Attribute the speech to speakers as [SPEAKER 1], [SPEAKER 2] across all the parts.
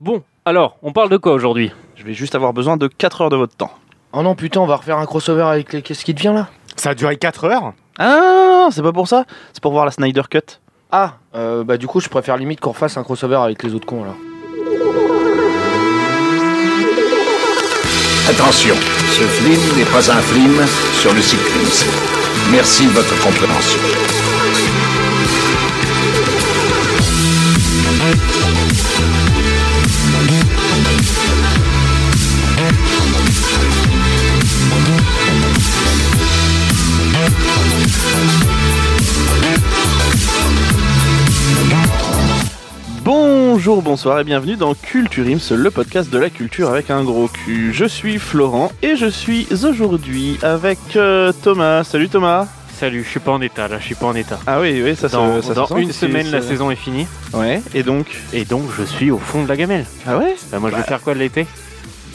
[SPEAKER 1] Bon, alors, on parle de quoi aujourd'hui
[SPEAKER 2] Je vais juste avoir besoin de 4 heures de votre temps.
[SPEAKER 3] Oh non, putain, on va refaire un crossover avec les. Qu'est-ce qui devient là
[SPEAKER 4] Ça a duré 4 heures
[SPEAKER 2] Ah, c'est pas pour ça C'est pour voir la Snyder Cut.
[SPEAKER 3] Ah, euh, bah du coup, je préfère limite qu'on refasse un crossover avec les autres cons alors.
[SPEAKER 5] Attention, ce film n'est pas un film sur le cyclisme. Merci de votre compréhension.
[SPEAKER 2] Bonjour, bonsoir et bienvenue dans Culture Ims, le podcast de la culture avec un gros cul. Je suis Florent et je suis aujourd'hui avec euh, Thomas. Salut Thomas
[SPEAKER 1] Salut, je suis pas en état là, je suis pas en état.
[SPEAKER 2] Ah oui, oui, ça se-
[SPEAKER 1] Dans,
[SPEAKER 2] ça se
[SPEAKER 1] dans
[SPEAKER 2] sent,
[SPEAKER 1] une
[SPEAKER 2] c'est-
[SPEAKER 1] semaine, la
[SPEAKER 2] c'est-
[SPEAKER 1] saison est finie.
[SPEAKER 2] Ouais, et donc
[SPEAKER 1] Et donc, je suis au fond de la gamelle.
[SPEAKER 2] Ah ouais
[SPEAKER 1] Bah, moi, je vais faire quoi de l'été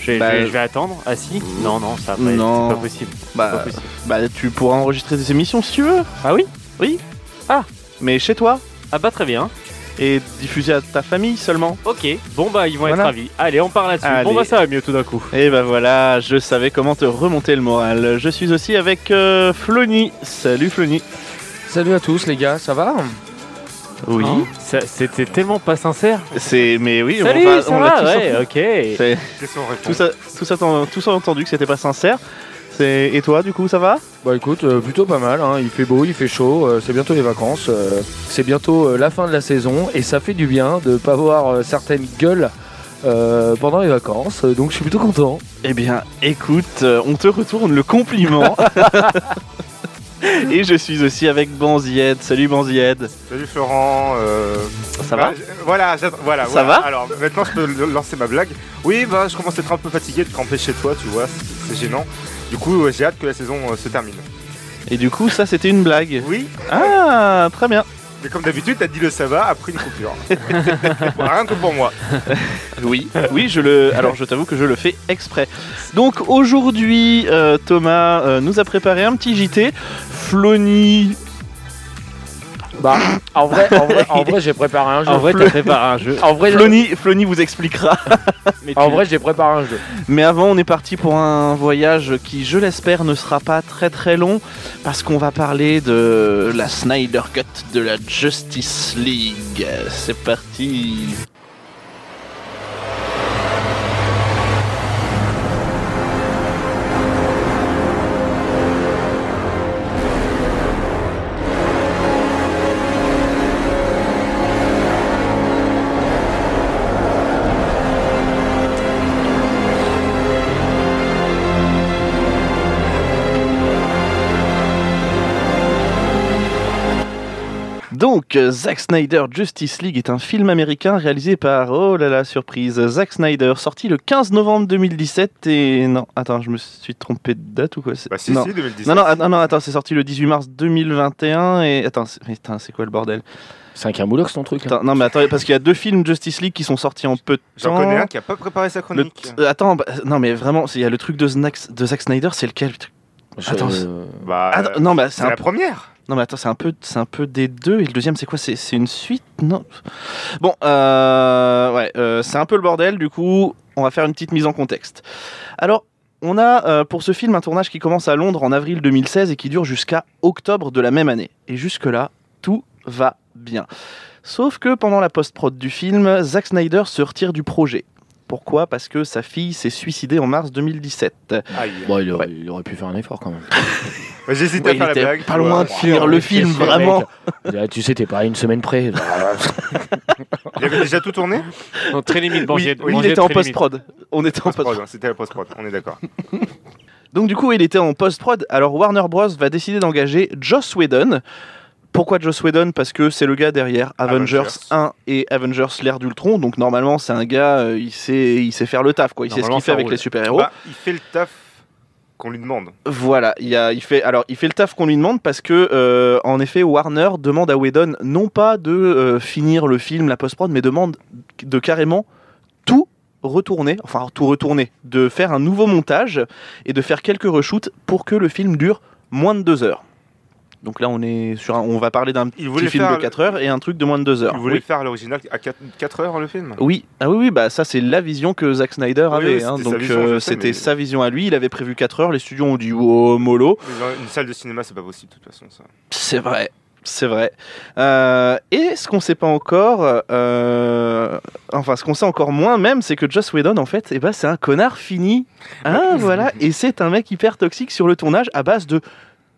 [SPEAKER 1] je, vais-
[SPEAKER 2] Bah, Mm.
[SPEAKER 1] je vais- je vais attendre assis Non, non, ça va pas être-
[SPEAKER 2] Non.
[SPEAKER 1] c'est pas possible. c'est
[SPEAKER 2] bah,
[SPEAKER 1] pas possible.
[SPEAKER 2] bah, tu pourras enregistrer des émissions si tu veux,
[SPEAKER 1] Ah oui
[SPEAKER 2] mais chez toi
[SPEAKER 1] Ah bah très bien.
[SPEAKER 2] et diffuser à ta famille seulement.
[SPEAKER 1] Ok, bon bah ils vont être
[SPEAKER 2] Voilà.
[SPEAKER 1] ravis. Allez, on part là-dessus. Bon
[SPEAKER 2] Allez.
[SPEAKER 1] bah ça va mieux tout d'un coup.
[SPEAKER 2] Et bah voilà, je savais comment te remonter le moral. Je suis aussi avec euh, Flony. Salut Flony.
[SPEAKER 3] Salut à tous les gars, ça va
[SPEAKER 2] Oui.
[SPEAKER 1] Hein Ça- C'était tellement pas sincère.
[SPEAKER 2] C'est mais oui,
[SPEAKER 1] Salut,
[SPEAKER 2] on va-
[SPEAKER 1] ça
[SPEAKER 2] on l'a
[SPEAKER 1] va,
[SPEAKER 2] tous
[SPEAKER 1] ouais,
[SPEAKER 2] entendu.
[SPEAKER 1] ok.
[SPEAKER 2] C'est-
[SPEAKER 4] C'est son
[SPEAKER 2] tout ça, tout ça, t'en- tout ça entendu que c'était pas sincère. C'est et toi du coup ça va
[SPEAKER 3] Bah écoute, euh, plutôt pas mal, hein. il fait beau, il fait chaud, euh, c'est bientôt les vacances, euh, c'est bientôt euh, la fin de la saison et ça fait du bien de pas voir euh, certaines gueules euh, pendant les vacances, euh, donc je suis plutôt content.
[SPEAKER 2] Eh bien, écoute, euh, on te retourne le compliment. et je suis aussi avec Banzied. Salut Banzied.
[SPEAKER 4] Salut Florent. euh,
[SPEAKER 2] Ça
[SPEAKER 4] bah,
[SPEAKER 2] va
[SPEAKER 4] je- Voilà, j'attends- voilà.
[SPEAKER 2] Ça
[SPEAKER 4] voilà.
[SPEAKER 2] va
[SPEAKER 4] Alors maintenant, je peux l- lancer ma blague. Oui, bah, je commence à être un peu fatigué de camper chez toi, tu vois, c'est c'est gênant. Du coup, euh, j'ai hâte que la saison euh, se termine.
[SPEAKER 2] Et du coup, ça c'était une blague.
[SPEAKER 4] Oui,
[SPEAKER 2] Ah, très bien.
[SPEAKER 4] mais comme d'habitude, t'as dit le ça va après une coupure. Rien que pour moi.
[SPEAKER 2] Oui, oui, je le. Alors, je t'avoue que je le fais exprès. Donc aujourd'hui, euh, Thomas euh, nous a préparé un petit JT. Flony.
[SPEAKER 3] Bah en vrai, en vrai, en vrai, j'ai préparé un jeu.
[SPEAKER 1] En vrai, t'as préparé un jeu.
[SPEAKER 3] en vrai,
[SPEAKER 2] Flony, Flony vous expliquera.
[SPEAKER 1] Mais
[SPEAKER 3] en
[SPEAKER 1] tu-
[SPEAKER 3] vrai, j'ai préparé un jeu.
[SPEAKER 2] Mais avant, on est parti pour un voyage qui, je l'espère, ne sera pas très très long parce qu'on va parler de la Snyder Cut de la Justice League. C'est parti. Donc, euh, Zack Snyder Justice League est un film américain réalisé par, oh là là, surprise, Zack Snyder, sorti le 15 novembre 2017 et... Non, attends, je me suis trompé de date ou quoi c'est-
[SPEAKER 4] Bah, si,
[SPEAKER 2] non.
[SPEAKER 4] si, 2017.
[SPEAKER 2] Non, non, att- non, non, attends, c'est sorti le 18 mars 2021 et... Attends, c'est putain, c'est quoi le bordel
[SPEAKER 3] C'est un camoulox ton truc. hein.
[SPEAKER 2] Attends, Non, mais attends, parce qu'il y a deux films Justice League qui sont sortis en peu de temps.
[SPEAKER 4] J'en connais un qui a pas préparé sa
[SPEAKER 2] Le
[SPEAKER 4] chronique.
[SPEAKER 2] t- euh, attends, bah, non mais vraiment, c'est- il y a le truc de, Snax- de Zack Snyder, c'est lequel le truc
[SPEAKER 3] Je-
[SPEAKER 2] Attends, c'est-
[SPEAKER 3] euh,
[SPEAKER 4] Bah,
[SPEAKER 2] Ah,
[SPEAKER 4] euh,
[SPEAKER 2] non, bah, c'est
[SPEAKER 4] c'est
[SPEAKER 2] un
[SPEAKER 4] la première.
[SPEAKER 2] non mais attends, c'est un peu, c'est un peu des deux. Et le deuxième, c'est quoi C'est c'est une suite Non. Bon, euh, ouais, euh, c'est un peu le bordel. Du coup, on va faire une petite mise en contexte. Alors, on a euh, pour ce film un tournage qui commence à Londres en avril 2016 et qui dure jusqu'à octobre de la même année. Et jusque là, tout va bien. Sauf que pendant la post-prod du film, Zack Snyder se retire du projet. Pourquoi Parce que sa fille s'est suicidée en mars 2017.
[SPEAKER 4] Aïe.
[SPEAKER 3] Bon, il aurait, il aurait pu faire un effort quand même.
[SPEAKER 4] Bah,
[SPEAKER 2] Ouais,
[SPEAKER 4] J'hésitais à faire
[SPEAKER 2] il
[SPEAKER 4] la
[SPEAKER 2] était
[SPEAKER 4] blague.
[SPEAKER 2] pas loin de
[SPEAKER 4] Ouais.
[SPEAKER 2] finir le film,
[SPEAKER 3] Qu'est-ce que
[SPEAKER 2] vraiment.
[SPEAKER 3] mec Ah, Tu sais, t'es pas à une semaine près.
[SPEAKER 4] Il avait déjà tout tourné
[SPEAKER 1] Non, très limite,
[SPEAKER 2] Oui,
[SPEAKER 1] Bangier-
[SPEAKER 2] oui, il
[SPEAKER 1] Bangier,
[SPEAKER 2] était en
[SPEAKER 1] très limite.
[SPEAKER 2] post-prod. On était en post-prod.
[SPEAKER 4] Post-prod, hein, C'était la post-prod, on est d'accord.
[SPEAKER 2] Donc du coup, il était en post-prod. Alors Warner Bros va décider d'engager Joss Whedon. Pourquoi Joss Whedon Parce que c'est le gars derrière Avengers,
[SPEAKER 4] Avengers.
[SPEAKER 2] 1 et Avengers l'ère d'Ultron. Donc normalement, c'est un gars, euh, il sait, il sait faire le taf, quoi. Il sait ce
[SPEAKER 1] Normalement,
[SPEAKER 2] qu'il fait
[SPEAKER 1] ça
[SPEAKER 2] avec
[SPEAKER 1] roule.
[SPEAKER 2] les super-héros.
[SPEAKER 4] Bah, il fait le taf qu'on lui demande.
[SPEAKER 2] Voilà, il, y a- il fait, alors, il fait le taf qu'on lui demande parce que, euh, en effet, Warner demande à Whedon non pas de euh, finir le film, la post-prod, mais demande de carrément tout retourner, enfin tout retourner, de faire un nouveau montage et de faire quelques reshoots pour que le film dure moins de deux heures. Donc là, on est sur un- on va parler d'un
[SPEAKER 4] Il
[SPEAKER 2] petit
[SPEAKER 4] voulait
[SPEAKER 2] film
[SPEAKER 4] faire
[SPEAKER 2] de 4 heures et un truc de moins de 2 heures.
[SPEAKER 4] Tu voulais
[SPEAKER 2] Oui.
[SPEAKER 4] faire l'original à 4, heures le film
[SPEAKER 2] Oui, ah oui, oui, bah ça c'est la vision que Zack Snyder
[SPEAKER 4] Oui,
[SPEAKER 2] avait.
[SPEAKER 4] oui,
[SPEAKER 2] hein.
[SPEAKER 4] c'était sa
[SPEAKER 2] donc
[SPEAKER 4] vision,
[SPEAKER 2] euh,
[SPEAKER 4] je sais,
[SPEAKER 2] c'était
[SPEAKER 4] mais-
[SPEAKER 2] sa vision à lui. Il avait prévu 4 heures. Les studios ont dit oh mollo.
[SPEAKER 4] Mais dans Une salle de cinéma, c'est pas possible de toute façon ça.
[SPEAKER 2] C'est vrai, c'est vrai. Euh, et ce qu'on sait pas encore, euh, enfin ce qu'on sait encore moins même, c'est que Joss Whedon en fait, eh ben, c'est un connard fini. Hein, voilà, et c'est un mec hyper toxique sur le tournage à base de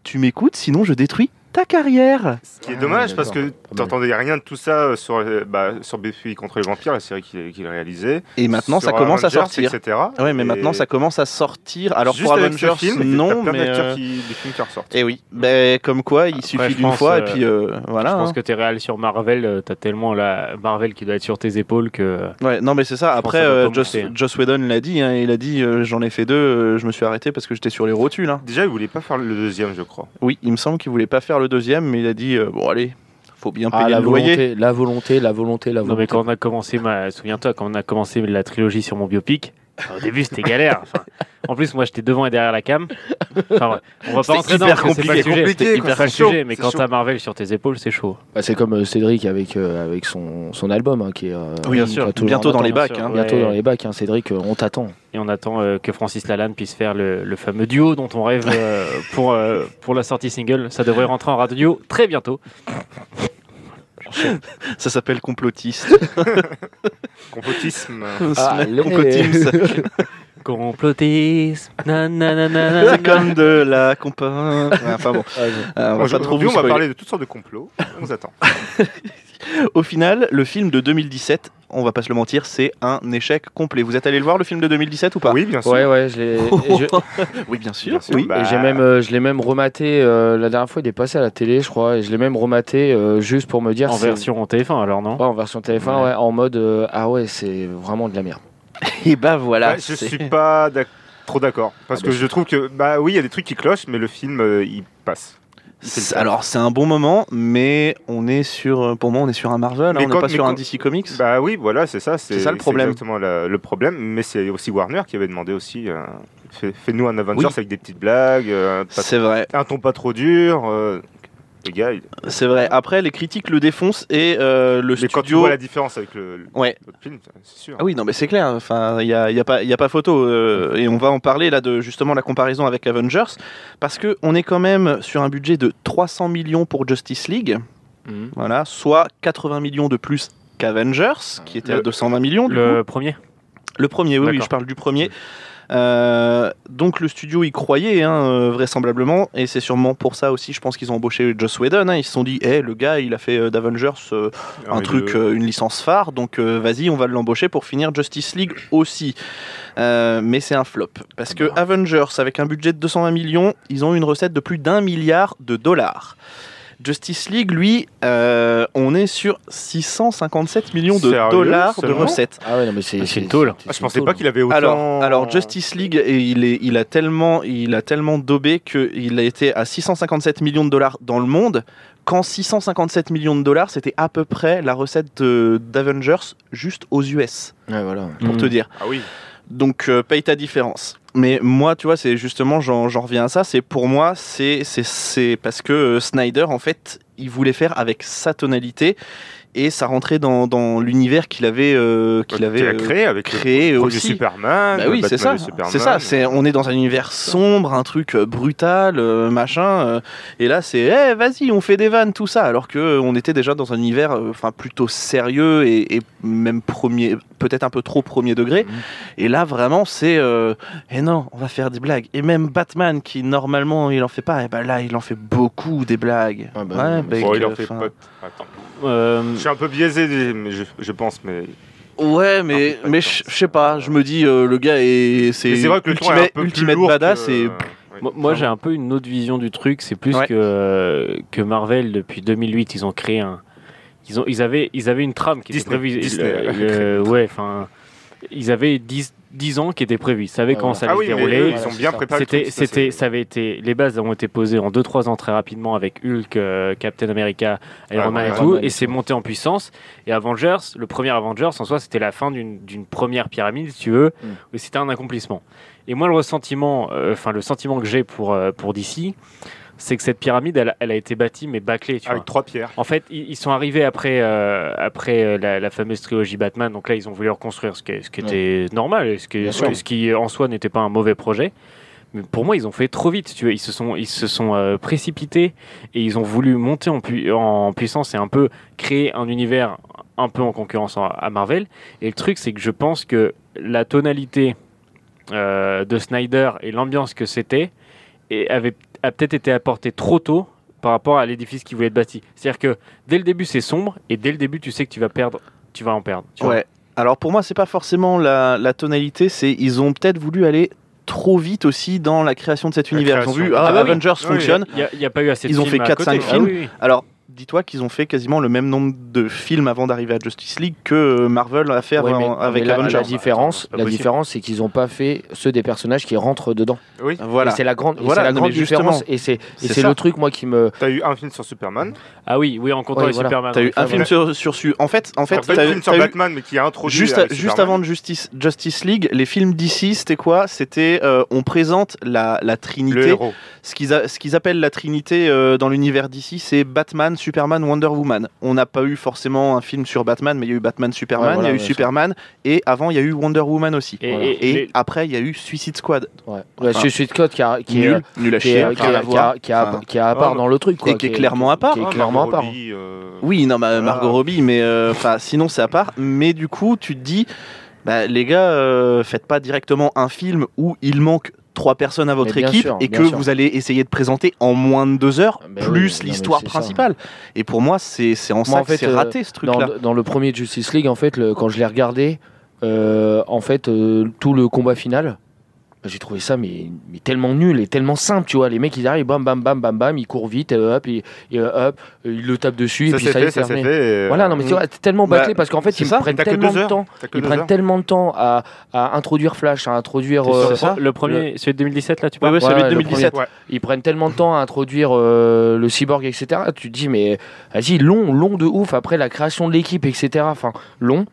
[SPEAKER 2] tu m'écoutes sinon je détruis ta carrière.
[SPEAKER 4] Ce qui est
[SPEAKER 3] Ah,
[SPEAKER 4] dommage parce
[SPEAKER 3] d'accord.
[SPEAKER 4] que t'entendais rien de tout ça euh, sur, euh, bah, sur Buffy contre les vampires, la série qu'il qu'il réalisait.
[SPEAKER 2] Et maintenant
[SPEAKER 4] Sur
[SPEAKER 2] ça commence à
[SPEAKER 4] Avengers,
[SPEAKER 2] sortir. Ah
[SPEAKER 4] Etc.
[SPEAKER 2] Ouais, mais
[SPEAKER 4] Et
[SPEAKER 2] maintenant ça commence à sortir. Alors
[SPEAKER 4] juste
[SPEAKER 2] pour
[SPEAKER 4] avec ce
[SPEAKER 2] Avengers,
[SPEAKER 4] film, il y a
[SPEAKER 2] non,
[SPEAKER 4] plein
[SPEAKER 2] mais
[SPEAKER 4] d'acteurs
[SPEAKER 2] euh,
[SPEAKER 4] qui- des films qui ressortent.
[SPEAKER 2] eh oui, ben comme quoi il suffit
[SPEAKER 1] je
[SPEAKER 2] d'une
[SPEAKER 1] pense,
[SPEAKER 2] fois et
[SPEAKER 1] euh,
[SPEAKER 2] puis euh, voilà.
[SPEAKER 1] Je pense
[SPEAKER 2] hein.
[SPEAKER 1] que t'es réel sur Marvel, euh, t'as tellement la Marvel qui doit être sur tes épaules que. euh,
[SPEAKER 2] Ouais, non, mais c'est ça.
[SPEAKER 1] Je
[SPEAKER 2] Après,
[SPEAKER 1] pense que ça doit
[SPEAKER 2] euh, Joss,
[SPEAKER 1] commencer.
[SPEAKER 2] Joss Whedon l'a dit. hein, il a dit euh, J'en ai fait deux, euh, je me suis arrêté parce que j'étais sur les rotules. hein.
[SPEAKER 4] Déjà, il voulait pas faire le deuxième, je crois.
[SPEAKER 2] Oui, il me semble qu'il voulait pas faire le deuxième, mais il a dit euh, Bon, allez, faut bien payer
[SPEAKER 3] Ah, la
[SPEAKER 2] le loyer.
[SPEAKER 3] volonté, la volonté, la volonté, la
[SPEAKER 1] Non mais
[SPEAKER 3] volonté.
[SPEAKER 1] quand on a commencé, ma... souviens-toi, quand on a commencé la trilogie sur mon biopic, enfin, au début c'était galère. Enfin, en plus, moi j'étais devant et derrière la cam. Enfin, ouais, on va pas
[SPEAKER 2] C'était
[SPEAKER 1] rentrer dans
[SPEAKER 2] hyper
[SPEAKER 1] parce que c'est pas le
[SPEAKER 2] compliqué,
[SPEAKER 1] sujet.
[SPEAKER 4] compliqué,
[SPEAKER 1] C'est
[SPEAKER 4] quoi,
[SPEAKER 1] hyper pas le
[SPEAKER 4] c'est chaud,
[SPEAKER 1] sujet, mais
[SPEAKER 4] c'est
[SPEAKER 1] quand
[SPEAKER 4] chaud.
[SPEAKER 1] t'as Marvel sur tes épaules, c'est chaud.
[SPEAKER 3] Bah, c'est comme euh, Cédric avec, euh, avec son, son album hein, qui est euh,
[SPEAKER 2] Oui, bien sûr.
[SPEAKER 3] pas tout le
[SPEAKER 2] Bientôt
[SPEAKER 3] monde
[SPEAKER 2] dans les
[SPEAKER 3] attend.
[SPEAKER 2] bacs.
[SPEAKER 1] sûr,
[SPEAKER 2] hein.
[SPEAKER 1] ouais.
[SPEAKER 3] Bientôt dans les bacs, hein, Cédric, euh, on t'attend.
[SPEAKER 1] Et on attend euh, que Francis Lalanne puisse faire le, le fameux duo dont on rêve euh, pour, euh, pour la sortie single. Ça devrait rentrer en radio très bientôt.
[SPEAKER 2] Ça s'appelle complotiste.
[SPEAKER 4] Complotisme.
[SPEAKER 2] Ah,
[SPEAKER 3] Allez.
[SPEAKER 2] Complotisme.
[SPEAKER 1] Complotisme, nananana.
[SPEAKER 2] C'est comme de la compa. Ouais, Enfin bon,
[SPEAKER 3] Ah,
[SPEAKER 2] euh, on va pas trop
[SPEAKER 4] Aujourd'hui,
[SPEAKER 2] vous
[SPEAKER 4] on va
[SPEAKER 2] spoiler.
[SPEAKER 4] parler de toutes sortes de complots. On vous attend.
[SPEAKER 2] Au final, le film de 2017, on va pas se le mentir, c'est un échec complet. Vous êtes allé le voir le film de 2017 ou pas
[SPEAKER 4] Oui, bien sûr.
[SPEAKER 3] ouais, ouais, je l'ai. et je-
[SPEAKER 2] Oui, bien sûr.
[SPEAKER 4] Bien sûr,
[SPEAKER 2] oui.
[SPEAKER 4] bah,
[SPEAKER 3] Et j'ai même, euh, je l'ai même rematé euh, la dernière fois. Il est passé à la télé, je crois, et je l'ai même rematé euh, juste pour me dire.
[SPEAKER 1] En
[SPEAKER 3] c'est-
[SPEAKER 1] version en TF1 alors non
[SPEAKER 3] Ouais, en version TF1, ouais. en mode euh, ah ouais, c'est vraiment de la merde.
[SPEAKER 2] Et bah voilà.
[SPEAKER 4] Ouais, je
[SPEAKER 2] c'est-
[SPEAKER 4] suis pas d'ac- trop d'accord. Parce
[SPEAKER 3] Ah,
[SPEAKER 4] que
[SPEAKER 3] bah,
[SPEAKER 4] je trouve que, bah oui, il y a des trucs qui clochent, mais le film, euh, il passe. Il fait le
[SPEAKER 2] C'est-
[SPEAKER 4] taf.
[SPEAKER 2] Alors c'est un bon moment, mais on est sur, euh, pour moi, on est sur un Marvel, hein,
[SPEAKER 4] Mais
[SPEAKER 2] on n'est
[SPEAKER 4] quand-
[SPEAKER 2] pas
[SPEAKER 4] mais
[SPEAKER 2] sur un
[SPEAKER 4] quand-
[SPEAKER 2] DC Comics.
[SPEAKER 4] Bah oui, voilà, c'est ça.
[SPEAKER 2] C'est ça, le problème.
[SPEAKER 4] exactement la- le problème. Mais c'est aussi Warner qui avait demandé aussi euh, fais- fais-nous un Avengers
[SPEAKER 2] Oui.
[SPEAKER 4] avec des petites blagues, euh, pas-
[SPEAKER 2] c'est vrai,
[SPEAKER 4] un ton pas trop dur. euh, les gars, il-
[SPEAKER 2] c'est vrai. Après, les critiques le défoncent et euh, le
[SPEAKER 4] mais quand tu
[SPEAKER 2] studio.
[SPEAKER 4] vois la différence avec le, le-
[SPEAKER 2] Ouais.
[SPEAKER 4] l'autre film, c'est sûr.
[SPEAKER 2] Ah oui, non, mais c'est clair. Enfin, il y a, il y a pas, il y a pas photo. euh, et on va en parler là de justement la comparaison avec Avengers, parce que on est quand même sur un budget de 300 millions pour Justice League, voilà, soit 80 millions de plus qu'Avengers, qui était à
[SPEAKER 4] Le-
[SPEAKER 2] 220 millions. du coup.
[SPEAKER 1] Le premier
[SPEAKER 2] Le premier, oui, oui,
[SPEAKER 1] D'accord.
[SPEAKER 2] je parle du premier. Euh, donc le studio y croyait, hein, euh, vraisemblablement, et c'est sûrement pour ça aussi, je pense qu'ils ont embauché Joss Whedon. hein. ils se sont dit, Eh, le gars, il a fait euh, d'Avengers euh,
[SPEAKER 4] Ah,
[SPEAKER 2] un
[SPEAKER 4] mais
[SPEAKER 2] truc,
[SPEAKER 4] le-
[SPEAKER 2] euh, une licence phare, donc euh, vas-y, on va l'embaucher pour finir Justice League aussi. Euh, mais c'est un flop, parce que Avengers, avec un budget de 220 millions, ils ont une recette de plus d'un milliard de dollars. Justice League, lui, euh, on est sur 657 millions de
[SPEAKER 4] Sérieux,
[SPEAKER 2] dollars de
[SPEAKER 4] seulement
[SPEAKER 2] recettes.
[SPEAKER 3] Ah ouais, non mais c'est
[SPEAKER 1] Ah, c'est une tôle.
[SPEAKER 4] Ah, je pensais pas qu'il avait autant.
[SPEAKER 2] Alors, alors Justice League, et il, est, il a tellement, il a tellement daubé qu'il a été à 657 millions de dollars dans le monde. Quand 657 millions de dollars, c'était à peu près la recette de- d'Avengers juste aux US,
[SPEAKER 3] Ouais, voilà.
[SPEAKER 1] Hmm.
[SPEAKER 2] pour te dire.
[SPEAKER 4] Ah oui.
[SPEAKER 2] Donc euh, paye ta différence. Mais moi, tu vois, c'est justement, j'en j'en reviens à ça. C'est pour moi, c'est c'est- c'est parce que euh, Snyder, en fait, il voulait faire avec sa tonalité et ça rentrait dans, dans l'univers qu'il avait, euh, qu'il
[SPEAKER 4] Qu'il
[SPEAKER 2] avait
[SPEAKER 4] a
[SPEAKER 2] euh,
[SPEAKER 4] créé avec le
[SPEAKER 2] créé
[SPEAKER 4] premier
[SPEAKER 2] aussi.
[SPEAKER 4] Superman.
[SPEAKER 2] Bah
[SPEAKER 4] le
[SPEAKER 2] oui, c'est ça.
[SPEAKER 4] Batman de Superman. euh,
[SPEAKER 2] C'est ça. C'est on est dans un univers sombre, un truc euh, brutal, euh, machin. euh, et là, c'est eh, vas-y, on fait des vannes, tout ça. Alors que euh, on était déjà dans un univers, euh, enfin plutôt sérieux et, et même premier, peut-être un peu trop premier degré.
[SPEAKER 4] Mhm.
[SPEAKER 2] Et là, vraiment, c'est et non, on va faire des blagues. Et même Batman, qui normalement il en fait pas, et ben là, il en fait beaucoup des blagues.
[SPEAKER 3] Ah bah,
[SPEAKER 2] Ouais,
[SPEAKER 3] non, mais
[SPEAKER 2] bah,
[SPEAKER 4] Bon,
[SPEAKER 2] que,
[SPEAKER 4] il en fait
[SPEAKER 2] enfin,
[SPEAKER 4] pas. Attends.
[SPEAKER 1] Euh,
[SPEAKER 4] Je suis un peu biaisé, des- mais je, je pense, mais
[SPEAKER 2] Ouais, mais,
[SPEAKER 4] Ah,
[SPEAKER 2] mais je je sais pas, je me dis, euh, le gars est.
[SPEAKER 4] mais c'est vrai que le ton est un
[SPEAKER 2] ultimate-
[SPEAKER 4] peu plus
[SPEAKER 2] ultimate
[SPEAKER 4] lourd
[SPEAKER 2] badass
[SPEAKER 4] que-
[SPEAKER 2] et
[SPEAKER 4] Ouais.
[SPEAKER 1] Moi, moi, j'ai un peu une autre vision du truc. C'est plus
[SPEAKER 2] Ouais.
[SPEAKER 1] que, que Marvel, depuis 2008, ils ont créé un. Ils, ont, ils, avaient, ils avaient une trame qui
[SPEAKER 4] Disney.
[SPEAKER 1] était prévue.
[SPEAKER 4] Disney,
[SPEAKER 1] Le-
[SPEAKER 4] ouais.
[SPEAKER 1] le- ouais, enfin. Ils avaient 10, 10 ans qui étaient prévus. Ils savaient
[SPEAKER 3] Ah,
[SPEAKER 1] quand
[SPEAKER 3] voilà.
[SPEAKER 1] ça allait
[SPEAKER 4] Ah oui,
[SPEAKER 1] se
[SPEAKER 4] mais
[SPEAKER 1] dérouler.
[SPEAKER 4] eux, ils
[SPEAKER 3] Voilà,
[SPEAKER 4] ont
[SPEAKER 3] c'est
[SPEAKER 4] bien
[SPEAKER 3] ça.
[SPEAKER 4] préparé. le
[SPEAKER 1] C'était,
[SPEAKER 4] truc, ça,
[SPEAKER 1] c'était,
[SPEAKER 4] c'est-
[SPEAKER 1] ça avait été, les bases ont été posées en 2-3 ans très rapidement avec Hulk, euh, Captain America, Iron
[SPEAKER 4] Ouais,
[SPEAKER 1] Man
[SPEAKER 4] ouais,
[SPEAKER 1] et tout,
[SPEAKER 3] ouais.
[SPEAKER 1] et c'est monté en puissance. Et Avengers, le premier Avengers, en soi, c'était la fin d'une, d'une première pyramide, si tu veux,
[SPEAKER 3] Mm.
[SPEAKER 1] et c'était un accomplissement. Et moi, le ressentiment, euh, enfin, le sentiment que j'ai pour, euh, pour DC, c'est que cette pyramide, elle, a- elle a été bâtie mais bâclée. Tu vois.
[SPEAKER 4] Avec trois pierres.
[SPEAKER 1] En fait, ils, ils sont arrivés après, euh, après euh, la, la fameuse trilogie Batman. Donc là, ils ont voulu reconstruire ce qui, est- ce qui
[SPEAKER 2] Ouais.
[SPEAKER 1] était normal, et ce qui,
[SPEAKER 2] Bien
[SPEAKER 1] ce,
[SPEAKER 2] sûr.
[SPEAKER 1] qui- ce qui en soi n'était pas un mauvais projet. Mais pour moi, ils ont fait trop vite. si Tu vois, ils se sont, ils se sont euh, précipités et ils ont voulu monter en, pui- en puissance et un peu créer un univers un peu en concurrence en- à Marvel. Et le truc, c'est que je pense que la tonalité euh, de Snyder et l'ambiance que c'était et avait, a peut-être été apportée trop tôt par rapport à l'édifice qui voulait être bâti. C'est-à-dire que dès le début, c'est sombre et dès le début, tu sais que tu vas perdre, tu vas en perdre. tu vois.
[SPEAKER 2] Ouais. Alors pour moi, c'est pas forcément la, la tonalité, c'est ils ont peut-être voulu aller trop vite aussi dans la création de cet
[SPEAKER 4] La
[SPEAKER 2] univers. Ils ont
[SPEAKER 4] création.
[SPEAKER 2] vu ah,
[SPEAKER 4] Ah bah oui.
[SPEAKER 2] Avengers
[SPEAKER 4] Oui.
[SPEAKER 2] fonctionne.
[SPEAKER 1] Il n'y a, pas eu assez de
[SPEAKER 2] Ils ont
[SPEAKER 1] films
[SPEAKER 2] fait
[SPEAKER 1] à côté.
[SPEAKER 2] 4-5
[SPEAKER 1] Ah
[SPEAKER 2] films.
[SPEAKER 1] oui, oui.
[SPEAKER 2] Alors dis-toi qu'ils ont fait quasiment le même nombre de films avant d'arriver à Justice League que euh, Marvel a fait
[SPEAKER 6] Ouais,
[SPEAKER 2] avant-
[SPEAKER 6] mais-
[SPEAKER 2] avec
[SPEAKER 6] mais la,
[SPEAKER 2] Avengers.
[SPEAKER 6] la différence,
[SPEAKER 1] C'est pas
[SPEAKER 6] la
[SPEAKER 1] possible.
[SPEAKER 6] différence, c'est qu'ils n'ont pas fait ceux des personnages qui rentrent dedans.
[SPEAKER 4] Oui.
[SPEAKER 2] Voilà.
[SPEAKER 6] Et c'est la grande, et
[SPEAKER 2] Voilà,
[SPEAKER 6] c'est la
[SPEAKER 2] non,
[SPEAKER 6] grande
[SPEAKER 2] mais justement.
[SPEAKER 6] différence. Et c'est, et
[SPEAKER 2] C'est
[SPEAKER 6] c'est
[SPEAKER 2] ça.
[SPEAKER 6] le truc moi qui me.
[SPEAKER 4] T'as eu un film sur Superman,
[SPEAKER 1] Ah oui, oui, en comptant
[SPEAKER 6] Ouais,
[SPEAKER 1] les
[SPEAKER 6] voilà.
[SPEAKER 1] Superman.
[SPEAKER 2] T'as eu un
[SPEAKER 1] Ouais.
[SPEAKER 2] film sur, sur su- En fait, en fait, t'as
[SPEAKER 4] T'as eu un
[SPEAKER 2] eu-
[SPEAKER 4] film sur
[SPEAKER 2] t'as eu-
[SPEAKER 4] Batman, mais qui a introduit.
[SPEAKER 2] Juste,
[SPEAKER 4] avec
[SPEAKER 2] juste
[SPEAKER 4] Superman.
[SPEAKER 2] avant de Justice, Justice League, les films d'ici, c'était quoi C'était euh, on présente la, la
[SPEAKER 4] le
[SPEAKER 2] Trinité.
[SPEAKER 4] héros.
[SPEAKER 2] Ce qu'ils a- ce qu'ils appellent la Trinité euh, dans l'univers d'ici, c'est Batman, Superman, Wonder Woman. On n'a pas eu forcément un film sur Batman, mais il y a eu Batman, Superman,
[SPEAKER 6] Ouais, voilà,
[SPEAKER 2] il y a eu
[SPEAKER 6] bien sûr.
[SPEAKER 2] Superman, et avant il y a eu Wonder Woman aussi.
[SPEAKER 1] Et,
[SPEAKER 6] Voilà.
[SPEAKER 1] et-
[SPEAKER 2] Et
[SPEAKER 1] les-
[SPEAKER 2] après il y a eu Suicide Squad.
[SPEAKER 6] Ouais.
[SPEAKER 2] Enfin,
[SPEAKER 6] Suicide Squad qui, a- qui est
[SPEAKER 2] nul, nul à
[SPEAKER 6] qui est-
[SPEAKER 2] chier,
[SPEAKER 6] qui est-
[SPEAKER 2] rien à
[SPEAKER 6] qui a-
[SPEAKER 2] voir.
[SPEAKER 6] qui a-
[SPEAKER 2] Enfin,
[SPEAKER 6] qui a à part
[SPEAKER 4] non,
[SPEAKER 6] dans le truc quoi,
[SPEAKER 2] et qui est clairement à part.
[SPEAKER 6] qui est
[SPEAKER 4] Ah,
[SPEAKER 6] clairement
[SPEAKER 4] Margot
[SPEAKER 6] à part.
[SPEAKER 4] Robbie, euh,
[SPEAKER 2] Oui, non, bah,
[SPEAKER 4] Voilà.
[SPEAKER 2] Margot Robbie, mais euh, enfin, sinon c'est à part. Mais du coup, tu te dis, bah, les gars, euh, faites pas directement un film où il manque trois personnes à votre
[SPEAKER 6] bien
[SPEAKER 2] équipe
[SPEAKER 6] sûr,
[SPEAKER 2] et
[SPEAKER 6] bien
[SPEAKER 2] que
[SPEAKER 6] sûr.
[SPEAKER 2] vous allez essayer de présenter en moins de deux heures,
[SPEAKER 6] Mais oui,
[SPEAKER 2] plus
[SPEAKER 6] non, mais
[SPEAKER 2] l'histoire
[SPEAKER 6] c'est ça.
[SPEAKER 2] principale. Et pour moi, c'est c'est en ça
[SPEAKER 6] en
[SPEAKER 2] que
[SPEAKER 6] fait,
[SPEAKER 2] c'est
[SPEAKER 6] euh,
[SPEAKER 2] raté ce
[SPEAKER 6] dans,
[SPEAKER 2] truc-là.
[SPEAKER 6] le- dans le premier Justice League, en fait, le- quand je l'ai regardé, euh, en fait, euh, tout le combat final, j'ai trouvé ça mais, mais tellement nul et tellement simple, tu vois. Les mecs, ils arrivent, bam, bam, bam, bam, bam, ils courent vite, et hop, et, et, euh, hop, ils le tapent dessus, et
[SPEAKER 4] Ça
[SPEAKER 6] puis
[SPEAKER 4] s'est
[SPEAKER 6] ça y est,
[SPEAKER 4] fait,
[SPEAKER 6] c'est
[SPEAKER 4] ça s'est
[SPEAKER 6] terminé.
[SPEAKER 4] fait. et,
[SPEAKER 6] Voilà, non, mais tu vois, c'est tellement
[SPEAKER 2] euh, Bah,
[SPEAKER 6] bâclé parce qu'en fait,
[SPEAKER 2] c'est
[SPEAKER 6] ils
[SPEAKER 2] ça,
[SPEAKER 6] prennent
[SPEAKER 4] t'as que
[SPEAKER 6] tellement
[SPEAKER 4] deux
[SPEAKER 6] de
[SPEAKER 4] heures.
[SPEAKER 6] temps.
[SPEAKER 4] T'as que
[SPEAKER 6] Ils
[SPEAKER 4] deux
[SPEAKER 6] prennent
[SPEAKER 4] heures.
[SPEAKER 6] tellement de temps à, à introduire Flash, à introduire.
[SPEAKER 2] C'est
[SPEAKER 6] euh,
[SPEAKER 2] sur ça
[SPEAKER 1] le premier, celui de 2017, là, tu
[SPEAKER 2] Ouais,
[SPEAKER 1] parles
[SPEAKER 2] ouais, celui de
[SPEAKER 6] ouais, le
[SPEAKER 2] 2017.
[SPEAKER 4] premier.
[SPEAKER 6] ils prennent tellement de temps à introduire euh, le cyborg, etc. Tu te dis, mais vas-y, long, long de ouf. Après la création de l'équipe, etc. Enfin, long.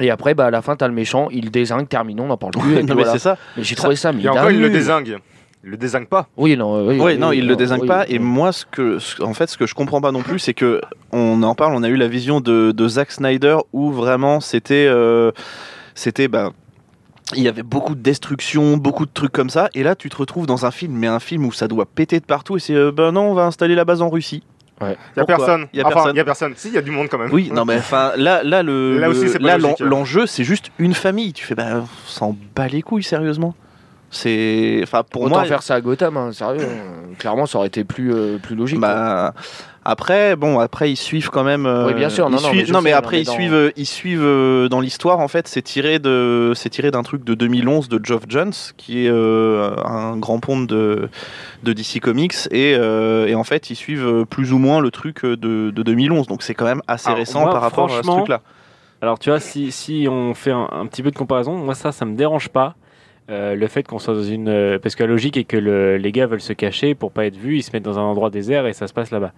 [SPEAKER 6] Et après, bah, à la fin, t'as le méchant, il désingue, terminé, on n'en parle plus. et puis
[SPEAKER 2] Non, mais
[SPEAKER 6] voilà.
[SPEAKER 2] c'est ça.
[SPEAKER 6] mais j'ai trouvé ça, mais
[SPEAKER 4] Et encore, il le
[SPEAKER 6] dingue.
[SPEAKER 4] désingue. Il le désingue pas.
[SPEAKER 6] Oui, non, euh, oui,
[SPEAKER 2] Ouais,
[SPEAKER 6] oui,
[SPEAKER 2] non,
[SPEAKER 6] oui,
[SPEAKER 2] il le désigne
[SPEAKER 6] oui,
[SPEAKER 2] pas.
[SPEAKER 6] oui.
[SPEAKER 2] Et moi, ce que, ce- en fait, ce que je comprends pas non plus, c'est que on en parle. On a eu la vision de, de Zack Snyder où vraiment c'était, euh, c'était, bah, il y avait beaucoup de destruction, beaucoup de trucs comme ça. Et là, tu te retrouves dans un film, mais un film où ça doit péter de partout. Et c'est, euh, ben non, on va installer la base en Russie.
[SPEAKER 4] Il y a
[SPEAKER 2] Pourquoi
[SPEAKER 4] personne.
[SPEAKER 2] Y a
[SPEAKER 4] Enfin,
[SPEAKER 2] personne.
[SPEAKER 4] y a personne. Si, il y a du monde quand même.
[SPEAKER 2] Oui, non, mais enfin, là, là, le,
[SPEAKER 4] Là
[SPEAKER 2] le-
[SPEAKER 4] aussi, c'est pas
[SPEAKER 2] là, l'en-
[SPEAKER 4] logique. hein.
[SPEAKER 2] l'enjeu, c'est juste une famille. Tu fais, bah, on s'en bat les couilles, sérieusement. C'est, enfin, pour
[SPEAKER 6] Autant
[SPEAKER 2] moi,
[SPEAKER 6] faire ça à Gotham, hein, sérieux. euh, Clairement, ça aurait été plus, euh, plus logique.
[SPEAKER 2] Bah, après, bon, après ils suivent quand même. euh,
[SPEAKER 6] Oui, bien sûr, non,
[SPEAKER 2] ils
[SPEAKER 6] non,
[SPEAKER 2] suivent-
[SPEAKER 6] mais je
[SPEAKER 2] non, mais
[SPEAKER 6] sais, non,
[SPEAKER 2] après
[SPEAKER 6] mais
[SPEAKER 2] ils
[SPEAKER 6] dans-
[SPEAKER 2] suivent, euh, ils suivent euh, dans l'histoire en fait. C'est tiré de, c'est tiré d'un truc de 2011 de Geoff Johns, qui est euh, un grand ponte de, de DC Comics, et, euh, et en fait ils suivent euh, plus ou moins le truc euh, de, de 2011. Donc c'est quand même assez
[SPEAKER 6] Ah,
[SPEAKER 1] Alors,
[SPEAKER 2] récent
[SPEAKER 1] moi,
[SPEAKER 2] par rapport à ce
[SPEAKER 1] franchement,
[SPEAKER 2] truc-là.
[SPEAKER 1] Alors tu vois, si, si on fait un, un petit peu de comparaison, moi ça, ça me dérange pas. euh, le fait qu'on soit dans une... euh, parce que la logique est que le- les gars veulent se cacher pour pas être vus, ils se mettent dans un endroit désert et ça se passe là-bas.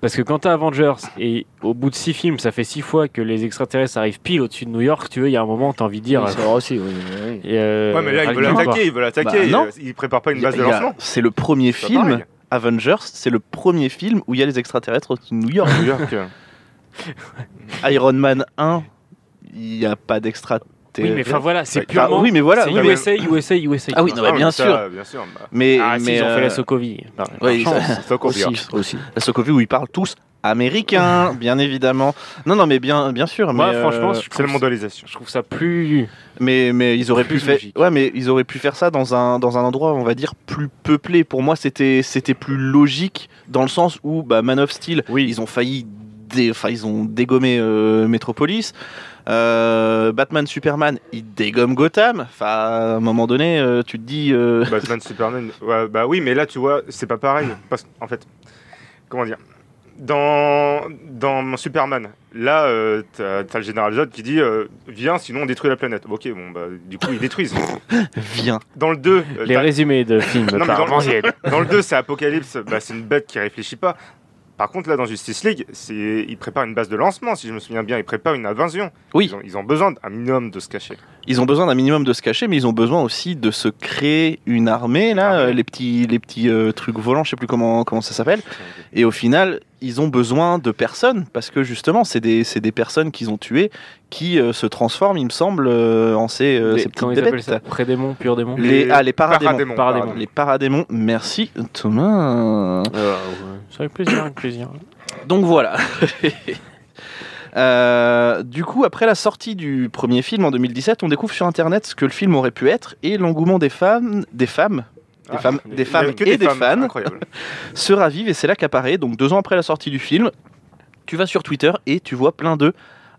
[SPEAKER 1] Parce que quand t'as Avengers et au bout de six films, ça fait six fois que les extraterrestres arrivent pile au-dessus de New York, tu veux, il y a un moment, t'as envie de
[SPEAKER 6] Oui,
[SPEAKER 1] dire...
[SPEAKER 6] c'est vrai aussi, oui, oui, oui.
[SPEAKER 1] et, euh,
[SPEAKER 4] Ouais, mais là, ils veulent
[SPEAKER 1] règle-toi.
[SPEAKER 4] attaquer. Ils veulent attaquer.
[SPEAKER 2] non.
[SPEAKER 4] Ils ils préparent pas une base de
[SPEAKER 2] Il y a-
[SPEAKER 4] lancement.
[SPEAKER 2] C'est le premier
[SPEAKER 4] C'est pas
[SPEAKER 2] film.
[SPEAKER 4] pareil.
[SPEAKER 2] Avengers, c'est le premier film où il y a les extraterrestres au New York.
[SPEAKER 4] New York. euh,
[SPEAKER 2] Iron Man 1, il n'y a pas d'extraterrestres.
[SPEAKER 1] Oui, mais enfin voilà, c'est
[SPEAKER 4] Enfin,
[SPEAKER 1] purement...
[SPEAKER 2] Bah, Ah oui, mais voilà.
[SPEAKER 1] c'est
[SPEAKER 2] oui, mais-
[SPEAKER 1] USA, USA, USA.
[SPEAKER 2] Ah oui,
[SPEAKER 1] tu
[SPEAKER 2] non,
[SPEAKER 1] vois.
[SPEAKER 2] mais
[SPEAKER 4] ah,
[SPEAKER 2] bien
[SPEAKER 4] mais
[SPEAKER 2] sûr.
[SPEAKER 4] ça, Bien sûr. bah,
[SPEAKER 2] Mais,
[SPEAKER 1] Ah, si,
[SPEAKER 2] mais,
[SPEAKER 1] ils ont fait
[SPEAKER 2] euh,
[SPEAKER 1] la Sokovie. Par- par
[SPEAKER 2] oui,
[SPEAKER 1] chance.
[SPEAKER 2] ça-
[SPEAKER 4] Stock
[SPEAKER 6] Aussi,
[SPEAKER 4] Overwatch.
[SPEAKER 6] aussi.
[SPEAKER 2] la Sokovie où ils parlent tous américain, bien évidemment. Non, non, mais bien, bien sûr.
[SPEAKER 1] Moi,
[SPEAKER 2] mais,
[SPEAKER 1] franchement,
[SPEAKER 2] euh,
[SPEAKER 1] je
[SPEAKER 4] C'est la
[SPEAKER 1] trouve,
[SPEAKER 4] mondialisation.
[SPEAKER 1] je trouve ça plus...
[SPEAKER 2] mais, mais ils auraient pu
[SPEAKER 1] plus
[SPEAKER 2] faire,
[SPEAKER 1] logique.
[SPEAKER 2] ouais, mais ils auraient pu faire ça dans un, dans un endroit, on va dire, plus peuplé. Pour moi, c'était, c'était plus logique dans le sens où, bah, Man of Steel,
[SPEAKER 1] Oui.
[SPEAKER 2] ils ont failli, dé- enfin, ils ont dégommé euh, Metropolis. Euh, Batman, Superman, ils dégomment Gotham. Enfin, à un moment donné, euh, tu te dis, euh,
[SPEAKER 4] Batman, Superman. ouais, bah oui, mais là, tu vois, c'est pas pareil. Parce qu'en fait, comment dire dans, dans mon Superman, là, euh, t'as t'as le général Zod qui dit euh, Viens, sinon on détruit la planète. Ok, bon, bah, du coup, ils détruisent.
[SPEAKER 2] viens.
[SPEAKER 4] Dans le 2, euh,
[SPEAKER 1] Les
[SPEAKER 4] t'as-
[SPEAKER 1] résumés de films
[SPEAKER 4] Non, mais
[SPEAKER 1] par
[SPEAKER 4] dans le-
[SPEAKER 1] Manziel.
[SPEAKER 4] dans le 2, c'est Apocalypse, bah, c'est une bête qui réfléchit pas. Par Par contre, là, dans Justice League, c'est... ils préparent une base de lancement, si je me souviens bien. Ils préparent une invasion.
[SPEAKER 2] Oui.
[SPEAKER 4] Ils ont, ils ont besoin d'un minimum de se cacher.
[SPEAKER 2] Ils ont besoin d'un minimum de se cacher, mais ils ont besoin aussi de se créer une armée, là,
[SPEAKER 1] Ah
[SPEAKER 2] euh, les petits, les petits euh, trucs volants, je sais plus comment, comment ça s'appelle. Et au final, ils ont besoin de personnes, parce que justement, c'est des, c'est des personnes qu'ils ont tuées qui euh, se transforment, il me semble, euh, en ces, euh,
[SPEAKER 1] Des-
[SPEAKER 2] ces petites
[SPEAKER 1] Comment ils appellent
[SPEAKER 2] bébêtes.
[SPEAKER 1] ça Prédémon, pur démon
[SPEAKER 2] Les, ah, les paradémons.
[SPEAKER 4] Paradémons,
[SPEAKER 1] Paradémons.
[SPEAKER 2] Les paradémons, merci Thomas.
[SPEAKER 1] Ça avec plaisir, avec plaisir.
[SPEAKER 2] Donc voilà. Euh, du coup, après la sortie du premier film en 2017, on découvre sur internet ce que le film aurait pu être et l'engouement des femmes, des femmes Des femmes- des
[SPEAKER 4] il y a
[SPEAKER 2] femmes
[SPEAKER 4] que
[SPEAKER 2] et des fans.
[SPEAKER 4] Incroyable.
[SPEAKER 2] se ravive et c'est là qu'apparaît, donc deux ans après la sortie du film, tu vas sur Twitter et tu vois plein de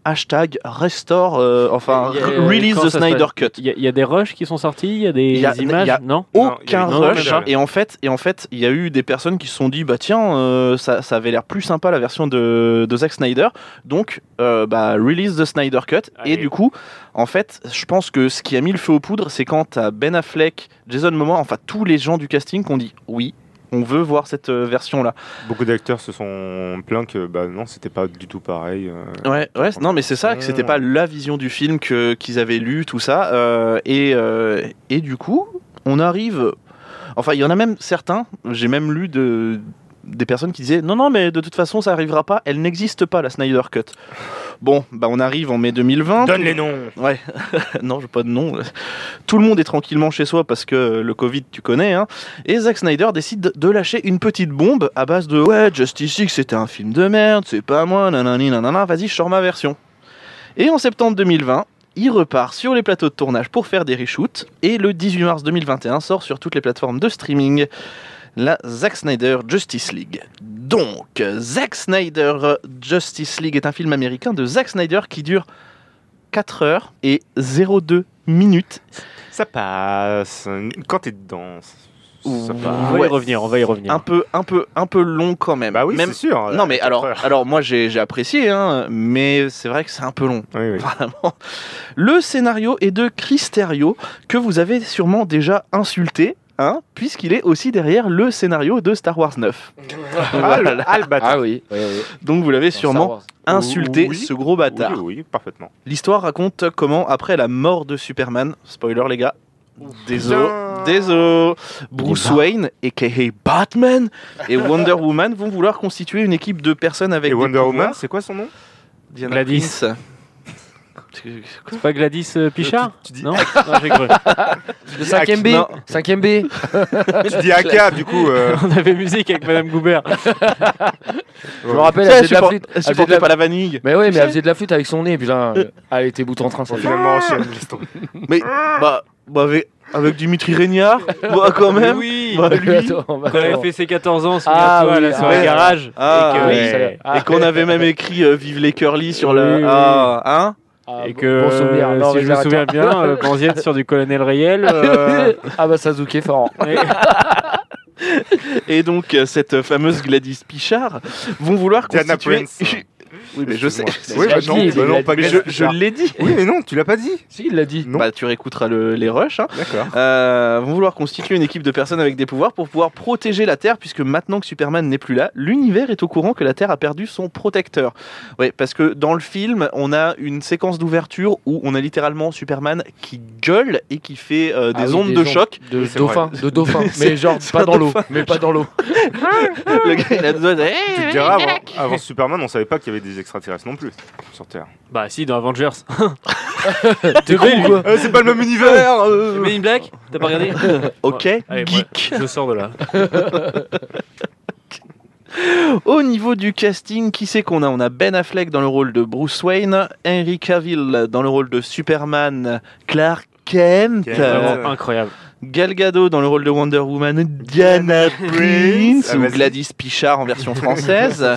[SPEAKER 2] hashtag restore, euh, enfin
[SPEAKER 1] Il y a-
[SPEAKER 2] re- release
[SPEAKER 1] comment
[SPEAKER 2] the
[SPEAKER 1] ça s'appelle
[SPEAKER 2] Snyder Cut.
[SPEAKER 1] Il y, a- il y a des rushs qui sont sortis, il y a des
[SPEAKER 2] Il y a-
[SPEAKER 1] images,
[SPEAKER 2] il y a-
[SPEAKER 1] non
[SPEAKER 4] Non, il y
[SPEAKER 2] aucun
[SPEAKER 4] a eu aucun
[SPEAKER 2] rush
[SPEAKER 4] scandale.
[SPEAKER 2] et en fait et en fait il y a eu des personnes qui se sont dit bah tiens euh, ça, ça avait l'air plus sympa la version de, de Zack Snyder donc euh, bah release the Snyder Cut
[SPEAKER 1] Allez.
[SPEAKER 2] et du coup en fait je pense que ce qui a mis le feu aux poudres c'est quand t'as Ben Affleck Jason Momoa enfin tous les gens du casting qu'on dit oui on veut voir cette euh, version là
[SPEAKER 4] Beaucoup d'acteurs se sont plaints que bah, non, c'était pas du tout pareil. euh.
[SPEAKER 2] ouais ouais non mais c'est ça que c'était pas la vision du film que qu'ils avaient lu tout ça euh, et euh, et du coup on arrive Enfin, il y en a même certains, j'ai même lu de, des personnes qui disaient Non, non, mais de toute façon, ça arrivera pas, elle n'existe pas, la Snyder Cut. Bon, bah on arrive en mai 2020.
[SPEAKER 4] Donne les noms
[SPEAKER 2] Ouais, non, j'ai pas de nom. Tout le monde est tranquillement chez soi parce que le Covid, tu connais. Hein. Et Zack Snyder décide de lâcher une petite bombe à base de Ouais, Justice League, c'était un film de merde, c'est pas moi, nanani, nanana, vas-y, je sors ma version. Et en septembre 2020, il repart sur les plateaux de tournage pour faire des reshoots. Et le 18 mars 2021 sort sur toutes les plateformes de streaming la Zack Snyder Justice League. Donc, Zack Snyder euh, Justice League est un film américain de Zack Snyder qui dure 4 heures et 02 minutes.
[SPEAKER 4] Ça passe. Quand t'es dedans, ça
[SPEAKER 1] On
[SPEAKER 4] passe.
[SPEAKER 1] va
[SPEAKER 2] Bah, Ouais.
[SPEAKER 1] y revenir, on va y revenir.
[SPEAKER 2] Un peu, un peu, un peu long quand même.
[SPEAKER 4] Bah oui,
[SPEAKER 2] même...
[SPEAKER 4] c'est sûr.
[SPEAKER 2] Non mais
[SPEAKER 4] Quatre
[SPEAKER 2] alors,
[SPEAKER 4] heures.
[SPEAKER 2] alors moi j'ai j'ai apprécié, hein, mais c'est vrai que c'est un peu long.
[SPEAKER 4] Oui, oui.
[SPEAKER 2] Vraiment. Le scénario est de Chris Terrio, que vous avez sûrement déjà insulté, hein, puisqu'il est aussi derrière le scénario de Star Wars 9.
[SPEAKER 4] Ah, le- ah, le bâtard.
[SPEAKER 6] Ah oui, oui, oui.
[SPEAKER 2] Donc vous l'avez
[SPEAKER 6] Dans Star
[SPEAKER 2] sûrement
[SPEAKER 6] Wars.
[SPEAKER 2] insulté,
[SPEAKER 4] Oui.
[SPEAKER 2] ce gros bâtard.
[SPEAKER 4] Oui, oui, parfaitement.
[SPEAKER 2] L'histoire raconte comment, après la mort de Superman, spoiler les gars, désolé,
[SPEAKER 4] Putain.
[SPEAKER 2] désolé, Bruce Wayne, a.k.a. Batman, et Wonder Woman vont vouloir constituer une équipe de personnes avec
[SPEAKER 4] Et
[SPEAKER 2] des
[SPEAKER 4] Wonder
[SPEAKER 2] pouvoirs.
[SPEAKER 4] Woman, c'est quoi son nom
[SPEAKER 2] Diana
[SPEAKER 1] Gladys.
[SPEAKER 2] Prince.
[SPEAKER 1] C'est pas Gladys euh, Pichard
[SPEAKER 4] Tu- tu dis-
[SPEAKER 1] Non, non j'ai cru.
[SPEAKER 6] Le cinquième B,
[SPEAKER 2] Non.
[SPEAKER 6] cinquième B.
[SPEAKER 4] Tu dis Aka, du coup. euh,
[SPEAKER 1] on avait musique avec Madame Goubert.
[SPEAKER 6] Je me rappelle,
[SPEAKER 2] Ça,
[SPEAKER 6] elle
[SPEAKER 2] elle
[SPEAKER 6] faisait de la
[SPEAKER 2] supporte-
[SPEAKER 6] flûte.
[SPEAKER 2] elle
[SPEAKER 6] Elle faisait de
[SPEAKER 2] supportait
[SPEAKER 6] la-
[SPEAKER 2] pas la vanille.
[SPEAKER 6] Mais oui, mais
[SPEAKER 2] sais.
[SPEAKER 6] elle faisait de la flûte avec son nez, putain. Elle était bout en train, ça fait.
[SPEAKER 4] Finalement, enchaîne, laisse tomber.
[SPEAKER 2] Mais bah, bah, avec, avec Dimitri Régnard, bah quand même.
[SPEAKER 1] Oui
[SPEAKER 2] Bah, lui.
[SPEAKER 6] Attends,
[SPEAKER 1] Quand elle
[SPEAKER 6] attends.
[SPEAKER 1] a fait ses 14 ans,
[SPEAKER 6] Ah,
[SPEAKER 1] souviens-toi,
[SPEAKER 6] oui,
[SPEAKER 1] là, sur
[SPEAKER 6] ah,
[SPEAKER 1] un
[SPEAKER 6] oui.
[SPEAKER 1] garage.
[SPEAKER 2] Ah,
[SPEAKER 1] et que,
[SPEAKER 6] oui,
[SPEAKER 1] euh,
[SPEAKER 6] ça y est. Ah,
[SPEAKER 2] Et qu'on avait même écrit euh, Vive les curly sur le.
[SPEAKER 1] Oui, oui,
[SPEAKER 2] Ah, hein
[SPEAKER 6] ah,
[SPEAKER 1] et
[SPEAKER 6] bon-
[SPEAKER 1] que,
[SPEAKER 6] bon souvenir.
[SPEAKER 1] euh,
[SPEAKER 6] Non,
[SPEAKER 1] si
[SPEAKER 6] mais
[SPEAKER 1] je
[SPEAKER 6] vais
[SPEAKER 1] me souviens
[SPEAKER 6] arrêter.
[SPEAKER 1] bien, euh, quand on y est sur du colonel réel, euh,
[SPEAKER 6] Ah bah Sasuke fort.
[SPEAKER 1] et-
[SPEAKER 2] Et donc, euh, cette fameuse Gladys Pichard vont vouloir
[SPEAKER 4] Diana
[SPEAKER 2] constituer.
[SPEAKER 4] Prince.
[SPEAKER 2] oui, mais je sais.
[SPEAKER 4] Excuse-moi. Oui, bah
[SPEAKER 6] Gladys,
[SPEAKER 4] non, bah non,
[SPEAKER 6] Gladys.
[SPEAKER 4] pas
[SPEAKER 2] Mais
[SPEAKER 4] Gladys
[SPEAKER 2] je, je
[SPEAKER 4] Pichard.
[SPEAKER 2] l'ai dit.
[SPEAKER 4] Oui, mais non, tu l'as pas dit.
[SPEAKER 6] Si, il l'a dit.
[SPEAKER 4] Non.
[SPEAKER 2] Bah, tu réécouteras le- les rushs. hein.
[SPEAKER 4] D'accord.
[SPEAKER 2] Euh, vont vouloir constituer une équipe de personnes avec des pouvoirs pour pouvoir protéger la Terre, puisque maintenant que Superman n'est plus là, l'univers est au courant que la Terre a perdu son protecteur. Oui, parce que dans le film, on a une séquence d'ouverture où on a littéralement Superman qui gueule et qui fait euh, des
[SPEAKER 6] Ah oui,
[SPEAKER 2] ondes de
[SPEAKER 6] ondes.
[SPEAKER 2] choc.
[SPEAKER 6] De
[SPEAKER 4] Oui, c'est
[SPEAKER 6] dauphin, de dauphin. Mais genre
[SPEAKER 2] c'est un
[SPEAKER 6] pas dans l'eau.
[SPEAKER 2] dauphin.
[SPEAKER 6] Mais pas dans l'eau.
[SPEAKER 2] Le gars, il a besoin de-
[SPEAKER 4] Tu te diras, avant, avant Superman, on savait pas qu'il y avait des extraterrestres non plus sur Terre.
[SPEAKER 1] Bah si, dans Avengers.
[SPEAKER 6] T'es con ou quoi
[SPEAKER 4] Euh, c'est pas le même univers euh.
[SPEAKER 1] Mais in Black T'as pas regardé
[SPEAKER 2] Ok,
[SPEAKER 1] Allez, moi,
[SPEAKER 2] geek.
[SPEAKER 1] je sors de là.
[SPEAKER 2] Au niveau du casting, qui c'est qu'on a On a Ben Affleck dans le rôle de Bruce Wayne, Henry Cavill dans le rôle de Superman, Clark Kent.
[SPEAKER 4] Kent.
[SPEAKER 2] euh,
[SPEAKER 1] Vraiment incroyable.
[SPEAKER 2] Gal Gadot dans le rôle de Wonder Woman, Diana Prince
[SPEAKER 4] Ah,
[SPEAKER 2] ou
[SPEAKER 4] vas-y.
[SPEAKER 2] Gladys Pichard en version française,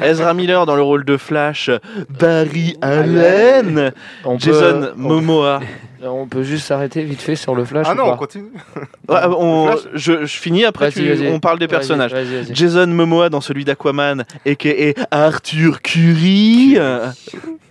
[SPEAKER 2] Ezra Miller dans le rôle de Flash, Barry Allen,
[SPEAKER 6] On peut-
[SPEAKER 2] Jason
[SPEAKER 6] on-
[SPEAKER 2] Momoa.
[SPEAKER 6] On peut juste s'arrêter vite fait sur le flash.
[SPEAKER 4] Ah
[SPEAKER 6] ou
[SPEAKER 4] non, on
[SPEAKER 6] pas
[SPEAKER 4] continue.
[SPEAKER 2] Ouais, on-
[SPEAKER 4] Flash.
[SPEAKER 2] je, je finis après,
[SPEAKER 6] Vas-y,
[SPEAKER 2] tu-
[SPEAKER 6] vas-y.
[SPEAKER 2] on parle des
[SPEAKER 6] Vas-y,
[SPEAKER 2] personnages.
[SPEAKER 6] vas-y, vas-y.
[SPEAKER 2] Jason Momoa dans celui d'Aquaman, a.k.a. Arthur Curry.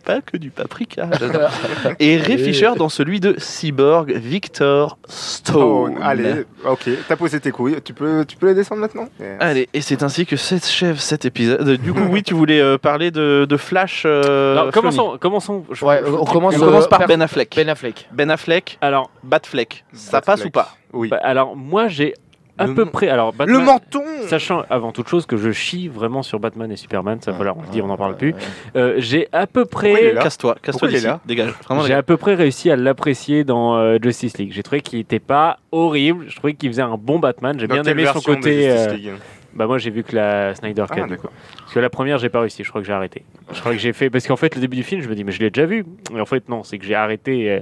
[SPEAKER 2] pas que du paprika. J'adore. Et Ray Fisher dans celui de Cyborg Victor Stone.
[SPEAKER 4] Oh, allez, ok, t'as posé tes couilles, tu peux, tu peux les descendre maintenant
[SPEAKER 2] Allez, et c'est ainsi que cette chèvre, cet épisode. Du coup, oui, tu voulais euh, parler de, de Flash. euh,
[SPEAKER 1] Alors,
[SPEAKER 2] Flonny.
[SPEAKER 1] commençons, commençons. je-
[SPEAKER 6] Ouais, on commence,
[SPEAKER 2] On commence
[SPEAKER 6] euh,
[SPEAKER 2] par
[SPEAKER 6] par-
[SPEAKER 2] Ben Affleck. Ben,
[SPEAKER 6] Ben Affleck.
[SPEAKER 2] Affleck,
[SPEAKER 1] Alors,
[SPEAKER 2] Batfleck. Ça passe ou pas
[SPEAKER 4] Oui.
[SPEAKER 1] bah, alors moi j'ai à
[SPEAKER 4] Le
[SPEAKER 1] peu
[SPEAKER 4] mon-
[SPEAKER 1] près. Alors,
[SPEAKER 4] le
[SPEAKER 1] Batman-
[SPEAKER 4] menton
[SPEAKER 1] Sachant avant toute chose que je chie vraiment sur Batman et Superman, ça
[SPEAKER 6] Ouais,
[SPEAKER 1] voilà, on le dit, on n'en parle
[SPEAKER 6] ouais,
[SPEAKER 1] plus.
[SPEAKER 6] ouais.
[SPEAKER 1] Euh, j'ai à peu
[SPEAKER 4] Pourquoi il est
[SPEAKER 1] près,
[SPEAKER 4] là
[SPEAKER 2] Casse-toi, casse-toi
[SPEAKER 4] Pourquoi il est
[SPEAKER 2] d'ici.
[SPEAKER 4] là
[SPEAKER 2] Dégage. Vraiment,
[SPEAKER 1] j'ai
[SPEAKER 2] dégage.
[SPEAKER 1] à peu près réussi à l'apprécier dans euh, Justice League. J'ai trouvé qu'il n'était pas horrible. Je trouvais qu'il faisait un bon Batman. J'ai
[SPEAKER 4] Dans
[SPEAKER 1] bien
[SPEAKER 4] quelle
[SPEAKER 1] aimé son
[SPEAKER 4] version de
[SPEAKER 1] côté.
[SPEAKER 4] Justice
[SPEAKER 1] euh,
[SPEAKER 4] League
[SPEAKER 1] bah moi j'ai vu que la Snyder Cut.
[SPEAKER 4] Ah,
[SPEAKER 1] du coup.
[SPEAKER 4] d'accord.
[SPEAKER 1] Parce que la première, j'ai pas réussi. Je crois que j'ai arrêté. Je crois que j'ai fait parce qu'en fait le début du film, je me dis mais je l'ai déjà vu. Et en fait non, c'est que j'ai arrêté. euh,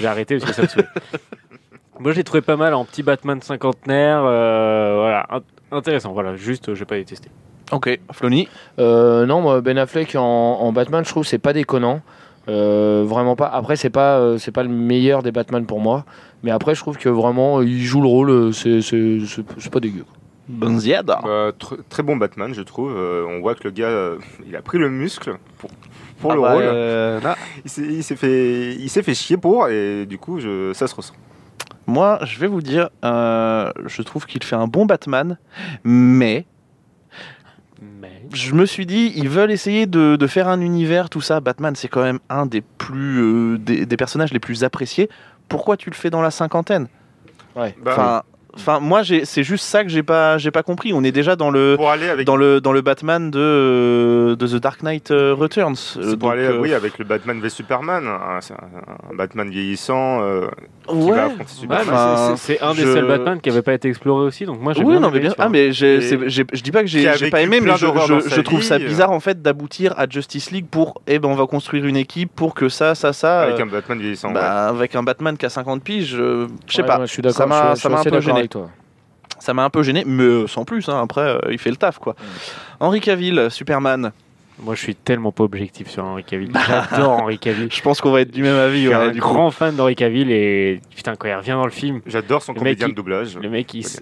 [SPEAKER 1] j'ai arrêté parce que ça me saoulait. Moi, je l'ai trouvé pas mal en petit Batman cinquantenaire. euh, voilà, int- intéressant. Voilà, juste, euh, j'ai pas détesté.
[SPEAKER 2] Ok, Flonny.
[SPEAKER 6] Euh, non, moi, Ben Affleck en, en Batman, je trouve que c'est pas déconnant. Euh, vraiment pas. Après, c'est pas, euh, c'est pas le meilleur des Batman pour moi. Mais après, je trouve que vraiment, euh, il joue le rôle. euh, C'est, c'est, c'est- c'est pas dégueu.
[SPEAKER 2] Bonziada.
[SPEAKER 4] Bah, tr- Très bon Batman, je trouve. Euh, on voit que le gars, euh, il a pris le muscle pour,
[SPEAKER 2] Ah
[SPEAKER 4] pour
[SPEAKER 2] bah,
[SPEAKER 4] le rôle.
[SPEAKER 2] euh,
[SPEAKER 4] Il s'est- Il s'est fait, il s'est fait chier pour, et du coup, je, ça se ressent.
[SPEAKER 2] Moi, je vais vous dire, euh, je trouve qu'il fait un bon Batman, mais
[SPEAKER 1] Mais
[SPEAKER 2] je me suis dit, ils veulent essayer de, de faire un univers, tout ça. Batman, c'est quand même un des plus euh, des, des personnages les plus appréciés. Pourquoi tu le fais dans la cinquantaine
[SPEAKER 4] Bah,
[SPEAKER 2] Enfin, enfin, moi, j'ai- c'est juste ça que j'ai pas, j'ai pas compris. On est déjà dans le
[SPEAKER 4] pour aller avec,
[SPEAKER 2] dans le dans le Batman de euh, de The Dark Knight euh, Returns.
[SPEAKER 4] c'est
[SPEAKER 2] Euh,
[SPEAKER 4] pour
[SPEAKER 2] donc,
[SPEAKER 4] aller,
[SPEAKER 2] euh,
[SPEAKER 4] oui, avec le Batman v Superman, un, c'est un- un Batman vieillissant euh, qui
[SPEAKER 2] ouais.
[SPEAKER 4] va affronter
[SPEAKER 1] Ouais,
[SPEAKER 4] Superman.
[SPEAKER 1] mais
[SPEAKER 2] Enfin,
[SPEAKER 1] Bah, c'est- c'est c'est un des
[SPEAKER 2] je-
[SPEAKER 1] seuls Batman qui n'avait pas été exploré aussi, donc moi j'ai
[SPEAKER 2] Oui,
[SPEAKER 1] bien
[SPEAKER 2] non, mais
[SPEAKER 1] aimé,
[SPEAKER 2] bien.
[SPEAKER 1] tu
[SPEAKER 2] Ah,
[SPEAKER 1] vois.
[SPEAKER 2] mais j'ai-
[SPEAKER 4] hein. Et-
[SPEAKER 2] c'est- j'ai- je dis pas que j'ai
[SPEAKER 4] qui a
[SPEAKER 2] j'ai
[SPEAKER 4] vécu
[SPEAKER 2] pas aimé, mais
[SPEAKER 4] plein
[SPEAKER 2] je,
[SPEAKER 4] d'horreurs
[SPEAKER 2] je-
[SPEAKER 4] dans sa
[SPEAKER 2] je trouve ça
[SPEAKER 4] vie, euh.
[SPEAKER 2] bizarre en fait d'aboutir à Justice League pour eh ben on va construire une équipe pour que ça, ça, ça.
[SPEAKER 4] avec
[SPEAKER 2] euh,
[SPEAKER 4] un Batman vieillissant. ouais.
[SPEAKER 2] bah, avec un Batman qui a 50 piges, euh, je sais
[SPEAKER 6] Ouais,
[SPEAKER 2] pas.
[SPEAKER 6] ouais, je suis d'accord.
[SPEAKER 2] Ça m'a-
[SPEAKER 6] je suis-
[SPEAKER 2] ça
[SPEAKER 6] je suis
[SPEAKER 2] m'a un
[SPEAKER 6] assez
[SPEAKER 2] peu
[SPEAKER 6] d'accord
[SPEAKER 2] gêné.
[SPEAKER 6] avec toi.
[SPEAKER 2] Ça m'a un peu gêné, mais euh, sans plus. hein, après, euh, il fait le taf quoi. Henri Cavill, Superman.
[SPEAKER 1] Moi je suis tellement pas objectif sur Henri Cavill. J'adore Henri Cavill.
[SPEAKER 2] Je pense qu'on va être du même
[SPEAKER 1] Je
[SPEAKER 2] avis.
[SPEAKER 1] suis
[SPEAKER 2] ouais,
[SPEAKER 1] un
[SPEAKER 2] Bah, du coup.
[SPEAKER 1] grand fan d'henri Cavill et putain, quand il revient dans le film,
[SPEAKER 4] J'adore son
[SPEAKER 1] le mec
[SPEAKER 4] comédien
[SPEAKER 1] qui-
[SPEAKER 4] de doublage.
[SPEAKER 1] le mec il, s-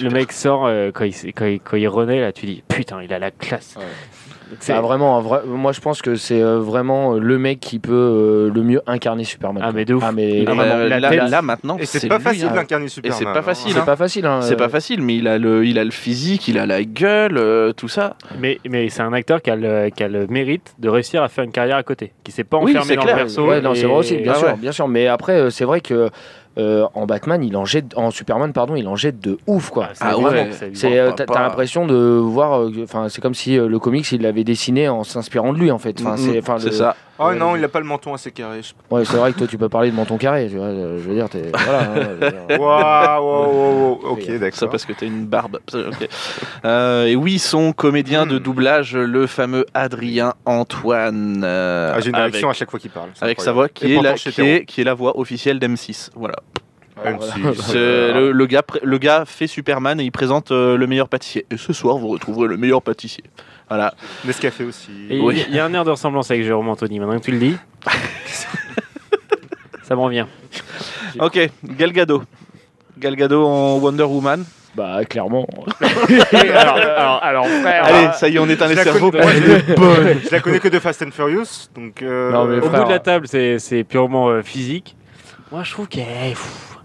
[SPEAKER 1] le mec sort, euh, quand, il, s- quand, il, quand il renaît là, tu dis putain, il a la classe.
[SPEAKER 6] Ouais.
[SPEAKER 1] Donc, c'est-
[SPEAKER 6] C'est
[SPEAKER 1] Ah,
[SPEAKER 6] vraiment un vrai. Moi, je pense que c'est euh, vraiment euh, le mec qui peut euh, le mieux incarner Superman. quoi.
[SPEAKER 1] mais de ouf.
[SPEAKER 6] Ah,
[SPEAKER 1] Il
[SPEAKER 6] mais-
[SPEAKER 2] Ah,
[SPEAKER 1] est
[SPEAKER 2] mais,
[SPEAKER 1] vraiment-
[SPEAKER 2] euh,
[SPEAKER 1] la
[SPEAKER 2] là,
[SPEAKER 1] tête-
[SPEAKER 2] là, maintenant,
[SPEAKER 4] Et c'est
[SPEAKER 2] c'est
[SPEAKER 4] pas
[SPEAKER 2] lui,
[SPEAKER 4] facile
[SPEAKER 2] hein.
[SPEAKER 4] d'incarner Superman.
[SPEAKER 2] c'est pas
[SPEAKER 4] hein.
[SPEAKER 2] facile,
[SPEAKER 6] c'est pas facile. hein.
[SPEAKER 2] C'est pas facile, mais il a le, il a le physique, il a la gueule, euh, tout ça.
[SPEAKER 1] mais, mais c'est un acteur qui a, le, qui a le mérite de réussir à faire une carrière à côté, qui s'est pas
[SPEAKER 2] Oui,
[SPEAKER 1] enfermé
[SPEAKER 2] c'est
[SPEAKER 1] dans
[SPEAKER 2] clair.
[SPEAKER 1] le perso.
[SPEAKER 6] Ouais, non, c'est
[SPEAKER 1] et-
[SPEAKER 6] vrai aussi, bien
[SPEAKER 2] Ah
[SPEAKER 6] sûr,
[SPEAKER 2] ouais.
[SPEAKER 6] bien sûr. Mais après, euh, c'est vrai que euh, en Batman, il en jette, en Superman, pardon, il en jette de ouf, quoi.
[SPEAKER 1] Ah, c'est
[SPEAKER 2] Ah
[SPEAKER 1] évident,
[SPEAKER 2] ouais.
[SPEAKER 1] c'est évident.
[SPEAKER 6] C'est, euh,
[SPEAKER 2] Pas-
[SPEAKER 6] t'as
[SPEAKER 2] pas-
[SPEAKER 6] t'as l'impression de voir, euh, que- enfin, c'est comme si euh, le comics il l'avait dessiné en s'inspirant de lui en fait. Enfin,
[SPEAKER 2] Mm,
[SPEAKER 6] c'est, enfin,
[SPEAKER 2] c'est
[SPEAKER 6] le-
[SPEAKER 2] ça.
[SPEAKER 4] Oh non, il a pas le menton assez carré. je-
[SPEAKER 6] Ouais, c'est vrai que toi tu peux parler de menton carré, tu vois. euh, Je veux dire, t'es, voilà. hein, je veux dire.
[SPEAKER 4] Waouh, waouh, waouh, waouh, ok,
[SPEAKER 2] Ça
[SPEAKER 4] d'accord.
[SPEAKER 2] parce que t'as une barbe. Ok. Euh, et oui, son comédien de
[SPEAKER 4] Hmm.
[SPEAKER 2] doublage, le fameux Adrien Antoine. euh,
[SPEAKER 4] Ah, J'ai une
[SPEAKER 2] avec,
[SPEAKER 4] réaction à chaque fois qu'il parle. c'est
[SPEAKER 2] avec sa
[SPEAKER 4] incroyable.
[SPEAKER 2] voix qui
[SPEAKER 4] Et
[SPEAKER 2] est,
[SPEAKER 4] pourtant,
[SPEAKER 2] la,
[SPEAKER 4] je suis
[SPEAKER 2] qui, est, qui est la voix officielle d'M6. Voilà.
[SPEAKER 4] Même si-
[SPEAKER 2] C'est le, le gars, pré- le gars fait Superman et il présente euh, le meilleur pâtissier. Et ce soir, vous retrouverez le meilleur pâtissier. Voilà.
[SPEAKER 4] Nescafé aussi.
[SPEAKER 1] Et Il
[SPEAKER 2] Oui.
[SPEAKER 1] il y a un air de ressemblance avec Jérôme Anthony, maintenant que tu le dis. ça me revient.
[SPEAKER 2] Ok, Galgado. Galgado en Wonder Woman.
[SPEAKER 6] Bah, clairement.
[SPEAKER 1] alors, alors, alors, frère, ah,
[SPEAKER 2] Allez, ça y est, on éteint
[SPEAKER 4] Ah, je
[SPEAKER 2] les
[SPEAKER 4] la
[SPEAKER 2] cerveaux.
[SPEAKER 4] connais- moi, je-
[SPEAKER 2] Bonne.
[SPEAKER 4] Je la connais que de Fast and Furious, donc. euh,
[SPEAKER 6] Non, mais
[SPEAKER 1] au
[SPEAKER 6] frère,
[SPEAKER 1] bout de la table, c'est c'est purement euh, physique. Moi, je trouve que eh, pff,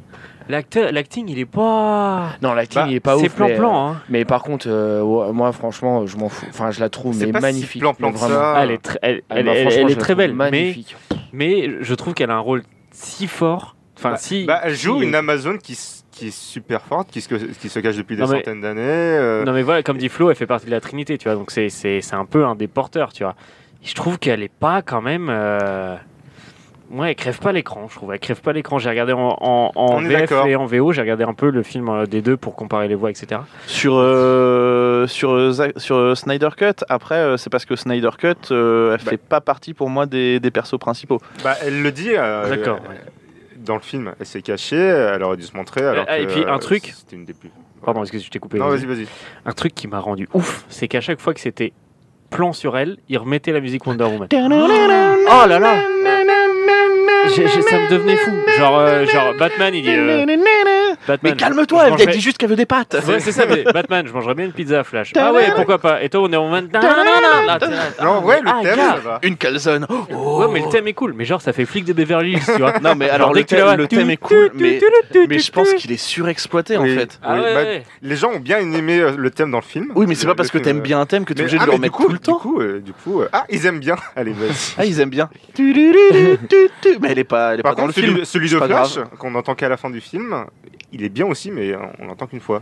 [SPEAKER 1] l'acteur- l'acting, il est pas.
[SPEAKER 6] Non, l'acting
[SPEAKER 4] Bah,
[SPEAKER 6] il est pas ouf.
[SPEAKER 1] c'est
[SPEAKER 6] mais, euh,
[SPEAKER 1] plan-plan. Hein.
[SPEAKER 6] Mais par contre, euh, ouais, moi franchement, je m'en fous. Enfin, je la trouve
[SPEAKER 4] c'est
[SPEAKER 6] mais
[SPEAKER 4] pas
[SPEAKER 6] magnifique.
[SPEAKER 4] si plan-plan que
[SPEAKER 6] mais vraiment.
[SPEAKER 4] ça.
[SPEAKER 1] Elle est, tr- elle,
[SPEAKER 6] Ah,
[SPEAKER 1] elle-
[SPEAKER 6] bah,
[SPEAKER 1] elle-
[SPEAKER 6] franchement,
[SPEAKER 1] elle
[SPEAKER 6] je
[SPEAKER 1] est
[SPEAKER 6] la
[SPEAKER 1] très
[SPEAKER 6] trouve
[SPEAKER 1] belle, mais,
[SPEAKER 6] Magnifique.
[SPEAKER 1] mais je trouve qu'elle a un rôle si fort. Enfin,
[SPEAKER 4] Bah,
[SPEAKER 1] si.
[SPEAKER 4] bah, elle joue
[SPEAKER 1] si-
[SPEAKER 4] une Amazon qui, s- qui est super forte, qui se, qui se cache depuis des
[SPEAKER 1] Non, mais-
[SPEAKER 4] centaines d'années. euh,
[SPEAKER 1] Non, mais voilà, comme dit Flo, elle fait partie de la Trinité, tu vois. Donc, c'est- c'est c'est un peu un des porteurs, tu vois. Et je trouve qu'elle est pas quand même. euh, Ouais, elle crève pas l'écran, je trouve. Elle crève pas l'écran. J'ai regardé en, en, en
[SPEAKER 4] On est
[SPEAKER 1] VF
[SPEAKER 4] d'accord.
[SPEAKER 1] et en VO, j'ai regardé un peu le film euh, des deux pour comparer les voix, etc.
[SPEAKER 2] Sur, euh, sur, euh, Zack- sur euh, Snyder Cut, après, euh, c'est parce que Snyder Cut, euh, elle
[SPEAKER 4] Bah.
[SPEAKER 2] fait pas partie pour moi des, des persos principaux.
[SPEAKER 4] bah, elle le dit. euh,
[SPEAKER 1] D'accord.
[SPEAKER 4] euh, Dans le film, elle s'est cachée, elle aurait dû se montrer. Alors
[SPEAKER 1] ah, et
[SPEAKER 4] que,
[SPEAKER 1] puis, un
[SPEAKER 4] euh,
[SPEAKER 1] truc-
[SPEAKER 4] C'était une des plus.
[SPEAKER 1] Pardon, excuse, je t'ai coupé.
[SPEAKER 4] Non,
[SPEAKER 1] vas-y.
[SPEAKER 4] vas-y, vas-y.
[SPEAKER 1] Un truc qui m'a rendu ouf, c'est qu'à chaque fois que c'était plan sur elle, il remettait la musique Wonder Woman. Oh là là J'ai- j'ai- Ça me devenait fou. Genre, euh, genre Batman, il dit. euh, Batman.
[SPEAKER 2] Mais calme-toi,
[SPEAKER 1] je
[SPEAKER 2] elle t'a
[SPEAKER 1] mangerai-
[SPEAKER 2] dit juste qu'elle veut des pâtes.
[SPEAKER 1] Ouais, c'est ça, mais Batman, je mangerais bien une pizza à Flash. Ah ouais, pourquoi pas. Et toi, on est en 20.
[SPEAKER 4] Non, ouais, le thème, ça va.
[SPEAKER 2] Une calzone. Oh.
[SPEAKER 1] Ouais, mais le thème est cool. Mais genre, ça fait flic de Beverly Hills, tu vois.
[SPEAKER 2] Non, mais alors
[SPEAKER 1] Genre, dès
[SPEAKER 2] le
[SPEAKER 1] que tu la
[SPEAKER 2] thème,
[SPEAKER 1] vois,
[SPEAKER 2] le
[SPEAKER 1] tu-
[SPEAKER 2] thème est
[SPEAKER 1] tu-
[SPEAKER 2] cool,
[SPEAKER 1] tu-
[SPEAKER 2] mais,
[SPEAKER 1] tu- tu-
[SPEAKER 2] mais
[SPEAKER 1] tu-
[SPEAKER 2] je pense
[SPEAKER 1] tu-
[SPEAKER 2] qu'il est surexploité en
[SPEAKER 4] Oui.
[SPEAKER 2] fait.
[SPEAKER 1] Ah
[SPEAKER 4] Oui,
[SPEAKER 1] ouais,
[SPEAKER 4] bah,
[SPEAKER 1] ouais.
[SPEAKER 4] Les gens ont bien aimé euh, le thème dans le film.
[SPEAKER 2] Oui, mais c'est
[SPEAKER 4] Le-
[SPEAKER 2] pas parce
[SPEAKER 4] le
[SPEAKER 2] que
[SPEAKER 4] film,
[SPEAKER 2] t'aimes
[SPEAKER 4] euh,
[SPEAKER 2] bien un thème que t'es
[SPEAKER 4] mais-
[SPEAKER 2] obligé
[SPEAKER 4] ah,
[SPEAKER 2] de le
[SPEAKER 4] mais du
[SPEAKER 2] remettre
[SPEAKER 4] coup-
[SPEAKER 2] tout le temps.
[SPEAKER 4] Du coup, euh, du coup, euh, ah, ils aiment bien. Allez, vas-y.
[SPEAKER 2] Ah, ils aiment bien. Tu-du-du-du-du-du. Mais elle est pas, elle est
[SPEAKER 4] Par
[SPEAKER 2] pas dans le
[SPEAKER 4] contre,
[SPEAKER 2] film.
[SPEAKER 4] celui, celui
[SPEAKER 2] c'est
[SPEAKER 4] de
[SPEAKER 2] pas
[SPEAKER 4] Flash, qu'on n'entend qu'à la fin du film, il est bien aussi, mais on l'entend qu'une fois.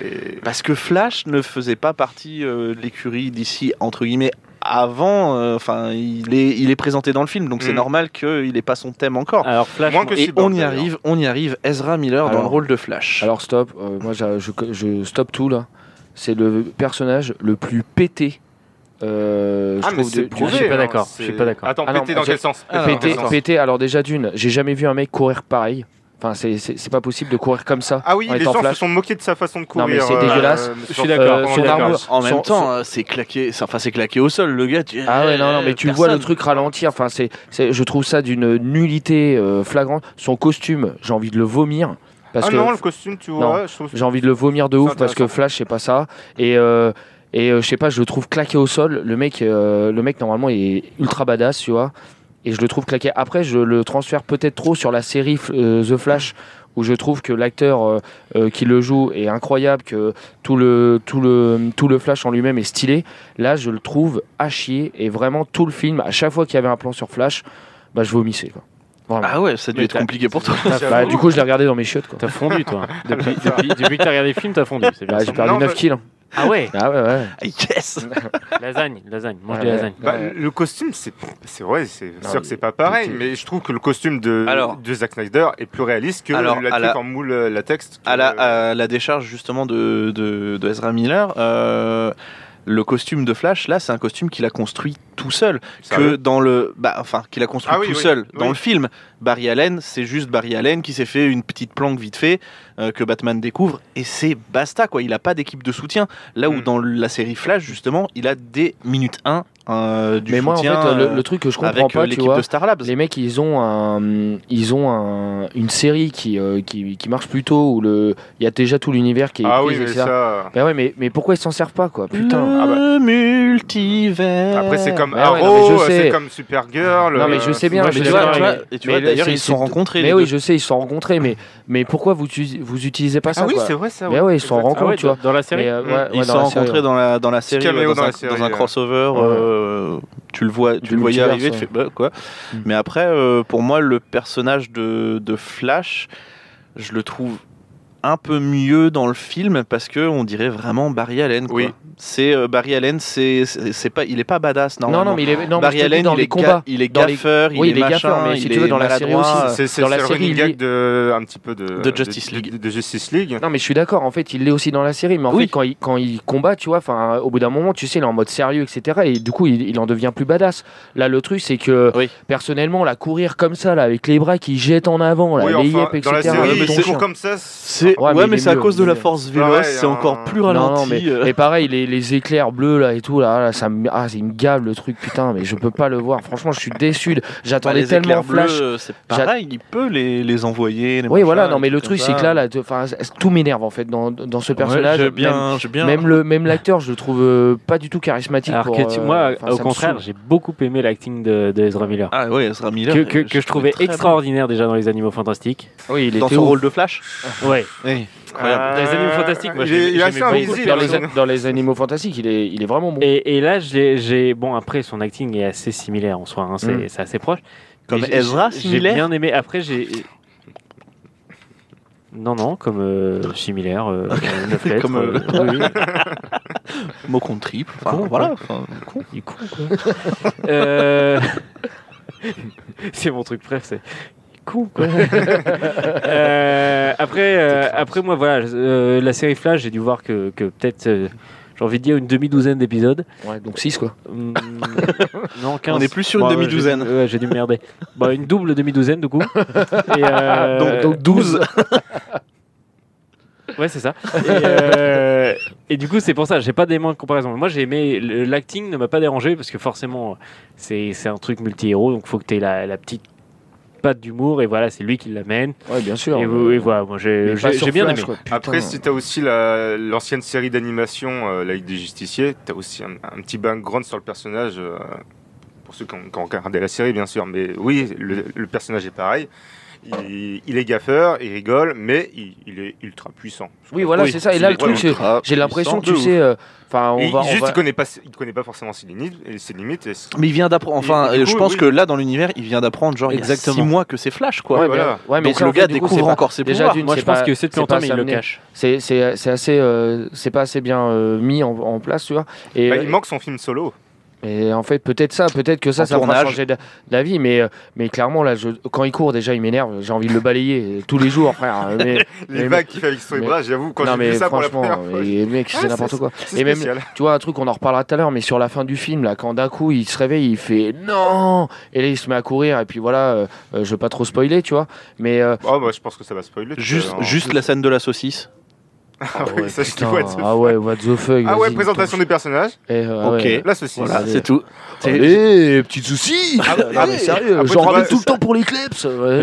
[SPEAKER 4] Et-
[SPEAKER 2] Euh, Parce que Flash ne faisait pas partie euh, de l'écurie d'ici entre guillemets avant. euh, Enfin, il est, il est présenté dans le film, donc c'est
[SPEAKER 4] Mm.
[SPEAKER 2] normal qu'il ait pas son thème
[SPEAKER 6] Ah,
[SPEAKER 2] encore.
[SPEAKER 1] Alors, Flash,
[SPEAKER 4] Moins que
[SPEAKER 2] Et
[SPEAKER 4] Cyborg,
[SPEAKER 2] on y
[SPEAKER 4] d'ailleurs.
[SPEAKER 2] arrive, on y arrive. Ezra Miller dans
[SPEAKER 6] hein, Alors-
[SPEAKER 2] le rôle de Flash.
[SPEAKER 6] Alors stop, euh, moi j'a- je, je stop tout là. C'est le personnage le plus pété. euh, je
[SPEAKER 4] Ah, mais
[SPEAKER 6] trouve
[SPEAKER 4] c'est
[SPEAKER 6] de- du-
[SPEAKER 4] prouvé,
[SPEAKER 1] je suis pas
[SPEAKER 4] hein,
[SPEAKER 1] d'accord,
[SPEAKER 4] c'est-
[SPEAKER 1] je suis pas d'accord.
[SPEAKER 4] Attends,
[SPEAKER 6] Ah non,
[SPEAKER 4] pété dans
[SPEAKER 6] j'ai-
[SPEAKER 4] quel sens
[SPEAKER 2] Ah,
[SPEAKER 4] Pété dans
[SPEAKER 6] pété,
[SPEAKER 4] quel sens
[SPEAKER 6] pété. Alors déjà d'une, j'ai jamais vu un mec courir pareil. Enfin, c'est- c'est c'est pas possible de courir comme ça.
[SPEAKER 4] Ah oui,
[SPEAKER 6] en
[SPEAKER 4] les
[SPEAKER 6] étant
[SPEAKER 4] gens se
[SPEAKER 6] flash.
[SPEAKER 4] sont moqués de sa façon de
[SPEAKER 6] Non,
[SPEAKER 4] courir.
[SPEAKER 6] mais c'est
[SPEAKER 4] euh,
[SPEAKER 6] dégueulasse.
[SPEAKER 4] euh,
[SPEAKER 1] Je suis
[SPEAKER 4] sur-
[SPEAKER 1] d'accord,
[SPEAKER 4] euh,
[SPEAKER 1] je suis
[SPEAKER 4] sur
[SPEAKER 1] d'accord.
[SPEAKER 4] l'arbre.
[SPEAKER 2] En même
[SPEAKER 6] Son-
[SPEAKER 2] temps, euh, c'est claqué, c'est- enfin c'est claqué au sol, le gars. tu- eh,
[SPEAKER 6] Ah ouais, non, non, mais tu
[SPEAKER 2] Personne.
[SPEAKER 6] vois le truc ralentir. Enfin, c'est, c'est- je trouve ça d'une nullité euh, flagrante. Son costume, j'ai envie de le vomir. Parce
[SPEAKER 4] Ah
[SPEAKER 6] que
[SPEAKER 4] non, le costume, tu vois, je trouve.
[SPEAKER 6] J'ai envie de le vomir de ouf
[SPEAKER 4] C'est
[SPEAKER 6] parce que
[SPEAKER 4] intéressant.
[SPEAKER 6] Flash, c'est pas ça. Et, euh, et euh, je sais pas, je le trouve claqué au sol. Le mec, euh, le mec normalement, est ultra badass, tu vois. Et je le trouve claqué. Après, je le transfère peut-être trop sur la série euh, The Flash, où je trouve que l'acteur euh, euh, qui le joue est incroyable, que tout le, tout le, tout le Flash en lui-même est stylé. Là, je le trouve à chier. Et vraiment, tout le film, à chaque fois qu'il y avait un plan sur Flash, bah, je vomissais. Quoi. Vraiment.
[SPEAKER 2] Ah ouais, ça a dû
[SPEAKER 1] Mais
[SPEAKER 2] être
[SPEAKER 1] t'as-
[SPEAKER 2] compliqué pour toi.
[SPEAKER 6] Bah, du coup, je l'ai regardé dans mes chiottes. Quoi.
[SPEAKER 1] T'as fondu, toi. Depuis, depuis- depuis que t'as regardé le film, t'as fondu. c'est bien
[SPEAKER 6] Bah,
[SPEAKER 1] ça.
[SPEAKER 6] j'ai perdu
[SPEAKER 4] Non,
[SPEAKER 6] 9
[SPEAKER 4] mais-
[SPEAKER 6] kills.
[SPEAKER 1] Ah ouais,
[SPEAKER 6] Ah ouais, ouais.
[SPEAKER 2] Ah, Yes.
[SPEAKER 1] lasagne, lasagne, mange
[SPEAKER 6] Ouais,
[SPEAKER 1] des
[SPEAKER 6] ouais.
[SPEAKER 1] lasagnes.
[SPEAKER 4] Bah,
[SPEAKER 2] Euh,
[SPEAKER 6] Ouais.
[SPEAKER 4] Le costume, c'est c'est ouais, c'est
[SPEAKER 6] Non,
[SPEAKER 4] sûr
[SPEAKER 6] mais
[SPEAKER 4] que c'est pas pareil,
[SPEAKER 6] tout est-
[SPEAKER 4] mais je trouve que le costume de,
[SPEAKER 2] Alors-
[SPEAKER 4] de Zack Snyder est plus réaliste que
[SPEAKER 2] Alors,
[SPEAKER 4] la
[SPEAKER 2] à
[SPEAKER 4] truc
[SPEAKER 2] la-
[SPEAKER 4] en moule euh, latex. que-
[SPEAKER 2] À la, à la décharge justement de, de, de Ezra Miller, euh, le costume de Flash, là, c'est un costume qu'il a construit tout seul. Que
[SPEAKER 4] Sérieux
[SPEAKER 2] dans le, bah, enfin, qu'il a construit
[SPEAKER 4] Ah oui,
[SPEAKER 2] tout
[SPEAKER 4] oui,
[SPEAKER 2] seul dans
[SPEAKER 4] oui.
[SPEAKER 2] le film. Barry Allen, c'est juste Barry Allen qui s'est fait une petite planque vite fait euh, que Batman découvre et c'est basta quoi. Il a pas d'équipe de soutien. Là où
[SPEAKER 4] Hmm.
[SPEAKER 2] dans la série Flash justement, il a dès minute 1 euh, du
[SPEAKER 6] mais moi, en fait,
[SPEAKER 2] soutien
[SPEAKER 6] euh, le,
[SPEAKER 2] euh,
[SPEAKER 6] le truc que je comprends
[SPEAKER 2] avec euh,
[SPEAKER 6] pas, tu
[SPEAKER 2] l'équipe
[SPEAKER 6] vois,
[SPEAKER 2] de Star Labs.
[SPEAKER 6] les mecs, ils ont un, ils ont un- une série qui, euh, qui, qui marche plutôt où le, il y a déjà tout l'univers qui est
[SPEAKER 4] Ah
[SPEAKER 6] pris,
[SPEAKER 4] oui, mais
[SPEAKER 6] etc.
[SPEAKER 4] ça.
[SPEAKER 6] Bah ouais, mais, mais pourquoi ils s'en servent pas, quoi Putain.
[SPEAKER 2] Le
[SPEAKER 4] Ah
[SPEAKER 2] multivers.
[SPEAKER 4] Après, c'est comme
[SPEAKER 6] Ouais, ouais, non, Euh, mais
[SPEAKER 4] Arrow, euh,
[SPEAKER 6] je sais.
[SPEAKER 4] c'est comme Supergirl.
[SPEAKER 6] Non, mais
[SPEAKER 4] euh,
[SPEAKER 6] je sais bien,
[SPEAKER 1] moi,
[SPEAKER 6] mais
[SPEAKER 1] je
[SPEAKER 6] tu
[SPEAKER 1] suis
[SPEAKER 6] vois,
[SPEAKER 1] d'accord
[SPEAKER 6] tu
[SPEAKER 1] avec-
[SPEAKER 6] vois,
[SPEAKER 2] Et tu
[SPEAKER 6] mais
[SPEAKER 2] vois,
[SPEAKER 6] le-
[SPEAKER 2] d'ailleurs,
[SPEAKER 6] c'est-
[SPEAKER 2] ils se sont
[SPEAKER 6] c'est-
[SPEAKER 2] rencontrés. les
[SPEAKER 6] Mais oui,
[SPEAKER 2] deux.
[SPEAKER 6] je sais, ils se sont rencontrés, mais, mais pourquoi vous, tu- vous utilisez pas ça
[SPEAKER 4] Ah oui,
[SPEAKER 6] quoi
[SPEAKER 4] c'est vrai, ça.
[SPEAKER 6] Mais ouais, ils se sont
[SPEAKER 4] Exact.
[SPEAKER 1] Ah ouais,
[SPEAKER 6] rencontrés, tu
[SPEAKER 1] dans-
[SPEAKER 6] vois.
[SPEAKER 1] dans la série
[SPEAKER 6] Mais, euh,
[SPEAKER 4] Mm.
[SPEAKER 6] ouais,
[SPEAKER 2] Mmh. Ils
[SPEAKER 6] ouais,
[SPEAKER 2] se sont
[SPEAKER 6] dans la série,
[SPEAKER 2] rencontrés dans la, dans la série,
[SPEAKER 4] caméo
[SPEAKER 2] ouais, dans,
[SPEAKER 4] dans
[SPEAKER 2] un,
[SPEAKER 4] la série,
[SPEAKER 2] dans un
[SPEAKER 4] ouais.
[SPEAKER 2] crossover.
[SPEAKER 6] Ouais.
[SPEAKER 2] euh, tu le vois,
[SPEAKER 6] Du
[SPEAKER 2] tu le voyais
[SPEAKER 6] multivers,
[SPEAKER 2] arriver,
[SPEAKER 6] ouais.
[SPEAKER 2] tu fais bah, quoi.
[SPEAKER 6] Mm.
[SPEAKER 2] Mais après, euh, pour moi, le personnage de, de Flash, je le trouve un peu mieux dans le film parce que on dirait vraiment Barry Allen. quoi.
[SPEAKER 4] Oui.
[SPEAKER 2] C'est euh, Barry Allen, c'est c'est c'est pas, il est pas badass
[SPEAKER 6] Non,
[SPEAKER 2] normalement.
[SPEAKER 6] non, mais il est, non, mais
[SPEAKER 2] Barry
[SPEAKER 6] je te dis
[SPEAKER 2] Allen,
[SPEAKER 6] dans
[SPEAKER 2] il
[SPEAKER 6] les
[SPEAKER 2] est ga-
[SPEAKER 6] combats.
[SPEAKER 2] il est
[SPEAKER 6] Dans les-
[SPEAKER 2] gaffeur,
[SPEAKER 6] oui,
[SPEAKER 2] il est machin,
[SPEAKER 6] gaffeur, mais si
[SPEAKER 2] il
[SPEAKER 6] tu veux,
[SPEAKER 2] est
[SPEAKER 6] dans la série
[SPEAKER 2] maladroit,
[SPEAKER 6] aussi,
[SPEAKER 2] euh,
[SPEAKER 4] Ah, C'est c'est-
[SPEAKER 6] Dans
[SPEAKER 4] c'est
[SPEAKER 6] la
[SPEAKER 4] le
[SPEAKER 6] série,
[SPEAKER 4] running
[SPEAKER 6] il
[SPEAKER 4] gag
[SPEAKER 6] est-
[SPEAKER 4] de, un petit peu de,
[SPEAKER 2] De Justice League.
[SPEAKER 4] De, de Justice League.
[SPEAKER 6] Non mais je suis d'accord, en fait il l'est aussi dans la série, mais en
[SPEAKER 2] Oui.
[SPEAKER 6] fait quand il, quand il combat, tu vois, enfin au bout d'un moment, tu sais, il est en mode sérieux, etc. Et du coup il, il en devient plus badass. Là le truc c'est que
[SPEAKER 2] Oui.
[SPEAKER 6] personnellement, la courir comme ça, là, avec les bras qui jettent en avant, là,
[SPEAKER 4] Oui,
[SPEAKER 6] les
[SPEAKER 4] enfin,
[SPEAKER 6] yeux,
[SPEAKER 4] dans
[SPEAKER 6] etc.
[SPEAKER 4] la
[SPEAKER 2] ouais,
[SPEAKER 4] série,
[SPEAKER 2] mais
[SPEAKER 4] ils
[SPEAKER 6] ton
[SPEAKER 2] c'est-
[SPEAKER 4] courent
[SPEAKER 6] chien.
[SPEAKER 4] comme ça. c'est-
[SPEAKER 2] C'est
[SPEAKER 6] Ouais,
[SPEAKER 2] ouais,
[SPEAKER 6] mais il
[SPEAKER 2] mais
[SPEAKER 6] est
[SPEAKER 2] c'est à
[SPEAKER 6] mieux,
[SPEAKER 2] cause de
[SPEAKER 6] il est
[SPEAKER 2] la
[SPEAKER 6] mieux.
[SPEAKER 2] force
[SPEAKER 4] Ah
[SPEAKER 2] véloce,
[SPEAKER 4] ouais,
[SPEAKER 2] c'est
[SPEAKER 4] un-
[SPEAKER 2] encore plus
[SPEAKER 4] Non,
[SPEAKER 6] non,
[SPEAKER 2] ralenti.
[SPEAKER 6] mais-
[SPEAKER 2] euh.
[SPEAKER 6] Et pareil, les, les éclairs bleus là et tout, là, là, ça me, ah, c'est une gave le truc, putain, mais je peux pas le voir. Franchement, je suis déçu.
[SPEAKER 2] Bah,
[SPEAKER 6] J'attendais
[SPEAKER 2] les
[SPEAKER 6] tellement
[SPEAKER 2] éclairs
[SPEAKER 6] Flash.
[SPEAKER 2] bleus, c'est
[SPEAKER 6] J'a-
[SPEAKER 2] pareil, il peut les, les envoyer. les
[SPEAKER 6] Oui,
[SPEAKER 2] machins,
[SPEAKER 6] voilà,
[SPEAKER 2] les
[SPEAKER 6] non, mais le
[SPEAKER 2] trucs
[SPEAKER 6] truc,
[SPEAKER 2] comme
[SPEAKER 6] c'est
[SPEAKER 2] ça.
[SPEAKER 6] que là, là, tu- enfin, tout m'énerve en fait dans, dans ce personnage.
[SPEAKER 2] Ouais, j'ai
[SPEAKER 6] même-
[SPEAKER 2] bien, j'ai bien.
[SPEAKER 6] Même le même l'acteur, je le trouve euh, pas du tout charismatique.
[SPEAKER 1] Alors
[SPEAKER 6] pour,
[SPEAKER 1] que tu-
[SPEAKER 6] euh,
[SPEAKER 1] moi,
[SPEAKER 6] enfin,
[SPEAKER 1] au
[SPEAKER 6] ça me
[SPEAKER 1] contraire,
[SPEAKER 6] saoule.
[SPEAKER 1] j'ai beaucoup aimé l'acting de, de Ezra Miller.
[SPEAKER 2] Ah ouais, Ezra Miller.
[SPEAKER 1] Que, que, que je trouvais
[SPEAKER 2] très
[SPEAKER 1] extraordinaire déjà dans Les Animaux Fantastiques.
[SPEAKER 6] oui, il
[SPEAKER 2] bon. dans
[SPEAKER 6] était
[SPEAKER 2] son
[SPEAKER 6] ouf.
[SPEAKER 2] rôle de Flash.
[SPEAKER 1] Ouais.
[SPEAKER 2] Oui, incroyable.
[SPEAKER 1] Dans les animaux fantastiques, moi,
[SPEAKER 4] Ah. il
[SPEAKER 1] j'ai-
[SPEAKER 4] est, il est
[SPEAKER 1] j'aimais
[SPEAKER 4] assez
[SPEAKER 1] beaucoup
[SPEAKER 6] Beaucoup
[SPEAKER 4] invisible.
[SPEAKER 6] dans,
[SPEAKER 4] hein,
[SPEAKER 6] les,
[SPEAKER 4] son-
[SPEAKER 6] dans les animaux fantastiques, il est, il est vraiment bon.
[SPEAKER 1] Et, et là, j'ai, j'ai- Bon, après, son acting est assez similaire en soi, hein, c'est,
[SPEAKER 6] Mm.
[SPEAKER 1] c'est assez proche.
[SPEAKER 2] Comme
[SPEAKER 1] Mais j'ai-
[SPEAKER 2] Ezra,
[SPEAKER 1] j'ai-
[SPEAKER 2] similaire
[SPEAKER 1] J'ai bien aimé. Après, j'ai. Non, non, comme euh, similaire, euh, en neuf lettres,
[SPEAKER 2] Comme, euh,
[SPEAKER 1] euh, oui, oui.
[SPEAKER 2] mot contre triple. Enfin,
[SPEAKER 1] Con,
[SPEAKER 2] voilà. enfin,
[SPEAKER 1] Il est con, quoi. Euh, c'est mon truc bref, c'est il est con quoi. Euh, après, euh, après moi voilà, euh, la série Flash, j'ai dû voir que, que peut-être euh, j'ai envie de dire une demi-douzaine d'épisodes.
[SPEAKER 6] Ouais, donc 6 quoi.
[SPEAKER 1] Hum, non, 15.
[SPEAKER 2] On est plus sur une
[SPEAKER 1] Bon, ouais,
[SPEAKER 2] demi-douzaine.
[SPEAKER 1] j'ai dû- ouais, j'ai dû merder. Bah, une double demi-douzaine du coup. Et, euh,
[SPEAKER 2] donc, donc 12.
[SPEAKER 1] Ouais, c'est ça. Et, euh, et du coup, c'est pour ça, j'ai pas d'éléments de comparaison. Moi, j'ai aimé le- l'acting, ne m'a pas dérangé parce que forcément, c'est c'est un truc multi-héros, donc faut que tu la, la petite patte d'humour et voilà, c'est lui qui l'amène.
[SPEAKER 6] Ouais, bien sûr.
[SPEAKER 1] Et, vous- et voilà, moi j'ai
[SPEAKER 6] Mais pas
[SPEAKER 1] j'ai-
[SPEAKER 6] sur
[SPEAKER 1] j'ai bien
[SPEAKER 6] Flash,
[SPEAKER 1] aimé.
[SPEAKER 6] quoi. Putain.
[SPEAKER 4] Après, si t'as aussi la- l'ancienne série d'animation, euh, La Ligue des Justiciers, t'as aussi un, un petit background sur le personnage, euh, pour ceux qui ont, qui ont regardé la série, bien sûr. Mais oui, le, le personnage est pareil. Il, il est gaffeur, il rigole, mais il, il est ultra puissant.
[SPEAKER 6] Oui, voilà, c'est ça. Et là, le truc, c'est. J'ai l'impression que tu sais. euh, Enfin, on
[SPEAKER 4] Il,
[SPEAKER 6] va. on
[SPEAKER 4] juste,
[SPEAKER 6] va-
[SPEAKER 4] il connaît pas, il connaît pas forcément ses limites. Et ses limites et-
[SPEAKER 2] Mais il vient d'apprendre. Enfin,
[SPEAKER 4] Et du
[SPEAKER 2] euh, je
[SPEAKER 4] coup,
[SPEAKER 2] pense
[SPEAKER 4] oui.
[SPEAKER 2] que là, dans l'univers, il vient d'apprendre, genre, il y a
[SPEAKER 6] Exactement.
[SPEAKER 2] six mois que c'est Flash, quoi.
[SPEAKER 4] Ouais,
[SPEAKER 6] Ouais,
[SPEAKER 4] voilà.
[SPEAKER 6] mais- ouais, mais
[SPEAKER 2] Donc
[SPEAKER 6] ça, en
[SPEAKER 2] le
[SPEAKER 6] fait,
[SPEAKER 2] gars
[SPEAKER 6] du coup,
[SPEAKER 2] découvre
[SPEAKER 6] c'est pas-
[SPEAKER 2] encore ses
[SPEAKER 6] Déjà,
[SPEAKER 2] pouvoirs.
[SPEAKER 6] d'une,
[SPEAKER 1] Moi je
[SPEAKER 6] c'est
[SPEAKER 1] pense
[SPEAKER 6] pas-
[SPEAKER 1] que c'est depuis
[SPEAKER 6] c'est
[SPEAKER 1] longtemps,
[SPEAKER 6] pas
[SPEAKER 1] mais il le
[SPEAKER 6] amené.
[SPEAKER 1] cache.
[SPEAKER 6] C'est c'est- c'est assez, euh, c'est pas assez bien euh, mis en, en place, tu vois. Et,
[SPEAKER 4] Bah, il manque son film solo.
[SPEAKER 6] et en fait, peut-être ça, peut-être que ça,
[SPEAKER 2] En
[SPEAKER 6] ça va
[SPEAKER 2] tournage.
[SPEAKER 6] changer d'a- d'avis, mais, euh, mais clairement, là, je- quand il court, déjà, il m'énerve. J'ai envie de le balayer euh, tous les jours, frère. Mais,
[SPEAKER 4] Les
[SPEAKER 6] mais-
[SPEAKER 4] vagues qu'il fait avec son
[SPEAKER 6] mais-
[SPEAKER 4] bras, j'avoue, quand
[SPEAKER 6] non,
[SPEAKER 4] j'ai
[SPEAKER 6] mais
[SPEAKER 4] vu ça pour la
[SPEAKER 6] franchement,
[SPEAKER 4] première fois,
[SPEAKER 6] et, mec,
[SPEAKER 4] Ah,
[SPEAKER 6] c'est n'importe
[SPEAKER 4] c'est-
[SPEAKER 6] quoi.
[SPEAKER 4] c'est
[SPEAKER 6] et même-
[SPEAKER 4] spécial.
[SPEAKER 6] Tu vois, un truc, on en reparlera tout à l'heure, mais sur la fin du film, là, quand d'un coup, il se réveille, il fait non Et là, il se met à courir, et puis voilà, euh, euh, je veux pas trop spoiler, tu vois. Mais euh,
[SPEAKER 4] Oh, bah, je pense que ça va spoiler. tu
[SPEAKER 2] Juste,
[SPEAKER 4] vois, hein.
[SPEAKER 2] juste la scène de la saucisse.
[SPEAKER 4] Ah oui, ça, je te
[SPEAKER 6] putain,
[SPEAKER 4] vois dessus.
[SPEAKER 6] ah ouais, what the fuck.
[SPEAKER 4] Ah ouais,
[SPEAKER 6] vas-y,
[SPEAKER 4] présentation des personnages.
[SPEAKER 6] tombe. Eh, ah
[SPEAKER 2] Ok.
[SPEAKER 6] ouais.
[SPEAKER 4] Là, ceci.
[SPEAKER 2] Voilà,
[SPEAKER 6] allez.
[SPEAKER 2] c'est tout. C'est-
[SPEAKER 6] Allez, petit souci Ah mais sérieux,
[SPEAKER 4] Après, tu
[SPEAKER 6] j'en
[SPEAKER 4] vois,
[SPEAKER 6] ramène tout le
[SPEAKER 4] ça-
[SPEAKER 6] temps pour les clips ouais,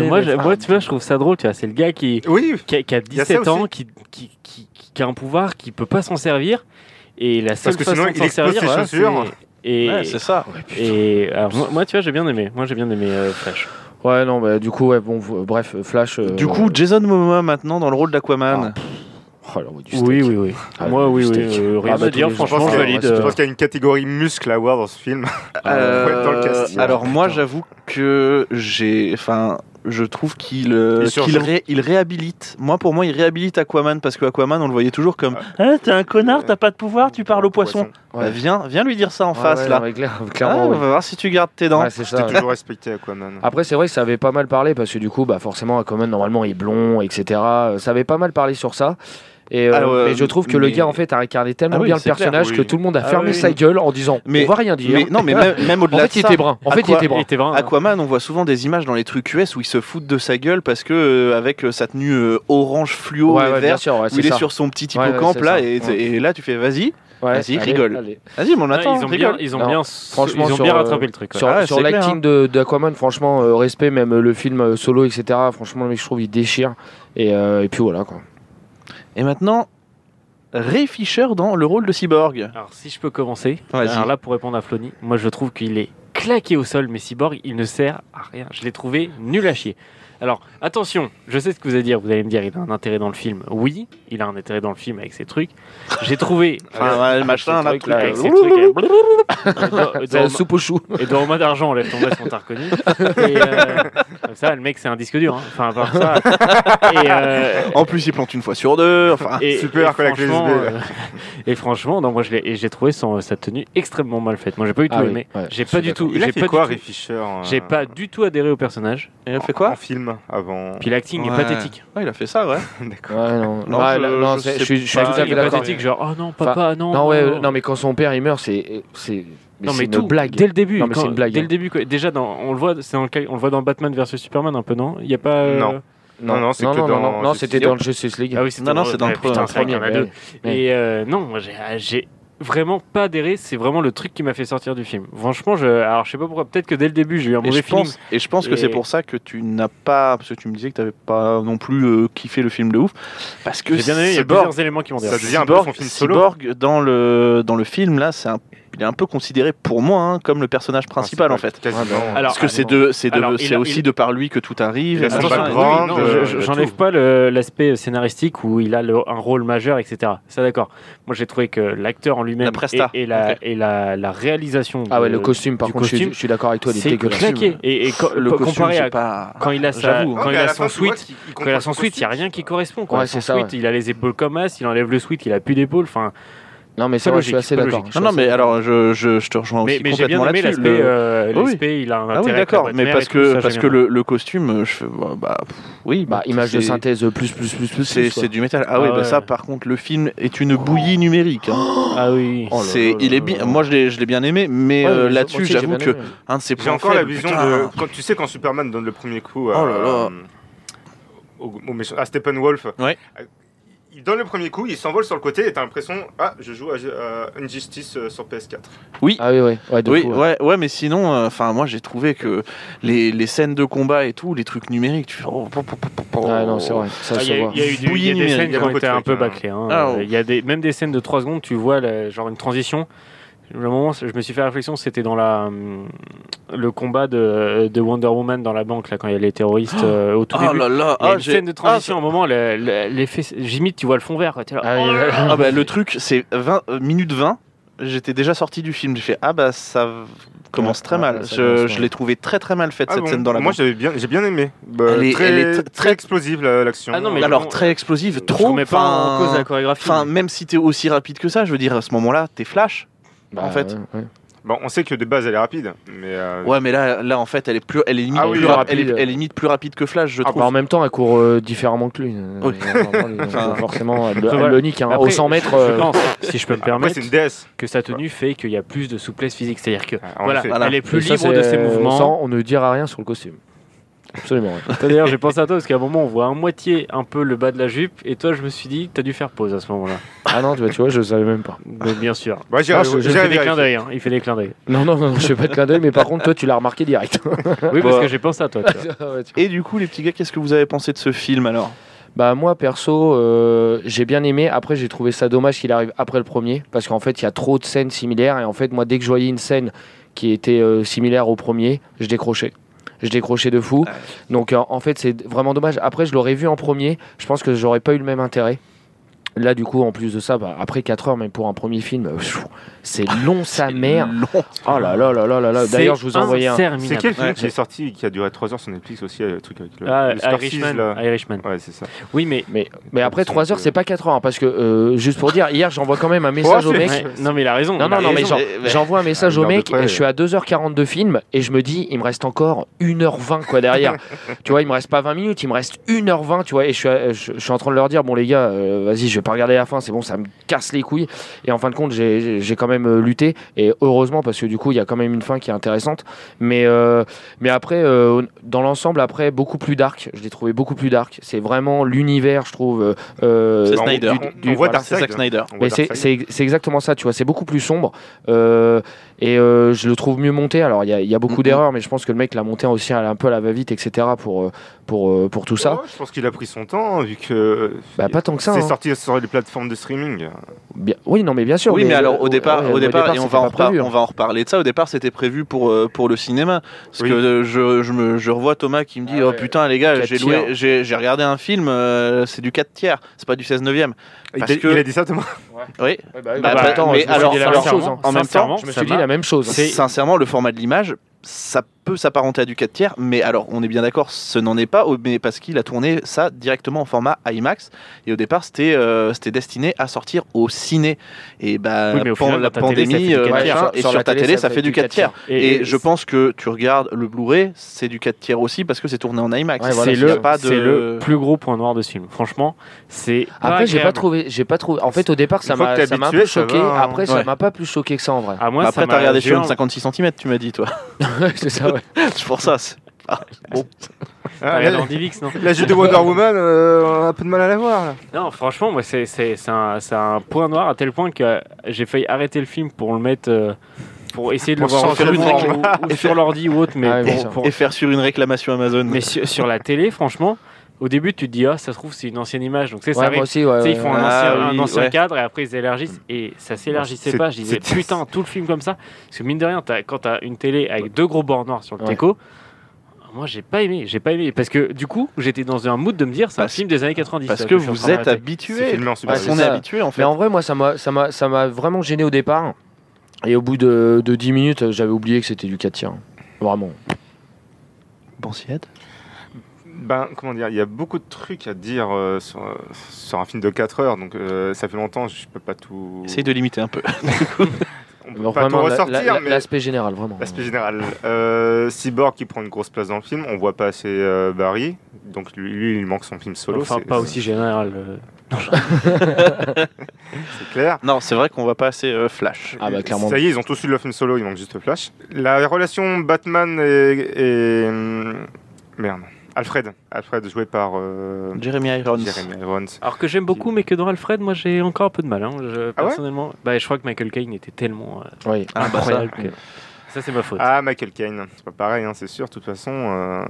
[SPEAKER 1] Mais moi,
[SPEAKER 6] mais
[SPEAKER 1] je-
[SPEAKER 6] enfin,
[SPEAKER 1] moi, tu vois, je trouve ça drôle, tu vois, c'est le gars qui,
[SPEAKER 4] Oui,
[SPEAKER 1] qui a, qui a
[SPEAKER 4] y a ça
[SPEAKER 1] 17 ans,
[SPEAKER 4] aussi.
[SPEAKER 1] qui, qui, qui, qui a un pouvoir, qui peut pas s'en servir. Et la seule
[SPEAKER 4] Parce que
[SPEAKER 1] façon
[SPEAKER 4] sinon,
[SPEAKER 1] de
[SPEAKER 4] il
[SPEAKER 1] s'en
[SPEAKER 4] explose
[SPEAKER 1] servir,
[SPEAKER 4] ses
[SPEAKER 1] voilà,
[SPEAKER 4] chaussures.
[SPEAKER 1] c'est- Et,
[SPEAKER 2] Ouais, c'est ça.
[SPEAKER 1] et alors, moi, moi, tu vois, j'ai bien aimé. Moi, j'ai bien aimé euh, Flash.
[SPEAKER 6] Ouais, non, bah, du coup, ouais, bon, v- bref, euh, Flash. euh,
[SPEAKER 2] Du coup, Jason Momoa maintenant dans le rôle d'Aquaman.
[SPEAKER 6] oh là, ouais, du steak.
[SPEAKER 1] Oui, oui, oui.
[SPEAKER 6] Ah,
[SPEAKER 1] moi,
[SPEAKER 6] du
[SPEAKER 1] oui, oui.
[SPEAKER 6] steak.
[SPEAKER 1] euh, rien
[SPEAKER 6] Ah, bah,
[SPEAKER 1] à
[SPEAKER 6] tous
[SPEAKER 1] dire,
[SPEAKER 6] les jours,
[SPEAKER 4] je pense
[SPEAKER 1] franchement, je
[SPEAKER 4] que-
[SPEAKER 1] valide.
[SPEAKER 4] je
[SPEAKER 1] euh,
[SPEAKER 4] pense qu'il y a une catégorie muscle à voir dans ce film.
[SPEAKER 2] Euh,
[SPEAKER 6] Ah,
[SPEAKER 4] Ouais, dans le casting.
[SPEAKER 2] alors moi,
[SPEAKER 6] Putain.
[SPEAKER 2] j'avoue que j'ai, enfin, je trouve qu'il euh,
[SPEAKER 4] Il surjoue.
[SPEAKER 2] qu'il ré- il réhabilite. Moi, pour moi, il réhabilite Aquaman parce que Aquaman, on le voyait toujours comme ah, t'es un connard, t'as pas de pouvoir, tu parles au poisson.
[SPEAKER 6] Ouais.
[SPEAKER 2] Bah, viens, viens lui dire ça en
[SPEAKER 6] Ouais,
[SPEAKER 2] face
[SPEAKER 6] ouais,
[SPEAKER 2] là.
[SPEAKER 6] non, mais clair-
[SPEAKER 2] Ah,
[SPEAKER 6] clairement,
[SPEAKER 2] On
[SPEAKER 6] ouais.
[SPEAKER 2] va voir si tu gardes tes dents.
[SPEAKER 6] Ouais, c'est ça.
[SPEAKER 4] J'ai
[SPEAKER 6] ouais.
[SPEAKER 4] toujours respecté Aquaman.
[SPEAKER 1] Ah,
[SPEAKER 6] Après, c'est vrai que ça avait pas mal parlé parce que du coup, bah, forcément, Aquaman, normalement, il est blond, etc. Euh, Ça avait pas mal parlé sur ça. Et euh,
[SPEAKER 2] Ah ouais,
[SPEAKER 6] mais je trouve que le
[SPEAKER 2] mais-
[SPEAKER 6] gars, en fait, a incarné tellement
[SPEAKER 2] Ah oui,
[SPEAKER 6] bien le
[SPEAKER 2] c'est clair,
[SPEAKER 6] personnage
[SPEAKER 4] oui.
[SPEAKER 6] que tout le monde a
[SPEAKER 1] Ah
[SPEAKER 6] fermé
[SPEAKER 1] oui.
[SPEAKER 6] sa gueule en disant
[SPEAKER 2] Mais-
[SPEAKER 6] On va rien dire.
[SPEAKER 2] Mais non, mais même, même
[SPEAKER 6] en
[SPEAKER 2] au-delà
[SPEAKER 6] fait,
[SPEAKER 2] de
[SPEAKER 6] il
[SPEAKER 2] ça.
[SPEAKER 6] était brun. hein. En fait, il
[SPEAKER 2] Aqua-
[SPEAKER 6] était brun.
[SPEAKER 1] il était vraiment-
[SPEAKER 2] Aquaman, on voit souvent des images dans les trucs US où il se fout de sa gueule parce que euh, avec euh, sa tenue euh, orange fluo
[SPEAKER 6] Ouais,
[SPEAKER 2] et
[SPEAKER 6] ouais, bien
[SPEAKER 2] vert,
[SPEAKER 6] sûr, ouais,
[SPEAKER 2] où il
[SPEAKER 6] c'est
[SPEAKER 2] est
[SPEAKER 6] ça.
[SPEAKER 2] sur son petit
[SPEAKER 6] Ouais, ouais,
[SPEAKER 2] hippocampe
[SPEAKER 6] c'est
[SPEAKER 2] là,
[SPEAKER 6] ça.
[SPEAKER 2] et,
[SPEAKER 6] Ouais.
[SPEAKER 2] et là tu fais vas-y,
[SPEAKER 6] Ouais,
[SPEAKER 2] Vas-y,
[SPEAKER 6] allez,
[SPEAKER 2] rigole.
[SPEAKER 6] allez.
[SPEAKER 2] vas-y, mais on
[SPEAKER 1] Ah,
[SPEAKER 2] attend,
[SPEAKER 1] ils ont
[SPEAKER 2] rigole.
[SPEAKER 1] bien, ils ont
[SPEAKER 6] Non,
[SPEAKER 1] bien, s-
[SPEAKER 6] franchement,
[SPEAKER 1] ils ont
[SPEAKER 6] sur,
[SPEAKER 1] bien
[SPEAKER 6] euh,
[SPEAKER 1] rattrapé le truc. ouais.
[SPEAKER 6] Sur,
[SPEAKER 2] Ah ouais,
[SPEAKER 6] sur
[SPEAKER 2] c'est clair,
[SPEAKER 6] l'acting de d'Aquaman, franchement, euh, respect, même euh, le film euh, solo, etc. Franchement, le mec, je trouve, il déchire. Et, euh, et puis voilà, quoi.
[SPEAKER 2] Et maintenant, Ray Fisher dans le rôle de Cyborg.
[SPEAKER 1] Alors, si je peux commencer,
[SPEAKER 2] Vas-y.
[SPEAKER 1] alors là, pour répondre à Flony, moi, je trouve qu'il est claqué au sol, mais Cyborg, il ne sert à rien. Je l'ai trouvé nul à chier. Alors, attention, je sais ce que vous allez dire. Vous allez me dire, il a un intérêt dans le film. Oui, il a un intérêt dans le film avec ses trucs. J'ai trouvé. euh,
[SPEAKER 2] Enfin, ouais, le machin, là,
[SPEAKER 6] truc,
[SPEAKER 2] truc,
[SPEAKER 6] là,
[SPEAKER 2] euh,
[SPEAKER 1] avec ses trucs. euh, dans-
[SPEAKER 6] C'est la
[SPEAKER 1] dans-
[SPEAKER 6] soupe au chou.
[SPEAKER 1] Et dans Roma d'argent, lève ton masque, on t'a reconnu. Et, euh, comme ça, le mec, c'est un disque dur. hein. Enfin, à part ça. Et, euh,
[SPEAKER 2] En plus, il plante une fois sur deux. Enfin,
[SPEAKER 1] et-
[SPEAKER 4] Ah, super,
[SPEAKER 1] et
[SPEAKER 4] quoi, la clé
[SPEAKER 1] franchement,
[SPEAKER 4] USB, là.
[SPEAKER 1] euh, et franchement, non, moi, je l'ai- et j'ai trouvé son, sa tenue extrêmement mal faite. Moi, j'ai pas du tout
[SPEAKER 6] Ah oui,
[SPEAKER 1] aimé.
[SPEAKER 6] ouais,
[SPEAKER 1] j'ai
[SPEAKER 6] je
[SPEAKER 1] pas
[SPEAKER 6] suis
[SPEAKER 1] du tout.
[SPEAKER 4] Il a
[SPEAKER 1] j'ai
[SPEAKER 4] fait
[SPEAKER 1] pas
[SPEAKER 4] quoi,
[SPEAKER 1] du
[SPEAKER 4] Ray
[SPEAKER 1] tout-
[SPEAKER 4] Fisher euh,
[SPEAKER 1] J'ai pas du tout adhéré au personnage.
[SPEAKER 2] il a fait
[SPEAKER 4] En
[SPEAKER 2] quoi
[SPEAKER 4] film avant.
[SPEAKER 1] Puis l'acting
[SPEAKER 2] Ouais.
[SPEAKER 1] est pathétique.
[SPEAKER 2] Ouais, il a fait ça, ouais.
[SPEAKER 6] Ouais,
[SPEAKER 4] D'accord.
[SPEAKER 6] non,
[SPEAKER 2] Non,
[SPEAKER 6] Ouais,
[SPEAKER 2] je-
[SPEAKER 6] là, non,
[SPEAKER 2] je
[SPEAKER 6] c'est-
[SPEAKER 2] sais
[SPEAKER 6] je suis je suis
[SPEAKER 2] pas,
[SPEAKER 6] tout à
[SPEAKER 1] L'acting est
[SPEAKER 6] fait Ah, d'accord.
[SPEAKER 1] pathétique, genre, oh non, papa, non.
[SPEAKER 6] Non, ouais,
[SPEAKER 1] non,
[SPEAKER 6] euh, non, mais quand son père il meurt, c'est. C'est mais
[SPEAKER 1] Non,
[SPEAKER 6] c'est
[SPEAKER 1] mais
[SPEAKER 6] une
[SPEAKER 1] tout,
[SPEAKER 6] blague.
[SPEAKER 1] Dès le début.
[SPEAKER 6] Non, mais c'est
[SPEAKER 1] quand-
[SPEAKER 6] une blague,
[SPEAKER 1] Dès
[SPEAKER 6] hein.
[SPEAKER 1] le début, quoi. déjà, dans, on le voit, c'est dans le cas- on le voit dans Batman versus Superman un peu, non Il y a pas. euh,
[SPEAKER 4] Non. Non, non, c'est que
[SPEAKER 6] non,
[SPEAKER 4] dans
[SPEAKER 6] non, non,
[SPEAKER 4] Justice
[SPEAKER 6] c'était
[SPEAKER 4] League.
[SPEAKER 6] dans le Justice League.
[SPEAKER 1] Ah oui, c'est
[SPEAKER 2] Non, non, c'est dans le
[SPEAKER 1] putain,
[SPEAKER 2] premier.
[SPEAKER 1] c'est vrai qu'il y en a
[SPEAKER 6] Ouais,
[SPEAKER 1] deux.
[SPEAKER 6] ouais. Ouais.
[SPEAKER 1] Et euh, non, moi j'ai- j'ai vraiment pas adhéré. C'est vraiment le truc qui m'a fait sortir du film. Franchement, je, alors je sais pas pourquoi. Peut-être que dès le début, j'ai eu un
[SPEAKER 2] Et
[SPEAKER 1] mauvais
[SPEAKER 2] je,
[SPEAKER 1] feeling.
[SPEAKER 2] pense, et je pense que c'est
[SPEAKER 1] Et-
[SPEAKER 2] pour ça que tu n'as pas. Parce que tu me disais que tu n'avais pas non plus euh, kiffé le film de ouf. Parce que
[SPEAKER 1] J'ai bien aimé. Il y a
[SPEAKER 2] Cyborg,
[SPEAKER 1] plusieurs éléments qui m'ont
[SPEAKER 4] Ça
[SPEAKER 1] dérangé.
[SPEAKER 4] devient un peu
[SPEAKER 2] Cyborg-
[SPEAKER 4] son film solo.
[SPEAKER 2] Cyborg, dans le, dans le film, là, c'est un- il est un peu considéré pour moi hein, comme le personnage principal en fait.
[SPEAKER 4] Quasiment.
[SPEAKER 1] Alors,
[SPEAKER 2] Parce que
[SPEAKER 1] ah,
[SPEAKER 2] c'est
[SPEAKER 1] non.
[SPEAKER 2] de, c'est de-
[SPEAKER 1] Alors, il
[SPEAKER 2] c'est
[SPEAKER 1] a-
[SPEAKER 2] aussi
[SPEAKER 1] il-
[SPEAKER 2] de par lui que tout arrive.
[SPEAKER 4] Il a son
[SPEAKER 2] machin.
[SPEAKER 4] background,
[SPEAKER 1] oui, non,
[SPEAKER 4] euh,
[SPEAKER 1] je-
[SPEAKER 4] il a
[SPEAKER 1] j'enlève
[SPEAKER 4] tout.
[SPEAKER 1] pas le- l'aspect scénaristique où il a le- un rôle majeur, etc. Ça, d'accord. Moi, j'ai trouvé que l'acteur en
[SPEAKER 2] La
[SPEAKER 1] lui-même
[SPEAKER 2] presta.
[SPEAKER 1] et, et la,
[SPEAKER 2] Ok.
[SPEAKER 1] et la, la réalisation.
[SPEAKER 6] Ah ouais, le
[SPEAKER 1] de-
[SPEAKER 6] costume, par
[SPEAKER 1] du
[SPEAKER 6] contre, je suis-
[SPEAKER 1] costume,
[SPEAKER 6] je suis d'accord avec toi, il est
[SPEAKER 1] C'est
[SPEAKER 6] dégueulasse.
[SPEAKER 1] claqué. Et, et quand-
[SPEAKER 2] Le
[SPEAKER 1] comparé
[SPEAKER 2] costume,
[SPEAKER 1] à
[SPEAKER 2] j'ai pas.
[SPEAKER 1] quand il a sa,
[SPEAKER 2] J'avoue, hein.
[SPEAKER 1] quand il a son suite. Quand il a son suite, il n'y a rien qui correspond. Quoi.
[SPEAKER 6] Ouais,
[SPEAKER 1] Son
[SPEAKER 6] c'est ça,
[SPEAKER 1] sweat, il a les épaules comme as, il enlève le sweat, il a plus d'épaules. Enfin,
[SPEAKER 6] Non, mais
[SPEAKER 1] Pas
[SPEAKER 6] c'est vrai, je suis
[SPEAKER 1] logique,
[SPEAKER 6] assez
[SPEAKER 1] pas
[SPEAKER 6] d'accord.
[SPEAKER 1] logique.
[SPEAKER 6] Je
[SPEAKER 2] Non,
[SPEAKER 6] suis
[SPEAKER 2] non,
[SPEAKER 6] assez-
[SPEAKER 2] mais alors je, je, je te rejoins
[SPEAKER 1] mais
[SPEAKER 2] aussi
[SPEAKER 1] mais j'ai bien
[SPEAKER 2] complètement
[SPEAKER 1] aimé
[SPEAKER 2] là-dessus.
[SPEAKER 1] l'aspect.
[SPEAKER 2] Le-
[SPEAKER 1] euh,
[SPEAKER 2] Ah oui.
[SPEAKER 1] l'aspect, il a un intérêt.
[SPEAKER 2] Ah oui,
[SPEAKER 1] avec
[SPEAKER 2] d'accord,
[SPEAKER 1] la
[SPEAKER 2] mais
[SPEAKER 1] Batmère
[SPEAKER 2] parce
[SPEAKER 1] et tout,
[SPEAKER 2] que,
[SPEAKER 1] ça,
[SPEAKER 2] parce
[SPEAKER 1] j'aime
[SPEAKER 2] que
[SPEAKER 1] bien.
[SPEAKER 2] le, le costume, je fais, bah, bah, pff, oui,
[SPEAKER 6] Bah, image de
[SPEAKER 2] c'est-
[SPEAKER 6] synthèse euh, plus, plus, plus, plus.
[SPEAKER 2] C'est
[SPEAKER 6] plus,
[SPEAKER 2] c'est
[SPEAKER 6] quoi.
[SPEAKER 2] du métal. Ah,
[SPEAKER 1] Ah
[SPEAKER 2] oui, bah,
[SPEAKER 1] ouais.
[SPEAKER 2] ça par contre, le film est une bouillie numérique. hein.
[SPEAKER 1] Ah oui.
[SPEAKER 6] Oh là
[SPEAKER 2] c'est,
[SPEAKER 6] là
[SPEAKER 2] il
[SPEAKER 6] là
[SPEAKER 2] est
[SPEAKER 6] là
[SPEAKER 2] bien.
[SPEAKER 6] là.
[SPEAKER 2] Moi, je l'ai, je l'ai bien aimé, mais
[SPEAKER 6] Ouais,
[SPEAKER 2] euh,
[SPEAKER 6] mais moi
[SPEAKER 2] là-dessus,
[SPEAKER 6] aussi, j'ai
[SPEAKER 2] j'avoue
[SPEAKER 6] bien
[SPEAKER 2] que
[SPEAKER 6] aimé.
[SPEAKER 2] un de ses
[SPEAKER 4] J'ai
[SPEAKER 2] points
[SPEAKER 4] encore la
[SPEAKER 2] faibles.
[SPEAKER 4] vision
[SPEAKER 2] putain.
[SPEAKER 4] de. Quand, tu sais, quand Superman donne le premier coup à,
[SPEAKER 2] Oh là là.
[SPEAKER 4] euh, au- au méchant- à Steppenwolf,
[SPEAKER 2] Ouais.
[SPEAKER 4] euh, il donne le premier coup, il s'envole sur le côté et t'as l'impression, ah, je joue à euh, Injustice euh, sur PS4.
[SPEAKER 6] Ah oui, ouais. ouais de
[SPEAKER 2] Oui,
[SPEAKER 6] fou, ouais.
[SPEAKER 2] ouais, ouais, mais sinon, euh, enfin, moi j'ai trouvé que les, les scènes de combat et tout, les trucs numériques, tu fais. oh, po, po, po, po, po.
[SPEAKER 6] Ah non, c'est vrai. Ça,
[SPEAKER 1] Ah, Il
[SPEAKER 6] se
[SPEAKER 1] y, a-
[SPEAKER 6] voit.
[SPEAKER 1] il y a eu du- il y a
[SPEAKER 2] Bouillie
[SPEAKER 1] des scènes qui
[SPEAKER 2] numérique,
[SPEAKER 4] il y a
[SPEAKER 1] ont
[SPEAKER 4] beaucoup
[SPEAKER 1] été
[SPEAKER 4] de
[SPEAKER 1] un peu
[SPEAKER 4] trucs, hein.
[SPEAKER 1] bâclées. hein.
[SPEAKER 2] Ah,
[SPEAKER 1] Euh,
[SPEAKER 2] ouais.
[SPEAKER 1] Il y a des, même des scènes de 3 secondes, tu vois la- genre une transition. Le moment, je me suis fait la réflexion, c'était dans la, hum, le combat de, de Wonder Woman dans la banque, là, quand il y a les terroristes euh, au tout
[SPEAKER 2] Ah
[SPEAKER 1] début.
[SPEAKER 2] là là,
[SPEAKER 1] Il y a
[SPEAKER 2] ah,
[SPEAKER 1] une
[SPEAKER 2] j'ai-
[SPEAKER 1] scène de
[SPEAKER 2] ah,
[SPEAKER 1] transition, à un moment, le- le- l'effet, j'imite, tu vois le fond vert. quoi, t'es là,
[SPEAKER 6] Ah oui,
[SPEAKER 1] oh là
[SPEAKER 6] ouais.
[SPEAKER 1] là.
[SPEAKER 2] Ah bah le truc, c'est 20 euh, minutes 20. J'étais déjà sorti du film. J'ai fait ah bah ça v- commence
[SPEAKER 6] Ouais,
[SPEAKER 2] très
[SPEAKER 6] ouais,
[SPEAKER 2] mal.
[SPEAKER 6] ça
[SPEAKER 2] je
[SPEAKER 6] commence
[SPEAKER 2] je
[SPEAKER 6] mal.
[SPEAKER 2] l'ai trouvé très très mal faite
[SPEAKER 4] Ah
[SPEAKER 2] cette
[SPEAKER 4] bon
[SPEAKER 2] scène dans la
[SPEAKER 4] Moi
[SPEAKER 2] banque.
[SPEAKER 4] j'avais bien, j'ai bien aimé. Bah,
[SPEAKER 2] Elle est-
[SPEAKER 4] très,
[SPEAKER 2] elle est tr-
[SPEAKER 4] très explosive la- l'action.
[SPEAKER 1] Ah non, mais-
[SPEAKER 2] Alors
[SPEAKER 1] bon,
[SPEAKER 2] très explosive,
[SPEAKER 1] Je
[SPEAKER 2] trop.
[SPEAKER 1] remets pas en
[SPEAKER 2] enfin,
[SPEAKER 1] cause la chorégraphie.
[SPEAKER 2] Enfin même si t'es aussi rapide que ça, je veux dire à ce moment-là t'es flash.
[SPEAKER 6] Bah,
[SPEAKER 2] en fait.
[SPEAKER 6] ouais, ouais.
[SPEAKER 4] Bon, on sait que de base elle est rapide, mais euh,
[SPEAKER 2] Ouais mais là là en fait elle est plus, elle est limite,
[SPEAKER 4] Ah oui,
[SPEAKER 2] plus,
[SPEAKER 4] elle est
[SPEAKER 2] rap- elle est-
[SPEAKER 6] rapide.
[SPEAKER 2] elle est limite plus rapide que flash je
[SPEAKER 6] Ah,
[SPEAKER 2] trouve.
[SPEAKER 6] bah, en même temps, elle court euh, différemment que lui. Euh,
[SPEAKER 2] Oui.
[SPEAKER 6] vraiment, lui, donc,
[SPEAKER 2] Enfin,
[SPEAKER 6] forcément, elle, le-
[SPEAKER 1] Après,
[SPEAKER 6] elle le nique. hein. Au
[SPEAKER 1] Après,
[SPEAKER 6] 100 mètres.
[SPEAKER 1] je-
[SPEAKER 6] euh,
[SPEAKER 1] Je pense, si je peux me
[SPEAKER 4] après
[SPEAKER 1] permettre,
[SPEAKER 4] c'est une déesse.
[SPEAKER 1] que sa tenue fait qu'il y a plus de souplesse physique. C'est-à-dire que
[SPEAKER 4] En
[SPEAKER 1] voilà,
[SPEAKER 4] effet.
[SPEAKER 2] Voilà.
[SPEAKER 1] elle est plus
[SPEAKER 6] et ça,
[SPEAKER 1] libre de
[SPEAKER 6] c'est,
[SPEAKER 1] ses
[SPEAKER 6] euh,
[SPEAKER 1] mouvements.
[SPEAKER 6] Sans, on ne dira rien sur le costume. Absolument. ouais.
[SPEAKER 1] D'ailleurs, j'ai pensé à toi parce qu'à un moment, on voit à moitié un peu le bas de la jupe, et toi, je me suis dit, t'as dû faire pause à ce moment-là.
[SPEAKER 6] Ah non, tu vois, tu vois, je savais même pas.
[SPEAKER 1] Mais bien sûr.
[SPEAKER 4] Ouais, j'irai-
[SPEAKER 1] Ah, je, je
[SPEAKER 4] j'irai
[SPEAKER 1] fais des
[SPEAKER 4] vérifier.
[SPEAKER 1] clins d'œil, hein, il fait des clins d'œil.
[SPEAKER 6] Non, non, non, non, je fais pas de clin d'œil, mais par contre, toi, tu l'as remarqué direct.
[SPEAKER 1] Oui, parce
[SPEAKER 2] Bah.
[SPEAKER 1] que j'ai pensé à toi. tu vois.
[SPEAKER 2] Et du coup les petits gars qu'est-ce que vous avez pensé de ce film alors
[SPEAKER 6] Bah moi perso, euh, j'ai bien aimé. Après j'ai trouvé ça dommage qu'il arrive après le premier parce qu'en fait il y a trop de scènes similaires et en fait moi dès que je voyais une scène qui était euh, similaire au premier, je décrochais. Je décrochais de fou. Donc euh, en fait c'est vraiment dommage. Après je l'aurais vu en premier, je pense que j'aurais pas eu le même intérêt. Là du coup en plus de ça, bah, après 4 heures même pour un premier film, euh, pfff, c'est long sa mère.
[SPEAKER 2] Long.
[SPEAKER 6] Oh là là là là là là. D'ailleurs je vous ai envoyé un.
[SPEAKER 1] interminable.
[SPEAKER 4] C'est quel film
[SPEAKER 2] Ouais.
[SPEAKER 4] qui est sorti et qui a duré 3 heures sur Netflix aussi, euh, le truc avec le,
[SPEAKER 1] Ah,
[SPEAKER 4] le Scorsese,
[SPEAKER 1] Irishman.
[SPEAKER 4] là.
[SPEAKER 1] Irishman.
[SPEAKER 4] Ouais, c'est ça.
[SPEAKER 1] Oui, mais.
[SPEAKER 6] Mais, mais après
[SPEAKER 4] Ils sont
[SPEAKER 6] 3 heures
[SPEAKER 4] que-
[SPEAKER 6] c'est pas 4 heures hein, parce que euh, juste pour dire hier j'envoie quand même un message
[SPEAKER 4] Oh,
[SPEAKER 6] au
[SPEAKER 4] c'est-
[SPEAKER 6] mec.
[SPEAKER 1] Ouais, Non, mais il a raison.
[SPEAKER 6] Non,
[SPEAKER 1] il a
[SPEAKER 6] non, non, mais
[SPEAKER 1] raison. Eh,
[SPEAKER 6] genre,
[SPEAKER 2] mais-
[SPEAKER 6] j'envoie un message
[SPEAKER 4] Ah, une
[SPEAKER 6] au
[SPEAKER 4] heure de
[SPEAKER 6] mec,
[SPEAKER 4] près,
[SPEAKER 6] je suis à 2h40 de film, et je me dis, il me reste encore 1h20 quoi derrière. tu vois, il me reste pas 20 minutes, il me reste 1h20, tu vois, et je suis, à- je, je suis en train de leur dire, bon les gars, euh, vas-y, je vais pas regarder la fin, c'est bon, ça me casse les couilles. Et en fin de compte, j'ai- j'ai j'ai quand même euh, lutté, et heureusement, parce que du coup, il y a quand même une fin qui est intéressante. Mais, euh, mais après, euh, dans l'ensemble, après, beaucoup plus dark, je l'ai trouvé beaucoup plus dark. C'est vraiment l'univers, je trouve. euh, euh,
[SPEAKER 2] C'est
[SPEAKER 4] on-
[SPEAKER 2] Snyder.
[SPEAKER 4] du-
[SPEAKER 6] du-
[SPEAKER 4] on voit
[SPEAKER 2] Voilà, c'est
[SPEAKER 4] Darkseid.
[SPEAKER 2] Zack Snyder.
[SPEAKER 4] On voit
[SPEAKER 6] mais c'est-
[SPEAKER 4] Darkseid.
[SPEAKER 6] c'est c'est exactement ça, tu vois, c'est beaucoup plus sombre euh, et euh, je le trouve mieux monté. Alors il y a, il y a beaucoup
[SPEAKER 2] Mhm.
[SPEAKER 6] d'erreurs, mais je pense que le mec l'a monté aussi un peu à la va-vite, etc. pour, euh, pour, euh, pour tout ça.
[SPEAKER 4] Ouais, je pense qu'il a pris son temps hein, vu que
[SPEAKER 6] Bah, pas tant que ça.
[SPEAKER 4] c'est
[SPEAKER 6] hein.
[SPEAKER 4] sorti sur les plateformes de streaming.
[SPEAKER 6] Bien- Oui, non, mais bien sûr.
[SPEAKER 2] Oui, mais alors
[SPEAKER 6] euh,
[SPEAKER 2] au départ,
[SPEAKER 6] ouais,
[SPEAKER 2] au départ, et on va,
[SPEAKER 6] c'était pas
[SPEAKER 2] en repar-
[SPEAKER 6] prévu, hein.
[SPEAKER 2] on va en reparler de ça, au départ c'était prévu pour, euh, pour le cinéma. Parce
[SPEAKER 4] Oui.
[SPEAKER 2] que euh, je, je, me, je revois Thomas qui me dit
[SPEAKER 6] Ah
[SPEAKER 2] Oh
[SPEAKER 6] ouais.
[SPEAKER 2] putain, les gars,
[SPEAKER 6] Quatre
[SPEAKER 2] j'ai loué-
[SPEAKER 6] tiers.
[SPEAKER 2] j'ai j'ai regardé un film, euh, c'est du 4 tiers, c'est pas du 16 neuvième.
[SPEAKER 4] Il,
[SPEAKER 2] Parce
[SPEAKER 4] a-
[SPEAKER 2] que-
[SPEAKER 4] il a dit ça Thomas.
[SPEAKER 2] Oui,
[SPEAKER 6] Bah,
[SPEAKER 2] bah,
[SPEAKER 6] bah, attends,
[SPEAKER 2] mais
[SPEAKER 6] je me suis
[SPEAKER 2] alors,
[SPEAKER 6] dit la
[SPEAKER 2] alors,
[SPEAKER 6] même chose. hein.
[SPEAKER 2] en même
[SPEAKER 1] sincèrement,
[SPEAKER 2] temps,
[SPEAKER 6] Je me suis dit la même chose. hein.
[SPEAKER 1] C'est-
[SPEAKER 2] sincèrement, le format de l'image, ça peut s'apparenter à du 4 tiers, mais alors on est bien d'accord, ce n'en est pas, mais parce qu'il a tourné ça directement en format IMAX. Et au départ, c'était euh, c'était destiné à sortir au ciné. Et bah,
[SPEAKER 1] Oui, mais au
[SPEAKER 2] pen-
[SPEAKER 1] final,
[SPEAKER 2] la
[SPEAKER 1] dans ta télé, ça fait
[SPEAKER 2] pandémie,
[SPEAKER 1] du
[SPEAKER 2] euh,
[SPEAKER 1] 4
[SPEAKER 6] tiers.
[SPEAKER 2] machin,
[SPEAKER 6] Sur-
[SPEAKER 2] et
[SPEAKER 6] sur
[SPEAKER 2] sur
[SPEAKER 6] la
[SPEAKER 2] ta télé, ça fait du 4 tiers. Et, je
[SPEAKER 1] pense
[SPEAKER 2] pense que tu regardes le Blu-ray, c'est du 4 tiers aussi parce que c'est tourné en IMAX.
[SPEAKER 6] Ouais,
[SPEAKER 2] Il
[SPEAKER 6] voilà,
[SPEAKER 2] y
[SPEAKER 1] c'est
[SPEAKER 2] a
[SPEAKER 1] le,
[SPEAKER 2] pas de- Bah,
[SPEAKER 1] c'est le plus gros point noir de ce film. Franchement, c'est.
[SPEAKER 6] Après, j'ai pas
[SPEAKER 1] agréable.
[SPEAKER 6] trouvé, j'ai pas trouvé. En fait, au départ, ça
[SPEAKER 4] Une fois que
[SPEAKER 6] m'a
[SPEAKER 4] t'es
[SPEAKER 6] ça m'a un peu
[SPEAKER 4] habitué, ça
[SPEAKER 6] choqué.
[SPEAKER 4] va, hein.
[SPEAKER 6] Après, ça
[SPEAKER 2] Ouais.
[SPEAKER 6] m'a pas plus choqué que ça en vrai.
[SPEAKER 1] À moi,
[SPEAKER 2] Bah, Après,
[SPEAKER 1] ça
[SPEAKER 2] t'as
[SPEAKER 1] m'a
[SPEAKER 2] regardé
[SPEAKER 1] gêné.
[SPEAKER 2] sur une 56 cm, tu m'as dit, toi.
[SPEAKER 6] C'est ça, ouais.
[SPEAKER 2] c'est pour ça. c'est-
[SPEAKER 1] T'as
[SPEAKER 4] Ah,
[SPEAKER 1] regardé
[SPEAKER 4] la,
[SPEAKER 1] en DivX, non
[SPEAKER 4] la jupe de Wonder Woman, euh, on a un peu de mal à la voir. Là.
[SPEAKER 1] Non, franchement, moi, c'est c'est- c'est un, c'est un point noir à tel point que j'ai failli arrêter le film pour le mettre. euh, pour essayer de
[SPEAKER 4] Pour
[SPEAKER 1] le voir en
[SPEAKER 4] changer le
[SPEAKER 1] film
[SPEAKER 4] format.
[SPEAKER 1] ou, ou sur l'ordi ou autre, mais,
[SPEAKER 6] Ah, bien
[SPEAKER 1] pour-
[SPEAKER 6] sûr.
[SPEAKER 1] pour-
[SPEAKER 2] Et faire sur une réclamation Amazon.
[SPEAKER 1] mais sur, sur la télé, franchement, au début, tu te dis, ah, ça se trouve, c'est une ancienne image. Donc, tu sais, ça
[SPEAKER 6] Ouais,
[SPEAKER 1] arrive,
[SPEAKER 6] moi aussi, ouais,
[SPEAKER 1] Tu sais,
[SPEAKER 6] ouais,
[SPEAKER 1] ils font un
[SPEAKER 6] ouais.
[SPEAKER 1] ancien,
[SPEAKER 2] Ah oui,
[SPEAKER 1] un ancien
[SPEAKER 2] ouais.
[SPEAKER 1] cadre et après ils élargissent et ça s'élargissait
[SPEAKER 4] C'est-
[SPEAKER 1] pas. Je disais
[SPEAKER 4] c'est-
[SPEAKER 1] putain, tout le film comme ça. Parce que mine de rien, t'as- quand t'as une télé avec deux gros bords noirs sur le
[SPEAKER 6] Ouais.
[SPEAKER 1] teco, moi j'ai pas aimé, j'ai pas aimé. Parce que du coup, j'étais dans un mood de me dire c'est un
[SPEAKER 2] Parce-
[SPEAKER 1] film des années 90.
[SPEAKER 2] Parce
[SPEAKER 1] ça,
[SPEAKER 2] que
[SPEAKER 1] je suis en train
[SPEAKER 2] vous êtes
[SPEAKER 1] d'arrêter.
[SPEAKER 4] C'est
[SPEAKER 2] habitué.
[SPEAKER 4] filmé en
[SPEAKER 6] Ouais,
[SPEAKER 4] super
[SPEAKER 2] Parce
[SPEAKER 6] c'est
[SPEAKER 2] qu'on est
[SPEAKER 6] ça.
[SPEAKER 2] habitué, en fait.
[SPEAKER 6] Mais en vrai, moi, ça m'a, ça m'a, ça m'a vraiment gêné au départ. Et au bout de, de 10 minutes, j'avais oublié que c'était du 4 tiers. Vraiment.
[SPEAKER 2] Bon, si, Ed.
[SPEAKER 4] Ben, comment dire, il y a beaucoup de trucs à dire euh, sur, euh, sur un film de 4 heures, donc euh, ça fait longtemps, je peux pas tout.
[SPEAKER 2] Essaye de limiter un peu.
[SPEAKER 4] On peut
[SPEAKER 6] Alors,
[SPEAKER 4] pas tout
[SPEAKER 6] vraiment, la-
[SPEAKER 4] ressortir,
[SPEAKER 6] la- la-
[SPEAKER 4] mais.
[SPEAKER 6] l'aspect général, vraiment.
[SPEAKER 4] L'aspect général. Euh, Cyborg qui prend une grosse place dans le film, on voit pas assez euh, Barry, donc lui, lui, il manque son film solo,
[SPEAKER 1] Enfin,
[SPEAKER 4] c'est-
[SPEAKER 1] pas aussi général. euh.
[SPEAKER 4] c'est clair.
[SPEAKER 2] Non, c'est vrai qu'on va pas assez euh, flash.
[SPEAKER 6] Ah bah, clairement.
[SPEAKER 4] Ça y est, ils ont tous eu le film solo, il manque juste Flash. La relation Batman et. et, hum, hmm, Merde. Alfred. Alfred joué par euh,
[SPEAKER 2] Jeremy Irons.
[SPEAKER 4] Jeremy Irons.
[SPEAKER 1] Alors que j'aime beaucoup, mais que dans Alfred, moi j'ai encore un peu de mal. hein. Je-
[SPEAKER 4] Ah ouais
[SPEAKER 1] personnellement, bah, je crois que Michael Caine était tellement euh,
[SPEAKER 6] Oui.
[SPEAKER 2] Ah, bah ça.
[SPEAKER 1] incroyable que- ça, c'est ma faute.
[SPEAKER 4] Ah, Michael Caine, c'est pas pareil, hein, c'est sûr. De toute façon, euh,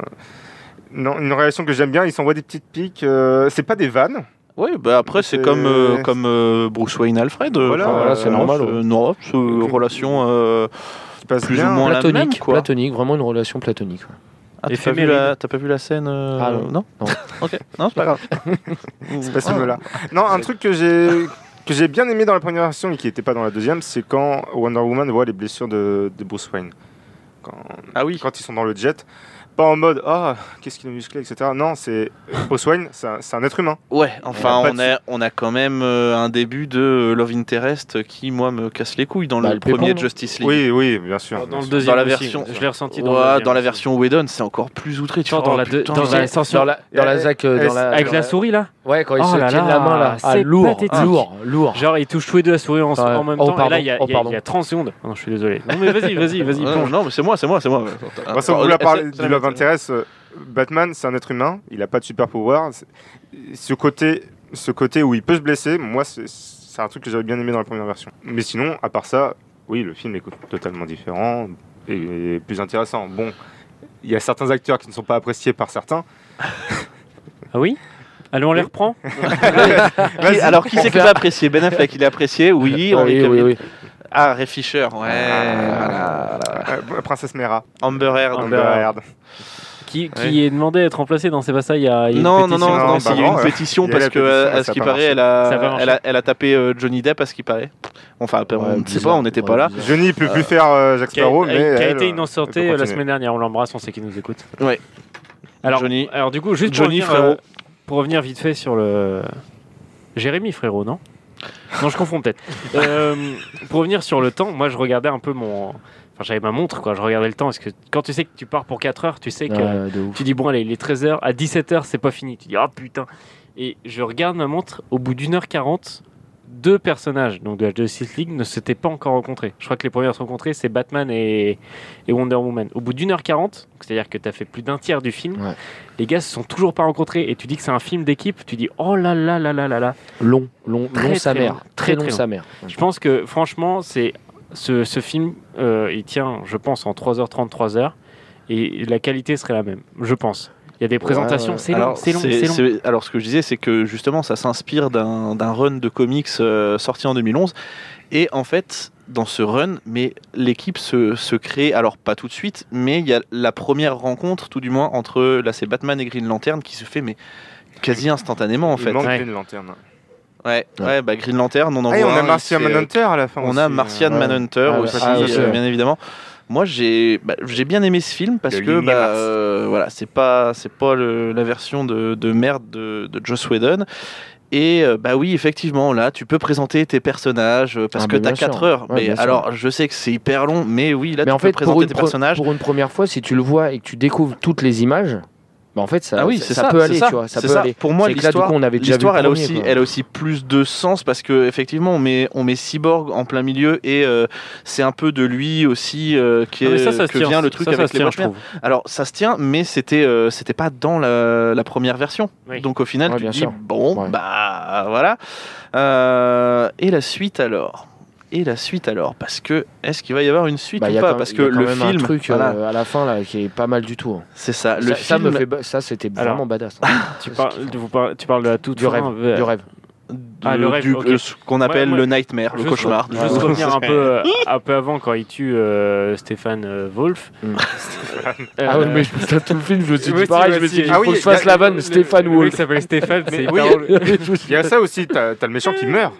[SPEAKER 4] non, une relation que j'aime bien, ils s'envoient des petites piques. euh, c'est pas des vannes.
[SPEAKER 2] Oui, bah après, c'est
[SPEAKER 4] Euh,
[SPEAKER 2] comme, euh, comme euh, Bruce Wayne Alfred. euh,
[SPEAKER 4] Voilà,
[SPEAKER 2] enfin,
[SPEAKER 4] voilà,
[SPEAKER 2] euh,
[SPEAKER 4] c'est
[SPEAKER 2] non,
[SPEAKER 3] normal,
[SPEAKER 2] c'est-
[SPEAKER 3] ouais.
[SPEAKER 2] non, c'est, euh, relation. euh,
[SPEAKER 4] Qui passent
[SPEAKER 2] Plus ou
[SPEAKER 4] bien.
[SPEAKER 2] moins. On l'a
[SPEAKER 6] platonique,
[SPEAKER 2] même, quoi.
[SPEAKER 6] platonique, vraiment une relation platonique. ouais.
[SPEAKER 2] Ah, t'as pas, vu
[SPEAKER 1] Éphéméride.
[SPEAKER 2] la, t'as pas vu la scène euh,
[SPEAKER 6] Ah, non.
[SPEAKER 2] Non
[SPEAKER 6] Non.
[SPEAKER 2] ok, non, c'est pas grave. Ah.
[SPEAKER 4] C'est pas
[SPEAKER 1] Oh.
[SPEAKER 4] ce mot-là. Non, un truc que j'ai que j'ai bien aimé dans la première version et qui n'était pas dans la deuxième, c'est quand Wonder Woman voit les blessures de, de Bruce Wayne. Quand,
[SPEAKER 2] Ah oui.
[SPEAKER 4] quand ils sont dans le jet, pas en mode ah qu'est-ce qu'il est musclé, etc. Non, c'est Bruce Wayne, c'est un, c'est un être humain.
[SPEAKER 2] Ouais, enfin,
[SPEAKER 4] On a pas
[SPEAKER 2] on
[SPEAKER 4] de-
[SPEAKER 2] a, on a quand même euh, un début de euh, Love Interest qui, moi, me casse les couilles dans
[SPEAKER 6] Bah,
[SPEAKER 2] le,
[SPEAKER 6] le pépon,
[SPEAKER 2] premier
[SPEAKER 6] non
[SPEAKER 2] Justice League.
[SPEAKER 4] Oui, oui, bien sûr.
[SPEAKER 1] dans
[SPEAKER 4] bien
[SPEAKER 1] le
[SPEAKER 4] sûr.
[SPEAKER 1] deuxième
[SPEAKER 2] dans la
[SPEAKER 1] aussi,
[SPEAKER 2] version-
[SPEAKER 1] je l'ai ressenti
[SPEAKER 2] Ouais,
[SPEAKER 1] dans,
[SPEAKER 2] dans,
[SPEAKER 1] le deuxième
[SPEAKER 2] la
[SPEAKER 1] aussi.
[SPEAKER 2] version Whedon, c'est encore plus outré. Tu fais,
[SPEAKER 1] Attends, dans
[SPEAKER 2] oh,
[SPEAKER 1] la deux-
[SPEAKER 2] putain,
[SPEAKER 1] dans
[SPEAKER 2] mais-
[SPEAKER 1] la- l'ascenseur.
[SPEAKER 6] Dans la, dans
[SPEAKER 4] Eh,
[SPEAKER 6] la Zac, euh, dans la-
[SPEAKER 1] Avec
[SPEAKER 6] dans
[SPEAKER 1] la souris là
[SPEAKER 6] Ouais, quand ils
[SPEAKER 1] Oh
[SPEAKER 6] se
[SPEAKER 1] là
[SPEAKER 6] tiennent
[SPEAKER 1] là,
[SPEAKER 6] la main là. Ah,
[SPEAKER 1] c'est
[SPEAKER 6] lourd,
[SPEAKER 1] pathétique.
[SPEAKER 6] ah, lourd, lourd.
[SPEAKER 1] Genre, ils touchent tous les deux la souris en,
[SPEAKER 6] Ouais.
[SPEAKER 1] en même
[SPEAKER 6] Oh,
[SPEAKER 1] temps.
[SPEAKER 6] pardon.
[SPEAKER 1] et là, il y, a-
[SPEAKER 6] Oh,
[SPEAKER 1] il y a-
[SPEAKER 6] pardon.
[SPEAKER 1] il y a 30 secondes. Oh non, je suis désolé. Non, mais vas-y, vas-y, vas-y,
[SPEAKER 2] Ouais,
[SPEAKER 1] plonge.
[SPEAKER 2] non, mais c'est moi, c'est moi, c'est moi.
[SPEAKER 4] De toute façon, vous
[SPEAKER 2] Ah,
[SPEAKER 4] la
[SPEAKER 2] c'est-
[SPEAKER 4] parlez
[SPEAKER 2] c'est
[SPEAKER 4] du
[SPEAKER 2] la
[SPEAKER 4] Love
[SPEAKER 2] même-
[SPEAKER 4] Interest. euh, Batman, c'est un être humain. Il n'a pas de super pouvoir. Ce côté, ce côté où il peut se blesser, moi, c'est- c'est un truc que j'avais bien aimé dans la première version. Mais sinon, à part ça, oui, le film est co- totalement différent et, et plus intéressant. Bon, il y a certains acteurs qui ne sont pas appréciés par certains.
[SPEAKER 1] Ah oui Allez, on les reprend
[SPEAKER 2] Qui- alors, qui c'est qui l'a apprécié Ben Affleck, il est apprécié Oui, Henry
[SPEAKER 6] oui, oui,
[SPEAKER 2] Cavill.
[SPEAKER 6] oui.
[SPEAKER 2] Ah, Ray Fisher, ouais. voilà.
[SPEAKER 4] Euh, Princesse Mera.
[SPEAKER 2] Amber Heard.
[SPEAKER 4] Amber Heard.
[SPEAKER 2] euh,
[SPEAKER 1] Qui, qui
[SPEAKER 2] Ouais.
[SPEAKER 1] est demandé à être remplacé dans Sébastien il y a, il y a une
[SPEAKER 2] Non, non,
[SPEAKER 1] pétition.
[SPEAKER 2] non,
[SPEAKER 4] Non,
[SPEAKER 2] non,
[SPEAKER 4] bah
[SPEAKER 2] s'il y a
[SPEAKER 4] non,
[SPEAKER 2] une
[SPEAKER 4] ouais.
[SPEAKER 2] pétition
[SPEAKER 4] Il y a
[SPEAKER 2] parce
[SPEAKER 4] la
[SPEAKER 2] que, euh,
[SPEAKER 4] pétition,
[SPEAKER 2] à
[SPEAKER 4] mais
[SPEAKER 2] ce
[SPEAKER 4] ça a
[SPEAKER 2] qui
[SPEAKER 4] pas
[SPEAKER 2] paraît,
[SPEAKER 4] marché.
[SPEAKER 2] elle
[SPEAKER 1] Ça a pas
[SPEAKER 2] a,
[SPEAKER 1] marché.
[SPEAKER 2] elle a, elle a tapé euh, Johnny Depp à ce qui paraît. Enfin, après, on ne sait pas,
[SPEAKER 6] bizarre,
[SPEAKER 2] on n'était
[SPEAKER 6] ouais,
[SPEAKER 2] pas là.
[SPEAKER 6] bizarre.
[SPEAKER 4] Johnny ne peut plus faire euh, Jack
[SPEAKER 1] qui a,
[SPEAKER 4] Sparrow,
[SPEAKER 1] qui
[SPEAKER 4] mais.
[SPEAKER 1] a
[SPEAKER 4] elle,
[SPEAKER 1] été
[SPEAKER 4] euh, elle
[SPEAKER 1] innocenté
[SPEAKER 4] peut
[SPEAKER 1] euh, la
[SPEAKER 4] continuer.
[SPEAKER 1] semaine dernière. On l'embrasse, on sait qu'il nous écoute.
[SPEAKER 2] Ouais.
[SPEAKER 1] Alors,
[SPEAKER 2] Johnny.
[SPEAKER 1] alors du coup, juste
[SPEAKER 2] Johnny,
[SPEAKER 1] pour, revenir, euh,
[SPEAKER 2] frérot.
[SPEAKER 1] pour revenir vite fait sur le. Jérémy, frérot, non Non, je confonds peut-être. Euh, pour revenir sur le temps, moi je regardais un peu mon. Enfin, j'avais ma montre, quoi. Je regardais le temps. Parce que quand tu sais que tu pars pour 4 heures, tu sais que.
[SPEAKER 6] Ouais, de ouf.
[SPEAKER 1] Tu dis, bon, allez, il est 13h, à 17h, c'est pas fini. Tu dis, ah putain. Et je regarde ma montre, au bout d'une heure quarante, deux personnages donc de la Justice League ne s'étaient pas encore rencontrés. Je crois que les premiers à se rencontrer, c'est Batman et, et Wonder Woman. Au bout d'une heure quarante, c'est-à-dire que t'as fait plus d'un tiers du film,
[SPEAKER 6] Ouais.
[SPEAKER 1] les gars se sont toujours pas rencontrés. Et tu dis que c'est un film d'équipe, tu dis, oh là là là là là là.
[SPEAKER 6] Long, long,
[SPEAKER 1] Très,
[SPEAKER 6] long sa
[SPEAKER 1] très long.
[SPEAKER 6] mère.
[SPEAKER 1] Très,
[SPEAKER 6] Très
[SPEAKER 1] très
[SPEAKER 6] long sa mère.
[SPEAKER 1] Je pense que franchement, c'est ce, ce film, euh, il tient, je pense, en 3h30, 3h. Et la qualité serait la même, je pense. Il y a des présentations,
[SPEAKER 6] ouais.
[SPEAKER 1] c'est long,
[SPEAKER 2] Alors,
[SPEAKER 1] c'est long,
[SPEAKER 2] c'est-
[SPEAKER 1] c'est long.
[SPEAKER 2] c'est- alors, ce que je disais, c'est que justement, ça s'inspire d'un d'un run de comics euh, sorti en 2011. Et en fait, dans ce run, mais l'équipe se, se crée, alors pas tout de suite, mais il y a la première rencontre, tout du moins, entre là, c'est Batman et Green Lantern qui se fait, mais quasi instantanément en
[SPEAKER 4] Il
[SPEAKER 2] fait.
[SPEAKER 4] manque
[SPEAKER 1] Ouais.
[SPEAKER 4] une lanterne.
[SPEAKER 2] Ouais, ouais, bah Green Lantern, on en
[SPEAKER 4] Ah, et
[SPEAKER 2] voit
[SPEAKER 4] on a
[SPEAKER 2] un, euh,
[SPEAKER 4] Martian
[SPEAKER 2] il se fait-
[SPEAKER 4] Manhunter à la fin.
[SPEAKER 2] On a
[SPEAKER 4] aussi, euh.
[SPEAKER 2] Martian
[SPEAKER 6] ouais.
[SPEAKER 2] Manhunter
[SPEAKER 6] Ah ouais,
[SPEAKER 2] aussi,
[SPEAKER 6] ah ouais,
[SPEAKER 2] euh,
[SPEAKER 6] ouais.
[SPEAKER 2] bien évidemment. Moi, j'ai bah, j'ai bien aimé ce film parce
[SPEAKER 4] Le
[SPEAKER 2] que
[SPEAKER 4] Ligné
[SPEAKER 2] bah,
[SPEAKER 4] Mars.
[SPEAKER 2] euh, voilà, c'est pas c'est pas le- la version de, de merde de, de Joss Whedon. Et euh, bah oui, effectivement, là, tu peux présenter tes personnages euh, parce
[SPEAKER 6] Ah,
[SPEAKER 2] que
[SPEAKER 6] mais
[SPEAKER 2] t'as
[SPEAKER 6] bien sûr.
[SPEAKER 2] 4 heures.
[SPEAKER 6] Ouais,
[SPEAKER 2] mais
[SPEAKER 6] bien sûr.
[SPEAKER 2] alors, je sais que c'est hyper long, mais oui, là, tu peux
[SPEAKER 6] pour
[SPEAKER 2] présenter
[SPEAKER 6] une,
[SPEAKER 2] tes
[SPEAKER 6] pro-
[SPEAKER 2] personnages.
[SPEAKER 6] pour une première fois, si tu le vois et que tu découvres toutes les images, bah en fait, ça,
[SPEAKER 2] Ah oui,
[SPEAKER 6] ça-
[SPEAKER 2] c'est
[SPEAKER 6] ça
[SPEAKER 2] ça,
[SPEAKER 6] peut
[SPEAKER 2] c'est
[SPEAKER 6] aller,
[SPEAKER 2] ça,
[SPEAKER 6] tu vois. Ça
[SPEAKER 2] c'est
[SPEAKER 6] peut
[SPEAKER 2] ça.
[SPEAKER 6] aller.
[SPEAKER 2] Pour moi,
[SPEAKER 6] C'est que là, du
[SPEAKER 2] l'histoire-
[SPEAKER 6] coup, on avait déjà vu
[SPEAKER 2] L'histoire,
[SPEAKER 6] le
[SPEAKER 2] elle, a
[SPEAKER 6] premier,
[SPEAKER 2] aussi-
[SPEAKER 6] quoi.
[SPEAKER 2] elle a aussi plus de sens parce que effectivement, on met, on met Cyborg en plein milieu et euh, c'est un peu de lui aussi euh, qui
[SPEAKER 1] Non, Ah mais
[SPEAKER 2] est-
[SPEAKER 1] ça, ça se
[SPEAKER 2] que
[SPEAKER 1] tient,
[SPEAKER 2] vient le
[SPEAKER 1] ça,
[SPEAKER 2] truc
[SPEAKER 1] ça
[SPEAKER 2] avec
[SPEAKER 1] se
[SPEAKER 2] les
[SPEAKER 1] tient,
[SPEAKER 2] Watchmen. Alors ça se tient, mais c'était euh, c'était pas dans la, la première version.
[SPEAKER 1] Oui.
[SPEAKER 2] Donc au final,
[SPEAKER 6] Ouais,
[SPEAKER 2] tu
[SPEAKER 6] bien
[SPEAKER 2] te dis
[SPEAKER 6] sûr.
[SPEAKER 2] bon
[SPEAKER 6] Ouais.
[SPEAKER 2] bah voilà. Euh, et la suite alors. Et la suite alors, parce que est-ce qu'il va y avoir une suite
[SPEAKER 6] Bah, il y
[SPEAKER 2] ou
[SPEAKER 6] a
[SPEAKER 2] pas
[SPEAKER 6] quand-
[SPEAKER 2] Parce
[SPEAKER 6] il
[SPEAKER 2] que
[SPEAKER 6] y a quand
[SPEAKER 2] le
[SPEAKER 6] même un
[SPEAKER 2] film,
[SPEAKER 6] truc euh,
[SPEAKER 2] voilà,
[SPEAKER 6] à la fin là qui est pas mal du tout. hein.
[SPEAKER 2] c'est ça. Le
[SPEAKER 6] ça, ça
[SPEAKER 2] film
[SPEAKER 6] me fait ba- ça c'était
[SPEAKER 1] Alors,
[SPEAKER 6] vraiment badass.
[SPEAKER 1] Tu parles, tu vous parles- tu parles de la toute
[SPEAKER 6] du
[SPEAKER 1] fin,
[SPEAKER 6] rêve,
[SPEAKER 1] euh,
[SPEAKER 6] du rêve.
[SPEAKER 2] de-
[SPEAKER 1] Ah, le rêve,
[SPEAKER 2] du-
[SPEAKER 1] ok.
[SPEAKER 2] de ce qu'on appelle
[SPEAKER 1] Ouais, ouais.
[SPEAKER 2] le nightmare, le
[SPEAKER 1] Juste-
[SPEAKER 2] cauchemar.
[SPEAKER 1] Juste revenir un peu, euh, un peu avant quand il tue euh, Stéphane euh, Wolf.
[SPEAKER 6] Mm.
[SPEAKER 1] Euh,
[SPEAKER 6] Ah ouais, mais je- tout le film, je me suis
[SPEAKER 1] moi
[SPEAKER 6] dit
[SPEAKER 1] aussi,
[SPEAKER 6] pareil,
[SPEAKER 1] moi
[SPEAKER 6] je me
[SPEAKER 1] aussi.
[SPEAKER 6] suis dit, il
[SPEAKER 4] Ah
[SPEAKER 6] faut
[SPEAKER 4] oui,
[SPEAKER 6] que je fasse
[SPEAKER 1] il y a-
[SPEAKER 6] la vanne
[SPEAKER 1] le-
[SPEAKER 6] Stéphane
[SPEAKER 1] le mec
[SPEAKER 6] Wolf.
[SPEAKER 1] qui s'appelle Stéphane,
[SPEAKER 4] Mais
[SPEAKER 1] c'est
[SPEAKER 4] oui,
[SPEAKER 1] hyper drôle.
[SPEAKER 6] Je me suis
[SPEAKER 4] Il y a ça aussi, t'as t'as le méchant qui meurt.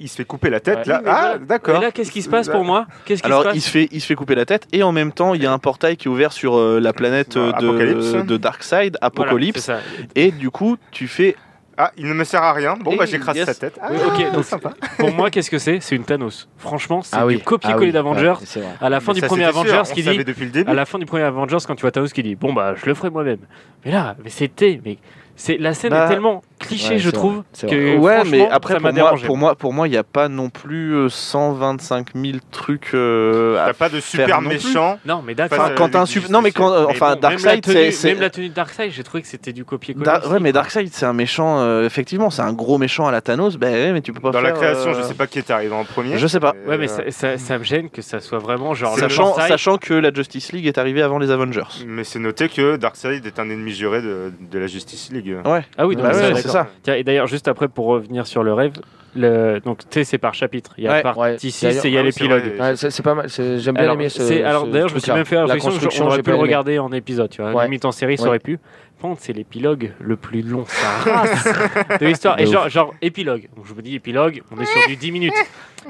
[SPEAKER 4] Il se fait couper la tête,
[SPEAKER 1] Euh. Ouais.
[SPEAKER 4] là.
[SPEAKER 1] Oui, mais
[SPEAKER 4] Ah,
[SPEAKER 1] voilà.
[SPEAKER 4] d'accord.
[SPEAKER 1] Et là, qu'est-ce qui se passe pour moi Qu'est-ce qui se
[SPEAKER 2] Alors
[SPEAKER 1] passe
[SPEAKER 2] il se, fait, il se fait couper la tête et en même temps il y a un portail qui est ouvert sur euh, la planète euh, de,
[SPEAKER 4] Bah, Apocalypse.
[SPEAKER 2] de Darkseid,
[SPEAKER 1] Voilà,
[SPEAKER 2] Apocalypse,
[SPEAKER 1] c'est ça.
[SPEAKER 2] et du coup tu fais
[SPEAKER 4] Ah, il ne me sert à rien. Bon,
[SPEAKER 2] Et
[SPEAKER 4] bah, j'écrase
[SPEAKER 2] yes.
[SPEAKER 4] sa tête. Ah,
[SPEAKER 1] Oui, ok, donc
[SPEAKER 4] sympa.
[SPEAKER 1] pour moi, qu'est-ce que c'est C'est une Thanos. Franchement, c'est
[SPEAKER 6] Ah oui,
[SPEAKER 1] du copier-coller
[SPEAKER 6] ah oui,
[SPEAKER 1] d'Avengers.
[SPEAKER 6] ouais, c'est vrai.
[SPEAKER 1] À la fin
[SPEAKER 4] Mais
[SPEAKER 1] du
[SPEAKER 4] ça,
[SPEAKER 1] premier
[SPEAKER 4] c'était sûr,
[SPEAKER 1] Avengers,
[SPEAKER 4] on
[SPEAKER 1] qui
[SPEAKER 4] savait
[SPEAKER 1] dit
[SPEAKER 4] depuis le début.
[SPEAKER 1] à la fin du premier Avengers, quand tu vois Thanos qui dit bon bah je le ferai moi-même. Mais là, mais c'était, mais c'est la scène
[SPEAKER 2] Bah,
[SPEAKER 1] est tellement cliché,
[SPEAKER 6] Ouais,
[SPEAKER 1] je
[SPEAKER 6] c'est
[SPEAKER 1] trouve.
[SPEAKER 6] vrai, c'est
[SPEAKER 1] que,
[SPEAKER 2] ouais,
[SPEAKER 1] franchement,
[SPEAKER 2] mais après,
[SPEAKER 1] ça m'a
[SPEAKER 2] pour moi,
[SPEAKER 1] dérangé.
[SPEAKER 2] pour moi, pour moi, il n'y a pas non plus euh, 125 000 trucs euh, à
[SPEAKER 4] T'as pas de
[SPEAKER 2] faire
[SPEAKER 4] super
[SPEAKER 2] non plus.
[SPEAKER 4] méchant.
[SPEAKER 1] Non, mais Dark
[SPEAKER 4] Enfin,
[SPEAKER 1] Side-
[SPEAKER 4] euh,
[SPEAKER 2] quand
[SPEAKER 4] les
[SPEAKER 2] un sup-
[SPEAKER 4] guiches,
[SPEAKER 2] non mais
[SPEAKER 4] c'est
[SPEAKER 2] quand
[SPEAKER 4] sûr.
[SPEAKER 2] euh,
[SPEAKER 4] Mais
[SPEAKER 2] enfin
[SPEAKER 4] bon,
[SPEAKER 1] même, la
[SPEAKER 2] Darkseid c'est-
[SPEAKER 1] tenue,
[SPEAKER 2] c'est
[SPEAKER 1] même la tenue de Darkseid, j'ai trouvé que c'était du copier-coller.
[SPEAKER 2] Dar- ouais
[SPEAKER 1] aussi,
[SPEAKER 2] mais
[SPEAKER 1] quoi.
[SPEAKER 2] Darkseid c'est un méchant euh, effectivement c'est un gros méchant à la Thanos ben ouais, mais tu peux pas
[SPEAKER 4] Dans
[SPEAKER 2] faire
[SPEAKER 4] la création,
[SPEAKER 2] euh,
[SPEAKER 4] je sais pas qui est arrivé en premier.
[SPEAKER 2] je sais pas.
[SPEAKER 1] Ouais, mais ça,
[SPEAKER 4] euh,
[SPEAKER 1] ça- ça me gêne que ça soit vraiment genre. le
[SPEAKER 2] sachant
[SPEAKER 1] Darkseid-
[SPEAKER 2] sachant que la Justice League est arrivée avant les Avengers
[SPEAKER 4] Mais c'est noté que Darkseid est un ennemi juré de, de la Justice League.
[SPEAKER 1] Ah oui, donc
[SPEAKER 2] Bah
[SPEAKER 1] ça,
[SPEAKER 2] ouais,
[SPEAKER 1] d'accord.
[SPEAKER 2] c'est ça
[SPEAKER 1] Tiens, et d'ailleurs, juste après, pour revenir sur le rêve, le... donc tu sais, c'est par chapitre. Il y a
[SPEAKER 2] Ouais.
[SPEAKER 1] partie
[SPEAKER 6] Ouais.
[SPEAKER 1] 6
[SPEAKER 6] D'ailleurs-
[SPEAKER 1] et il y a
[SPEAKER 4] Ah oui, c'est vrai.
[SPEAKER 1] l'épilogue.
[SPEAKER 6] Ouais, c'est c'est pas mal, c'est- j'aime bien
[SPEAKER 1] Alors,
[SPEAKER 6] aimer ce.
[SPEAKER 1] c'est- alors
[SPEAKER 6] ce
[SPEAKER 1] d'ailleurs, je me suis
[SPEAKER 6] truc-là.
[SPEAKER 1] même fait la
[SPEAKER 6] La
[SPEAKER 1] réflexion,
[SPEAKER 6] construction,
[SPEAKER 1] on aurait
[SPEAKER 6] j'ai
[SPEAKER 1] pu
[SPEAKER 6] pas
[SPEAKER 1] le
[SPEAKER 6] aimé.
[SPEAKER 1] regarder en épisode, tu vois,
[SPEAKER 6] Ouais.
[SPEAKER 1] limite en série, ça
[SPEAKER 6] Ouais. Ah,
[SPEAKER 1] aurait pu. Par contre, c'est l'épilogue le plus long, ça rase de l'histoire. Et
[SPEAKER 6] De
[SPEAKER 1] genre, genre, épilogue. Donc, je me dis, épilogue, on est sur du 10 minutes.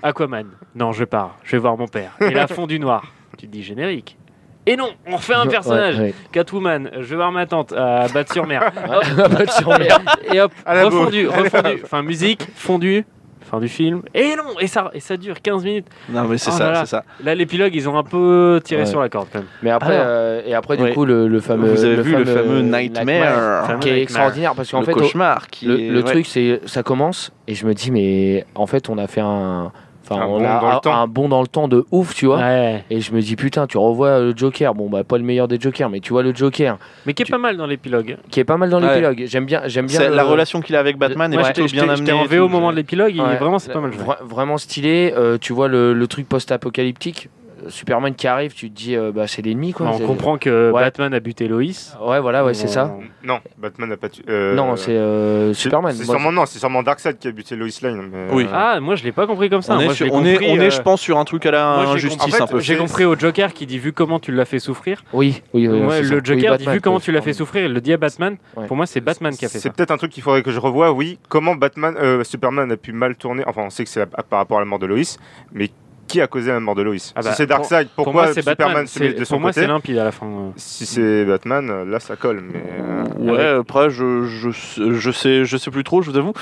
[SPEAKER 1] Aquaman, non, je pars, je vais voir mon père. Et la fond du noir, tu te dis générique. Et non, on refait un
[SPEAKER 6] Ouais,
[SPEAKER 1] personnage.
[SPEAKER 6] ouais.
[SPEAKER 1] Catwoman, je vais voir ma tante euh, à Batte-sur-Mer.
[SPEAKER 6] Ah bah, tiens, on est-
[SPEAKER 1] et hop,
[SPEAKER 4] À la
[SPEAKER 1] refondu,
[SPEAKER 4] boule.
[SPEAKER 1] refondu. Enfin, musique, fondu, fin du film. Et non, et ça, et ça dure 15 minutes.
[SPEAKER 2] non mais c'est
[SPEAKER 1] Oh
[SPEAKER 2] ça
[SPEAKER 1] là là.
[SPEAKER 2] c'est ça
[SPEAKER 1] Là, l'épilogue, ils ont un peu tiré
[SPEAKER 6] Ouais.
[SPEAKER 1] sur la corde quand même.
[SPEAKER 6] Mais après,
[SPEAKER 2] Alors,
[SPEAKER 6] euh, et après,
[SPEAKER 2] ouais.
[SPEAKER 6] du coup, le, le fameux.
[SPEAKER 2] vous avez vu le fameux Nightmare,
[SPEAKER 1] Nightmare.
[SPEAKER 6] Qui est extraordinaire parce qu'en
[SPEAKER 2] le
[SPEAKER 6] fait, au-
[SPEAKER 2] cauchemar qui
[SPEAKER 6] le,
[SPEAKER 2] est-
[SPEAKER 6] le
[SPEAKER 2] ouais.
[SPEAKER 6] truc, c'est ça commence et je me dis, mais en fait, on a fait un. Enfin,
[SPEAKER 4] Un
[SPEAKER 6] on
[SPEAKER 4] bond
[SPEAKER 6] a
[SPEAKER 4] dans le
[SPEAKER 6] un-
[SPEAKER 4] temps.
[SPEAKER 6] un bond dans le temps de ouf, tu vois.
[SPEAKER 1] Ouais.
[SPEAKER 6] Et je me dis, putain, tu revois le Joker. Bon, bah, pas le meilleur des Jokers, mais tu vois le Joker
[SPEAKER 1] Mais qui est
[SPEAKER 6] Tu-
[SPEAKER 1] pas mal dans l'épilogue.
[SPEAKER 6] qui est pas mal dans
[SPEAKER 2] Ouais.
[SPEAKER 6] l'épilogue. J'aime bien. J'aime bien
[SPEAKER 2] C'est- la
[SPEAKER 6] le-
[SPEAKER 2] relation qu'il a avec Batman est
[SPEAKER 1] Moi,
[SPEAKER 2] plutôt
[SPEAKER 1] j'étais-
[SPEAKER 2] bien
[SPEAKER 1] j'étais-
[SPEAKER 2] amenée
[SPEAKER 1] J'étais en
[SPEAKER 2] et
[SPEAKER 1] VO au
[SPEAKER 2] tout.
[SPEAKER 1] moment de l'épilogue, et
[SPEAKER 6] Ouais.
[SPEAKER 1] vraiment, c'est pas mal joué.
[SPEAKER 6] Vra- vraiment stylé. euh, tu vois le, le truc post-apocalyptique. euh, Superman qui arrive, tu te dis, euh, bah, c'est l'ennemi, quoi.
[SPEAKER 1] Bah, on
[SPEAKER 6] C'est-
[SPEAKER 1] comprend que
[SPEAKER 6] Ouais.
[SPEAKER 1] Batman a buté Loïs.
[SPEAKER 6] Ouais, voilà, ouais, c'est ça.
[SPEAKER 4] Non, Batman n'a pas tué. euh,
[SPEAKER 6] non, c'est euh,
[SPEAKER 4] c'est-
[SPEAKER 6] Superman.
[SPEAKER 4] C'est
[SPEAKER 6] Moi,
[SPEAKER 4] sûrement, non, c'est sûrement Darkseid qui a buté Lois Lane. mais,
[SPEAKER 2] Oui.
[SPEAKER 4] euh,
[SPEAKER 1] Ah, moi, je l'ai pas compris comme ça.
[SPEAKER 2] on est,
[SPEAKER 1] Moi, je
[SPEAKER 2] sur-
[SPEAKER 1] l'ai
[SPEAKER 2] on est,
[SPEAKER 1] compris,
[SPEAKER 2] on
[SPEAKER 1] euh,
[SPEAKER 2] est, je pense, sur un truc à la
[SPEAKER 1] moi, j'ai
[SPEAKER 2] injustice
[SPEAKER 1] compris- en fait,
[SPEAKER 2] un peu.
[SPEAKER 1] J'ai compris au Joker qui dit vu comment tu l'as fait souffrir.
[SPEAKER 6] Oui, oui, oui,
[SPEAKER 1] Ouais,
[SPEAKER 6] Euh, c'est ça.
[SPEAKER 1] le
[SPEAKER 6] Oui,
[SPEAKER 1] Joker dit
[SPEAKER 6] Batman,
[SPEAKER 1] vu comment tu l'as
[SPEAKER 6] pardon.
[SPEAKER 1] fait souffrir, il le dit à Batman.
[SPEAKER 6] Ouais.
[SPEAKER 1] Pour moi, c'est Batman qui a fait
[SPEAKER 4] C'est
[SPEAKER 1] ça.
[SPEAKER 4] peut-être un truc qu'il faudrait que je revoie, oui. Comment Batman, euh, Superman a pu mal tourner Enfin, on sait que c'est à- par rapport à la mort de Lois, mais qui a causé la mort de Lois
[SPEAKER 1] Ah bah,
[SPEAKER 4] Si c'est Darkseid,
[SPEAKER 1] Pour
[SPEAKER 4] pourquoi
[SPEAKER 1] moi, c'est Batman.
[SPEAKER 4] Superman se met
[SPEAKER 1] C'est-
[SPEAKER 4] de
[SPEAKER 1] Pour
[SPEAKER 4] son
[SPEAKER 1] moi, c'est
[SPEAKER 4] côté
[SPEAKER 1] limpide à la fin. euh.
[SPEAKER 4] Si c'est Batman, euh, là, ça colle. Mais euh,
[SPEAKER 2] Ouais, après, je, je, sais- je, sais, je sais plus trop, je vous avoue.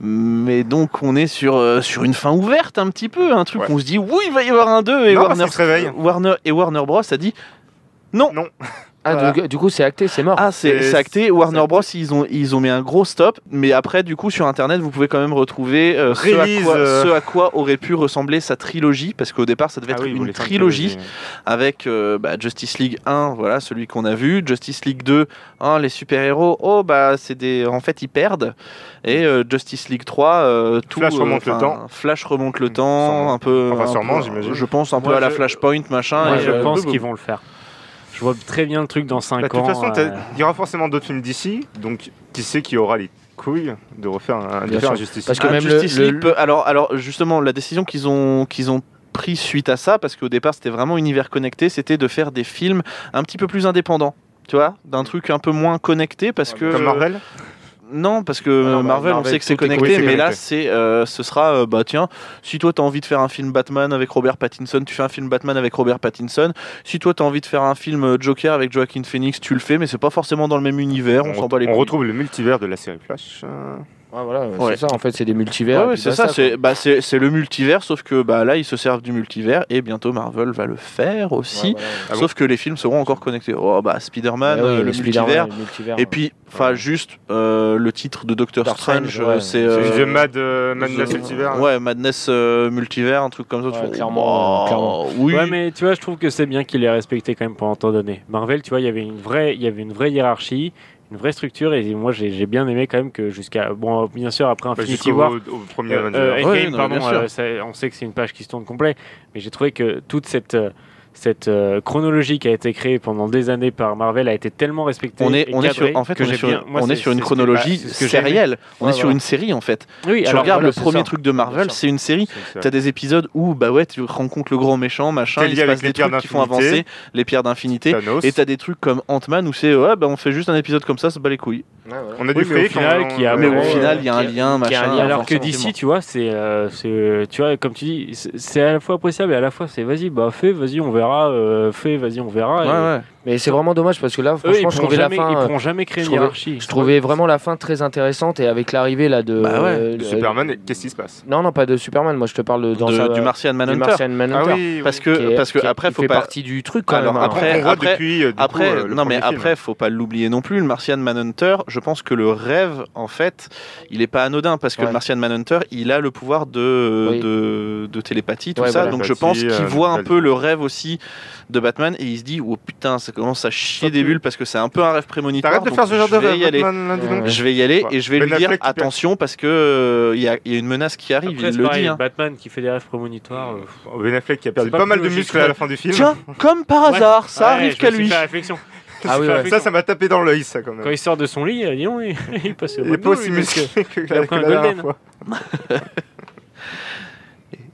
[SPEAKER 2] Mais donc, on est sur, euh, sur une fin ouverte un petit peu, un truc
[SPEAKER 4] Ouais.
[SPEAKER 2] où on se dit, oui, il va y avoir un 2. Et,
[SPEAKER 4] Non, parce
[SPEAKER 2] Warner,
[SPEAKER 4] qu'il se réveille.
[SPEAKER 2] Warner, et Warner Bros. a dit,
[SPEAKER 6] Ah,
[SPEAKER 2] Voilà.
[SPEAKER 6] donc, du coup, c'est acté, c'est mort.
[SPEAKER 2] ah, c'est
[SPEAKER 4] c'est-
[SPEAKER 2] c'est acté. Warner
[SPEAKER 4] acté.
[SPEAKER 2] Bros. Ils ont, ils ont mis un gros stop. Mais après, du coup, sur Internet, vous pouvez quand même retrouver euh, ce, à
[SPEAKER 4] Release,
[SPEAKER 2] quoi,
[SPEAKER 4] euh.
[SPEAKER 2] ce à quoi aurait pu ressembler sa trilogie. Parce qu'au départ, ça devait être
[SPEAKER 4] ah oui, vous
[SPEAKER 2] une
[SPEAKER 4] voulez faire
[SPEAKER 2] trilogie. avec euh, bah, Justice League 1, voilà celui qu'on a vu, Justice League 2, hein, les super-héros, oh bah c'est des en fait ils perdent et euh, Justice League 3 euh, tout
[SPEAKER 4] Flash remonte le
[SPEAKER 2] enfin,
[SPEAKER 4] temps.
[SPEAKER 2] Flash remonte le temps
[SPEAKER 4] Sûrement.
[SPEAKER 2] un peu
[SPEAKER 4] Enfin,
[SPEAKER 2] un
[SPEAKER 4] sûrement,
[SPEAKER 2] peu,
[SPEAKER 4] j'imagine.
[SPEAKER 2] Je pense un peu
[SPEAKER 1] Mm, Moi,
[SPEAKER 2] à la
[SPEAKER 1] je-
[SPEAKER 2] Flashpoint machin
[SPEAKER 1] Moi,
[SPEAKER 2] et,
[SPEAKER 1] je
[SPEAKER 2] euh,
[SPEAKER 1] pense
[SPEAKER 2] boum,
[SPEAKER 1] qu'ils vont le faire. Je vois très bien le truc dans 5
[SPEAKER 4] Bah, de
[SPEAKER 1] ans.
[SPEAKER 4] toute façon, t'as-
[SPEAKER 1] euh,
[SPEAKER 4] il y aura forcément d'autres films d'ici, donc qui sait qui aura les couilles de refaire un, de
[SPEAKER 6] Bien
[SPEAKER 4] faire
[SPEAKER 6] sûr.
[SPEAKER 4] un Justice
[SPEAKER 6] Parce
[SPEAKER 4] League.
[SPEAKER 6] que
[SPEAKER 2] Ah,
[SPEAKER 6] même le-
[SPEAKER 2] Justice
[SPEAKER 6] le-
[SPEAKER 2] League peut- alors alors justement la décision qu'ils ont qu'ils ont pris suite à ça parce qu'au départ c'était vraiment univers connecté c'était de faire des films un petit peu plus indépendants tu vois d'un truc un peu moins connecté parce que
[SPEAKER 4] Comme Marvel
[SPEAKER 2] Non, parce que euh,
[SPEAKER 4] non, bah,
[SPEAKER 2] Marvel, on
[SPEAKER 4] Marvel,
[SPEAKER 2] sait que c'est
[SPEAKER 4] tout est
[SPEAKER 2] connecté,
[SPEAKER 4] connecté.
[SPEAKER 2] mais là,
[SPEAKER 4] Oui,
[SPEAKER 2] c'est, euh, ce sera, euh, bah tiens, si toi t'as envie de faire un film Batman avec Robert Pattinson, tu fais un film Batman avec Robert Pattinson. Si toi t'as envie de faire un film euh, Joker avec Joaquin Phoenix, tu le fais, mais c'est pas forcément dans le même univers, on, s'en bat les couilles.
[SPEAKER 4] retrouve le multivers de la série Flash. euh,
[SPEAKER 6] Ouais, voilà,
[SPEAKER 2] Ouais.
[SPEAKER 6] c'est ça, en fait, c'est des multivers.
[SPEAKER 2] Ouais,
[SPEAKER 6] et
[SPEAKER 2] ouais,
[SPEAKER 6] puis
[SPEAKER 2] c'est
[SPEAKER 6] basta,
[SPEAKER 2] ça, c'est, bah, c'est, c'est le multivers, sauf que bah, là, ils se servent du multivers, et bientôt Marvel va le faire
[SPEAKER 6] quoi.
[SPEAKER 2] aussi.
[SPEAKER 6] Ouais, voilà.
[SPEAKER 4] Ah bon
[SPEAKER 2] sauf que les films seront encore connectés. Oh bah, Spider-Man,
[SPEAKER 6] Ouais, ouais,
[SPEAKER 2] euh, le
[SPEAKER 6] Spider-Man,
[SPEAKER 2] multivers.
[SPEAKER 6] le multivers,
[SPEAKER 2] Et puis, enfin, juste euh, le titre de Doctor,
[SPEAKER 6] Doctor
[SPEAKER 2] Strange,
[SPEAKER 6] Strange, ouais.
[SPEAKER 2] c'est.
[SPEAKER 4] Celui
[SPEAKER 2] euh,
[SPEAKER 4] de Mad, euh, Madness
[SPEAKER 2] The-
[SPEAKER 4] Multivers.
[SPEAKER 2] Ouais, Madness euh, Multivers, un truc comme ça. tu
[SPEAKER 6] hein. Ouais,
[SPEAKER 2] fais,
[SPEAKER 6] clairement,
[SPEAKER 2] wow,
[SPEAKER 6] ouais, clairement.
[SPEAKER 2] Oui.
[SPEAKER 1] Ouais, mais tu vois, je trouve que c'est bien qu'il ait respecté quand même pendant tant d'années. Marvel, tu vois, il y avait une vraie, il y avait une vraie hiérarchie, une vraie structure, et moi, j'ai j'ai bien aimé quand même que jusqu'à, bon, bien sûr, après
[SPEAKER 4] Bah,
[SPEAKER 1] Infinity
[SPEAKER 4] jusqu'au
[SPEAKER 1] War,
[SPEAKER 4] au premier
[SPEAKER 1] euh,
[SPEAKER 4] Avenger.
[SPEAKER 1] euh, Endgame,
[SPEAKER 2] Ouais, non,
[SPEAKER 1] pardon,
[SPEAKER 2] bien sûr.
[SPEAKER 1] euh, ça- on sait que c'est une page qui se tourne complet, mais j'ai trouvé que toute cette euh, cette euh, chronologie qui a été créée pendant des années par Marvel a été tellement respectée.
[SPEAKER 2] On est,
[SPEAKER 1] et
[SPEAKER 2] on est sur,
[SPEAKER 1] cadrée
[SPEAKER 2] en fait,
[SPEAKER 1] que
[SPEAKER 2] on est
[SPEAKER 1] j'ai
[SPEAKER 2] sur,
[SPEAKER 1] bien- moi,
[SPEAKER 2] on est
[SPEAKER 1] c'est-
[SPEAKER 2] sur une
[SPEAKER 1] c'est ce que-
[SPEAKER 2] chronologie
[SPEAKER 1] bah, c'est ce que j'ai aimé.
[SPEAKER 2] sérielle. On
[SPEAKER 6] Ouais,
[SPEAKER 2] est sur
[SPEAKER 6] voilà.
[SPEAKER 2] une série en fait.
[SPEAKER 1] Oui,
[SPEAKER 2] tu
[SPEAKER 1] alors,
[SPEAKER 2] regardes
[SPEAKER 6] voilà,
[SPEAKER 2] le
[SPEAKER 6] c'est
[SPEAKER 2] premier
[SPEAKER 6] ça.
[SPEAKER 2] truc de Marvel,
[SPEAKER 6] Bien sûr.
[SPEAKER 2] c'est une série.
[SPEAKER 4] C'est
[SPEAKER 2] T'as
[SPEAKER 4] ça.
[SPEAKER 2] des épisodes où bah ouais, tu rencontres le grand méchant, machin,
[SPEAKER 4] T'es
[SPEAKER 2] il se
[SPEAKER 4] lié avec
[SPEAKER 2] passe
[SPEAKER 4] les
[SPEAKER 2] des
[SPEAKER 4] pierres
[SPEAKER 2] trucs qui font
[SPEAKER 4] d'infinité.
[SPEAKER 2] avancer les pierres d'infinité.
[SPEAKER 4] Thanos.
[SPEAKER 2] Et t'as des trucs comme Ant-Man où c'est ouais, bah on fait juste un épisode comme ça, ça bat les couilles.
[SPEAKER 4] On a
[SPEAKER 1] Oui, mais
[SPEAKER 4] du
[SPEAKER 1] au
[SPEAKER 4] fric,
[SPEAKER 1] final,
[SPEAKER 4] on-
[SPEAKER 1] qui a-
[SPEAKER 4] on-
[SPEAKER 2] Mais au
[SPEAKER 1] ouais,
[SPEAKER 2] final,
[SPEAKER 6] ouais,
[SPEAKER 2] il y a un
[SPEAKER 6] qui a-
[SPEAKER 2] lien,
[SPEAKER 6] qui a un
[SPEAKER 2] machin.
[SPEAKER 6] lien,
[SPEAKER 2] enfin,
[SPEAKER 1] Ah, Alors que
[SPEAKER 2] forcément.
[SPEAKER 1] d'ici, tu vois, c'est, euh, c'est, euh, tu vois, comme tu dis, c'est c'est à la fois appréciable et à la fois c'est vas-y, bah fais, vas-y, on verra, euh, fais, vas-y, on verra.
[SPEAKER 2] Ouais,
[SPEAKER 1] et
[SPEAKER 2] ouais.
[SPEAKER 6] Mais c'est vraiment dommage parce que là,
[SPEAKER 1] Eux, ils
[SPEAKER 6] franchement, je
[SPEAKER 1] pourront
[SPEAKER 6] trouvais la
[SPEAKER 1] jamais,
[SPEAKER 6] fin.
[SPEAKER 1] ils
[SPEAKER 6] euh,
[SPEAKER 1] pourront jamais créer
[SPEAKER 6] je
[SPEAKER 1] une
[SPEAKER 6] trouvais-
[SPEAKER 1] hiérarchie.
[SPEAKER 6] Je trouvais vraiment la fin très intéressante et avec l'arrivée là de.
[SPEAKER 2] Bah ouais,
[SPEAKER 6] euh,
[SPEAKER 4] De
[SPEAKER 6] le-
[SPEAKER 4] Superman, et qu'est-ce qui se passe
[SPEAKER 6] Non, non, pas de Superman. Moi, je te parle de, dans
[SPEAKER 2] de-
[SPEAKER 6] sa-
[SPEAKER 2] du Martian
[SPEAKER 6] du
[SPEAKER 2] Manhunter.
[SPEAKER 6] Martian Manhunter.
[SPEAKER 4] oui,
[SPEAKER 2] Parce
[SPEAKER 6] qui
[SPEAKER 2] que,
[SPEAKER 6] est-
[SPEAKER 2] parce que
[SPEAKER 6] qui est-
[SPEAKER 2] après,
[SPEAKER 6] qui
[SPEAKER 2] faut
[SPEAKER 6] fait
[SPEAKER 2] pas.
[SPEAKER 6] partie du truc quand
[SPEAKER 2] Alors,
[SPEAKER 6] même. hein.
[SPEAKER 2] après-
[SPEAKER 4] on voit depuis. euh, du
[SPEAKER 2] Après,
[SPEAKER 4] coup, euh, le
[SPEAKER 2] non mais
[SPEAKER 4] premier film.
[SPEAKER 2] après, faut pas l'oublier non plus. Le Martian Manhunter, je pense que le rêve, en fait, il est pas anodin parce que
[SPEAKER 6] Ouais.
[SPEAKER 2] le Martian Manhunter, il a le pouvoir de euh,
[SPEAKER 6] Oui.
[SPEAKER 2] de, de télépathie, tout
[SPEAKER 6] Ouais,
[SPEAKER 2] ça.
[SPEAKER 6] voilà.
[SPEAKER 2] Donc je pense
[SPEAKER 4] Télépathie,
[SPEAKER 2] qu'il
[SPEAKER 4] euh,
[SPEAKER 2] voit un
[SPEAKER 4] nouvelle-
[SPEAKER 2] peu le rêve aussi de Batman et il se dit, oh putain, ça commence à chier des bulles parce que c'est un peu un rêve prémonitoire.
[SPEAKER 4] T'arrêtes de
[SPEAKER 2] donc
[SPEAKER 4] faire ce genre
[SPEAKER 2] je
[SPEAKER 4] de
[SPEAKER 2] vais y
[SPEAKER 4] rêve,
[SPEAKER 2] aller.
[SPEAKER 4] Batman, lundi, donc.
[SPEAKER 6] Ouais.
[SPEAKER 2] Je vais y aller et je vais
[SPEAKER 4] Ben
[SPEAKER 2] lui dire
[SPEAKER 4] Affleck qui perd-
[SPEAKER 2] attention parce que euh, il y, a- il y a une menace qui arrive.
[SPEAKER 1] Après,
[SPEAKER 2] il
[SPEAKER 1] c'est
[SPEAKER 2] le
[SPEAKER 1] pareil,
[SPEAKER 2] dit. hein.
[SPEAKER 1] Batman qui fait des rêves prémonitoires. euh,
[SPEAKER 4] Oh, Ben Affleck qui a perdu
[SPEAKER 1] C'est pas
[SPEAKER 4] pas mal de
[SPEAKER 1] plus
[SPEAKER 4] muscles
[SPEAKER 1] logique.
[SPEAKER 4] à la fin du film.
[SPEAKER 2] Tiens, comme par
[SPEAKER 4] Ah,
[SPEAKER 1] Ouais.
[SPEAKER 2] hasard, ça
[SPEAKER 1] ouais,
[SPEAKER 2] arrive
[SPEAKER 1] je
[SPEAKER 2] qu'à
[SPEAKER 1] me suis
[SPEAKER 2] lui.
[SPEAKER 1] fait la réflexion.
[SPEAKER 6] Ah oui,
[SPEAKER 1] Ça
[SPEAKER 6] ouais.
[SPEAKER 1] fait-
[SPEAKER 4] Ça, ça m'a tapé dans l'œil, ça quand
[SPEAKER 1] Quand
[SPEAKER 4] même.
[SPEAKER 1] il sort de son lit, il dit non, il, il passe.
[SPEAKER 4] Il est pas aussi musclé que
[SPEAKER 1] il a
[SPEAKER 4] la que
[SPEAKER 1] pris un
[SPEAKER 4] la dernière
[SPEAKER 1] Golden.
[SPEAKER 4] fois.